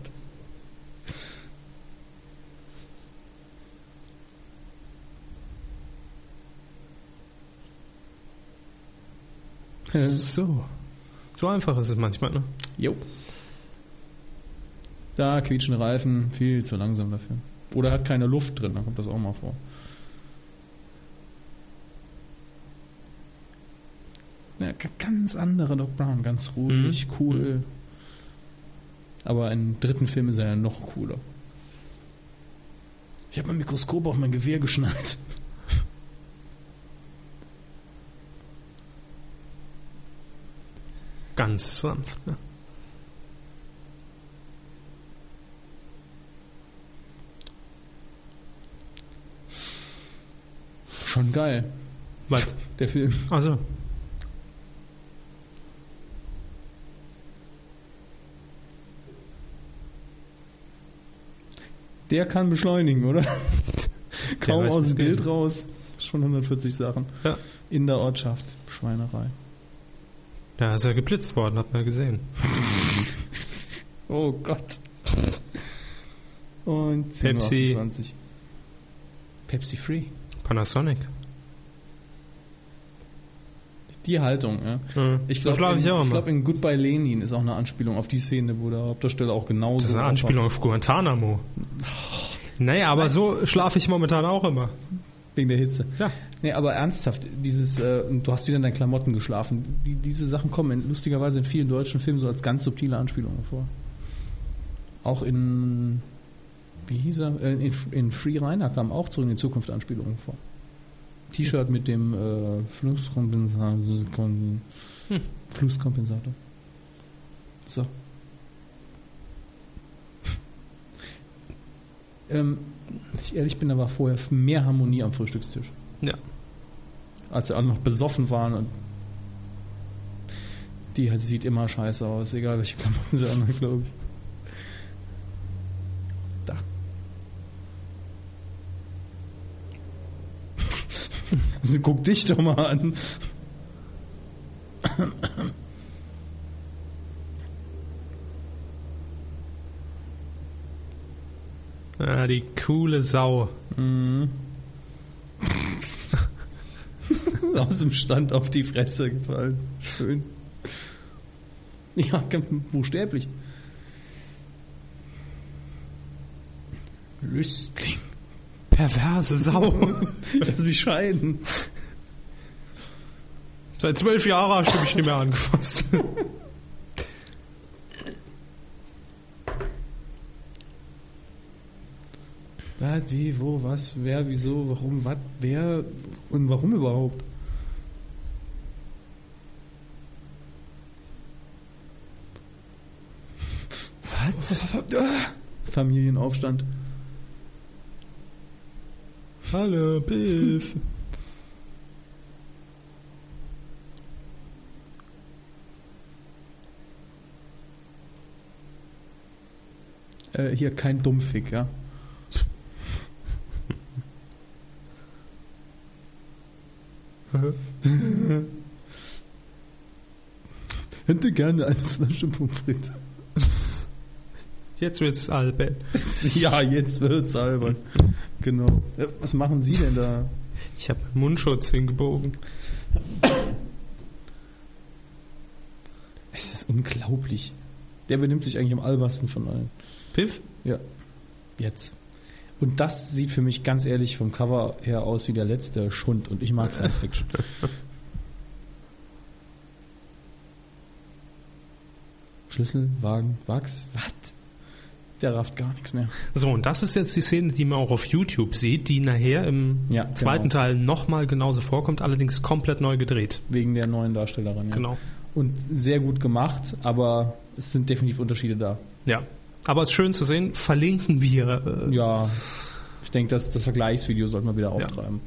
S2: So. So einfach ist es manchmal, ne?
S3: Jo. Da quietschen Reifen viel zu langsam dafür. Oder hat keine Luft drin, dann kommt das auch mal vor. Ja, g- ganz andere Doc Brown, ganz ruhig, cool. Aber im dritten Film ist er ja noch cooler. Ich habe mein Mikroskop auf mein Gewehr geschnallt.
S2: Ganz sanft, ne?
S3: Schon geil,
S2: Was?
S3: der Film.
S2: Also.
S3: Der kann beschleunigen, oder? Kaum
S2: weiß,
S3: aus
S2: was
S3: dem Bild
S2: geht.
S3: raus. Ist Schon 140 Sachen.
S2: Ja.
S3: In der Ortschaft. Schweinerei.
S2: Da ist er geblitzt worden, hat man gesehen.
S3: Oh Gott. Und
S2: Pepsi.
S3: 10.28 Uhr. Pepsi Free.
S2: Panasonic.
S3: Die Haltung, ja.
S2: Ja.
S3: Ich
S2: So
S3: glaube,
S2: schlafe ich auch
S3: ich
S2: immer.
S3: glaub, Mhm. in Goodbye Lenin ist auch eine Anspielung auf die Szene, wo der Hauptdarsteller auch genauso.
S2: Das ist eine
S3: aufwacht.
S2: Anspielung auf Guantanamo. Naja, aber so schlafe ich momentan auch immer.
S3: Wegen der Hitze.
S2: Ja.
S3: Nee, aber ernsthaft, dieses, äh, du hast wieder in deinen Klamotten geschlafen. Die, diese Sachen kommen in, lustigerweise in vielen deutschen Filmen so als ganz subtile Anspielungen vor. Auch in, wie hieß er, Äh, in, in Free Rainer kamen auch zurück in die Zukunft Anspielungen vor. T-Shirt mit dem äh, Flusskompensator. Flusskompensator. So. ähm, ich ehrlich bin, da war vorher mehr Harmonie am Frühstückstisch.
S2: Ja.
S3: Als sie alle noch besoffen waren und die halt sieht immer scheiße aus, egal welche Klamotten sie anhat, glaube ich. Da. Also guck dich doch mal an.
S2: Ah, die coole Sau.
S3: aus dem Stand auf die Fresse gefallen. Schön. Ja, ganz buchstäblich. Lüstling.
S2: Perverse Sau.
S3: Lass mich scheiden.
S2: Seit zwölf Jahren hast du mich nicht mehr angefasst.
S3: Was, wie, wo, was, wer, wieso, warum, was, wer und warum überhaupt? Was? Familienaufstand.
S2: Hallo, Biff.
S3: Äh, hier kein Dummfick, ja. Hätte gerne eine Flasche Pommes frites.
S2: Jetzt wird's Albert.
S3: Ja, jetzt wird's albern. Genau. Äh, Was machen Sie denn da?
S2: Ich habe meinen Mundschutz hingebogen.
S3: Es ist unglaublich. Der benimmt sich eigentlich am albersten von allen.
S2: Biff?
S3: Ja. Jetzt. Und das sieht für mich ganz ehrlich vom Cover her aus wie der letzte Schund und ich mag Science Fiction. Schlüssel, Wagen, Wachs. Was? Der rafft gar nichts mehr.
S2: So, und das ist jetzt die Szene, die man auch auf YouTube sieht, die nachher im
S3: Ja,
S2: zweiten
S3: genau.
S2: Teil nochmal genauso vorkommt, allerdings komplett neu gedreht.
S3: Wegen der neuen Darstellerin. Ja.
S2: Genau.
S3: Und sehr gut gemacht, aber es sind definitiv Unterschiede da.
S2: Ja. Aber es ist schön zu sehen, verlinken wir. Äh,
S3: Ja, ich denke, das, das Vergleichsvideo sollten wir wieder auftreiben.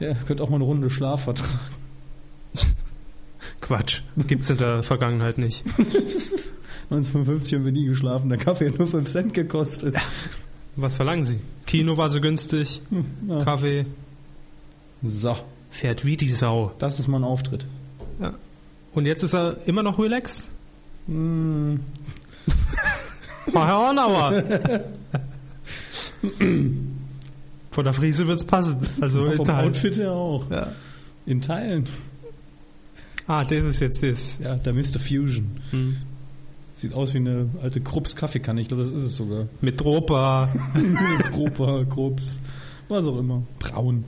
S3: Der könnte auch mal eine Runde Schlaf vertragen.
S2: Quatsch. Gibt's in der Vergangenheit nicht.
S3: 1955 haben wir nie geschlafen, der Kaffee hat nur 5 Cent gekostet.
S2: Was verlangen Sie? Kino war so günstig,
S3: Hm, ja.
S2: Kaffee
S3: So,
S2: fährt wie die Sau.
S3: das ist mein Auftritt.
S2: Und jetzt ist er immer noch relaxed?
S3: Hm,
S2: Mach Herr Hornauer! Von der Friese wird's passen. Also
S3: vom
S2: Teil.
S3: Outfit her auch.
S2: Ja.
S3: In Teilen.
S2: Ah, das ist jetzt das.
S3: Ja, der Mr. Fusion.
S2: Hm.
S3: Sieht aus wie eine alte Krups-Kaffeekanne. Ich glaube, das ist es sogar.
S2: Mit Dropa.
S3: Grober, Grobs, was auch immer. Braun.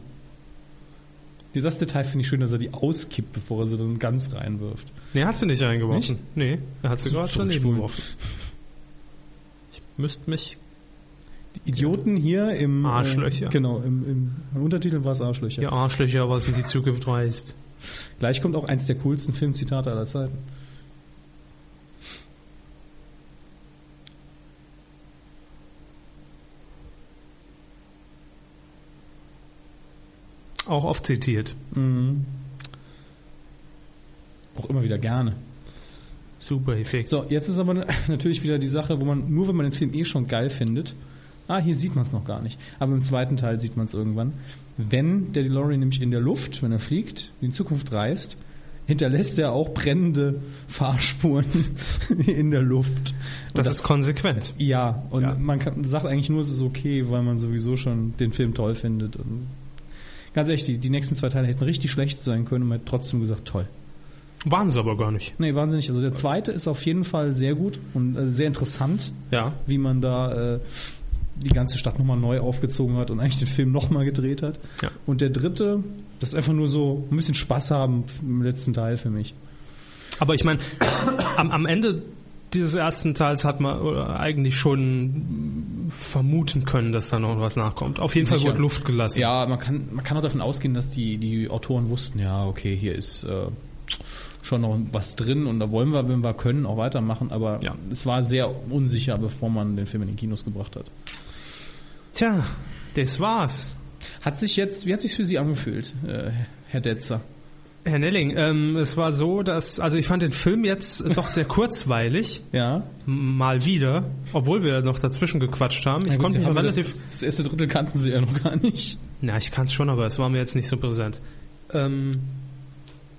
S3: Ja, Das Detail finde ich schön, dass er die auskippt, bevor er sie dann ganz reinwirft.
S2: Nee, hat sie nicht eingeworfen. Nee, er hat sie gerade daneben
S3: Zurückspulen.
S2: geworfen. Ich müsste mich.
S3: Die Idioten hier im. äh,
S2: Arschlöcher.
S3: Genau, im, im, im Untertitel war es Arschlöcher.
S2: Ihr Arschlöcher, was in die Zukunft reißt.
S3: Gleich kommt auch eins der coolsten Filmzitate aller Zeiten.
S2: Auch oft zitiert.
S3: Mhm. Auch immer wieder gerne.
S2: Super Effekt.
S3: So, jetzt ist aber natürlich wieder die Sache, wo man, nur wenn man den Film eh schon geil findet, ah, hier sieht man es noch gar nicht, aber im zweiten Teil sieht man es irgendwann, wenn der DeLorean nämlich in der Luft, wenn er fliegt, in die Zukunft reist, hinterlässt er auch brennende Fahrspuren in der Luft. Und
S2: Das, ist konsequent.
S3: ja, und
S2: Ja.
S3: man kann, sagt eigentlich nur, es ist okay, weil man sowieso schon den Film toll findet. Und ganz ehrlich, die, die nächsten zwei Teile hätten richtig schlecht sein können und man hätte trotzdem gesagt, toll.
S2: Waren sie aber gar nicht.
S3: Nee, wahnsinnig. Also der zweite ist auf jeden Fall sehr gut und äh, sehr interessant,
S2: Ja.
S3: wie man da äh, die ganze Stadt nochmal neu aufgezogen hat und eigentlich den Film nochmal gedreht hat.
S2: Ja.
S3: Und der dritte, das ist einfach nur so ein bisschen Spaß haben im letzten Teil für mich.
S2: Aber ich meine, am, am Ende dieses ersten Teils hat man äh, eigentlich schon vermuten können, dass da noch was nachkommt. Auf jeden Fall
S3: Sicher.
S2: wurde Luft gelassen.
S3: Ja, man kann, man kann auch davon ausgehen, dass die, die Autoren wussten, ja, okay, hier ist äh, schon noch was drin und da wollen wir, wenn wir können, auch weitermachen. Aber
S2: Ja.
S3: es war sehr unsicher, bevor man den Film in den Kinos gebracht hat.
S2: Tja, das war's.
S3: Hat sich jetzt, wie hat sich für Sie angefühlt, äh, Herr Detzer?
S2: Herr Nelling, ähm, es war so, dass, also ich fand den Film jetzt doch sehr kurzweilig,
S3: Ja.
S2: m- mal wieder, obwohl wir noch dazwischen gequatscht haben. Ich
S3: Na gut,
S2: konnte
S3: Sie
S2: mich
S3: haben
S2: relativ.
S3: Das, das erste Drittel kannten sie ja noch gar nicht.
S2: Na, ich kann es schon, aber es war mir jetzt nicht so präsent. Ähm,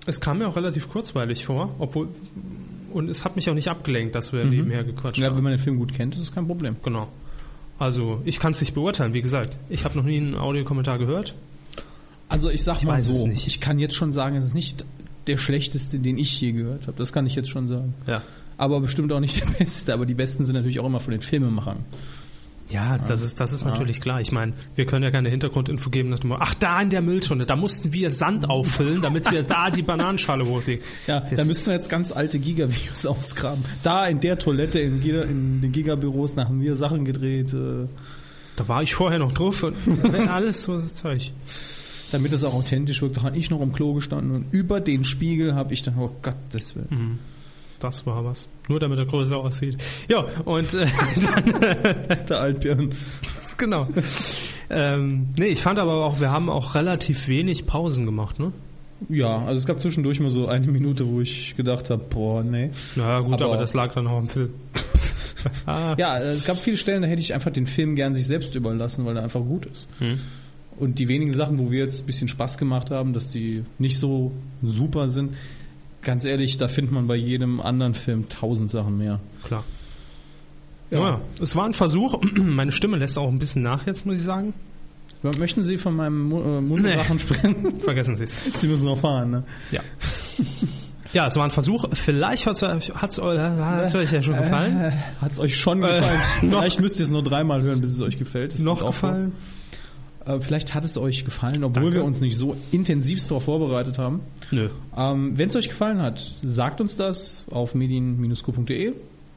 S2: es kam mir auch relativ kurzweilig vor, obwohl. Und es hat mich auch nicht abgelenkt, dass wir nebenher gequatscht
S3: Mhm. Ja,
S2: haben.
S3: wenn man den Film gut kennt, ist es kein Problem.
S2: Genau. Also, ich kann es nicht beurteilen, wie gesagt. Ich habe noch nie einen Audiokommentar gehört.
S3: Also ich sag mal
S2: weiß es
S3: so,
S2: nicht.
S3: ich kann jetzt schon sagen, es ist nicht der schlechteste, den ich je gehört habe. Das kann ich jetzt schon sagen.
S2: Ja.
S3: Aber bestimmt auch nicht der beste. Aber die besten sind natürlich auch immer von den Filmemachern.
S2: Ja, das ist, das ist natürlich klar. Ich meine, wir können ja keine Hintergrundinfo geben, dass man, ach, da in der Mülltonne, da mussten wir Sand auffüllen, damit wir da die Bananenschale hochlegen.
S3: Ja,
S2: Das-
S3: da müssen wir jetzt ganz alte Giga-Videos ausgraben. Da in der Toilette in, Giga, in den Giga-Büros nach mir Sachen gedreht, äh,
S2: Da war ich vorher noch drauf und alles so Zeug.
S3: damit das auch authentisch wirkt. Da habe ich noch am Klo gestanden und über den Spiegel habe ich dann, oh Gott, das will.
S2: Das war was. Nur damit er größer aussieht. Ja, und äh,
S3: Der Altbjörn.
S2: genau. Ähm, nee, ich fand aber auch, wir haben auch relativ wenig Pausen gemacht, ne?
S3: Ja, also es gab zwischendurch mal so eine Minute, wo ich gedacht habe, boah, nee.
S2: Naja, gut, aber,
S3: Aber-
S2: das lag dann auch am Film.
S3: Ja, äh, es gab viele Stellen, da hätte ich einfach den Film gern sich selbst überlassen, weil er einfach gut ist.
S2: Hm.
S3: Und die wenigen Sachen, wo wir jetzt ein bisschen Spaß gemacht haben, dass die nicht so super sind, ganz ehrlich, da findet man bei jedem anderen Film tausend Sachen mehr.
S2: Klar. Ja. es war ein Versuch. Meine Stimme lässt auch ein bisschen nach jetzt, muss ich sagen.
S3: Möchten Sie von meinem Mu- äh, Mundrachen sprechen?
S2: Vergessen Sie es.
S3: Sie müssen noch fahren, ne?
S2: Ja. Ja, es war ein Versuch. Vielleicht hat es euch, hat's eu- hat's euch ja schon gefallen. Äh,
S3: Äh, Hat es euch schon gefallen? vielleicht müsst ihr es nur dreimal hören, bis es euch gefällt. Das
S2: Noch
S3: kommt auch vor.
S2: gefallen.
S3: Äh, vielleicht hat es euch gefallen, obwohl
S2: Danke.
S3: wir uns nicht so intensiv darauf vorbereitet haben.
S2: Nö.
S3: Ähm, Wenn es euch gefallen hat, sagt uns das auf medien-q.de.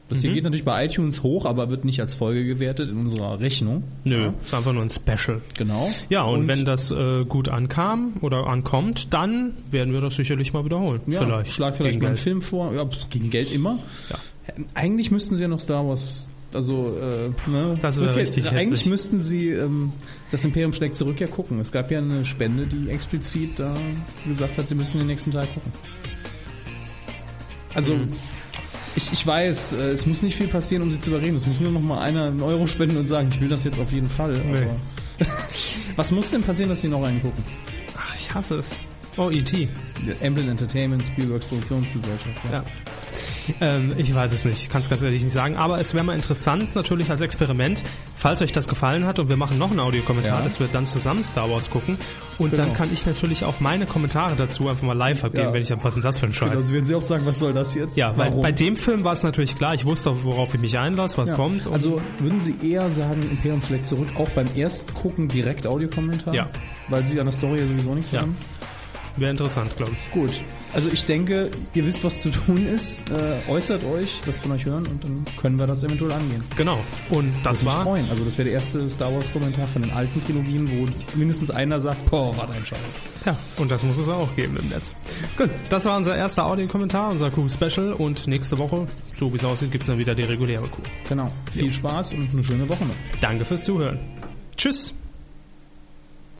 S3: Das hier geht natürlich bei iTunes hoch, aber wird nicht als Folge gewertet in unserer Rechnung.
S2: Nö.
S3: Ja,
S2: Ist einfach nur ein Special.
S3: genau.
S2: Ja, und, wenn das äh, gut ankam oder ankommt, dann werden wir das sicherlich mal wiederholen.
S3: ja,
S2: vielleicht.
S3: Schlag vielleicht
S2: Gegen
S3: mal einen
S2: Geld.
S3: Film vor. Ja, pff, gegen Geld immer.
S2: Ja.
S3: Eigentlich müssten sie ja noch Star Wars. Also, äh, ne?
S2: Das wäre
S3: Rückkehr-
S2: richtig
S3: Eigentlich
S2: hässlich.
S3: müssten sie ähm, das Imperium schlägt zurück ja gucken. Es gab ja eine Spende, die explizit da gesagt hat, sie müssen den nächsten Teil gucken. Also,
S2: Mhm.
S3: ich, ich weiß, äh, es muss nicht viel passieren, um sie zu überreden. Es muss nur noch mal einer einen Euro spenden und sagen, ich will das jetzt auf jeden Fall.
S2: Nee.
S3: Aber was muss denn passieren, dass sie noch einen gucken?
S2: Ach, ich hasse es. Oh, E.T.
S3: Emblem Entertainment, Spielbergs Produktionsgesellschaft. Ja.
S2: Ja. Ähm, ich weiß es nicht, ich kann es ganz ehrlich nicht sagen, aber es wäre mal interessant natürlich als Experiment, falls euch das gefallen hat und wir machen noch einen Audiokommentar,
S3: Ja.
S2: dass wir dann zusammen Star Wars gucken und dann
S3: Genau.
S2: kann ich natürlich auch meine Kommentare dazu einfach mal live abgeben,
S3: Ja.
S2: wenn ich dann, was ist das für ein Scheiß?
S3: Also werden sie oft sagen, was soll das jetzt?
S2: ja, weil
S3: Warum?
S2: bei dem Film war es natürlich klar, ich wusste, worauf ich mich einlasse, was
S3: Ja.
S2: kommt. und-
S3: Also würden Sie eher sagen, Imperium schlägt zurück, auch beim Erstgucken direkt Audiokommentar?
S2: Ja.
S3: Weil Sie an der Story ja sowieso nichts
S2: Ja.
S3: haben?
S2: wäre interessant, glaube ich.
S3: Gut. Also ich denke, ihr wisst, was zu tun ist. Äh, äußert euch, das von euch hören und dann können wir das eventuell angehen.
S2: Genau. Und das
S3: Würde mich
S2: war
S3: freuen. Also das wäre der erste Star Wars Kommentar von den alten Trilogien, wo mindestens einer sagt, boah, was ein Scheiß.
S2: ja, und das muss es auch geben im Netz. Gut, das war unser erster Audiokommentar, unser Q-Special und nächste Woche, so wie es aussieht, gibt es dann wieder die reguläre Q.
S3: Genau. Viel Spaß und eine schöne Woche noch.
S2: Danke fürs Zuhören. Tschüss.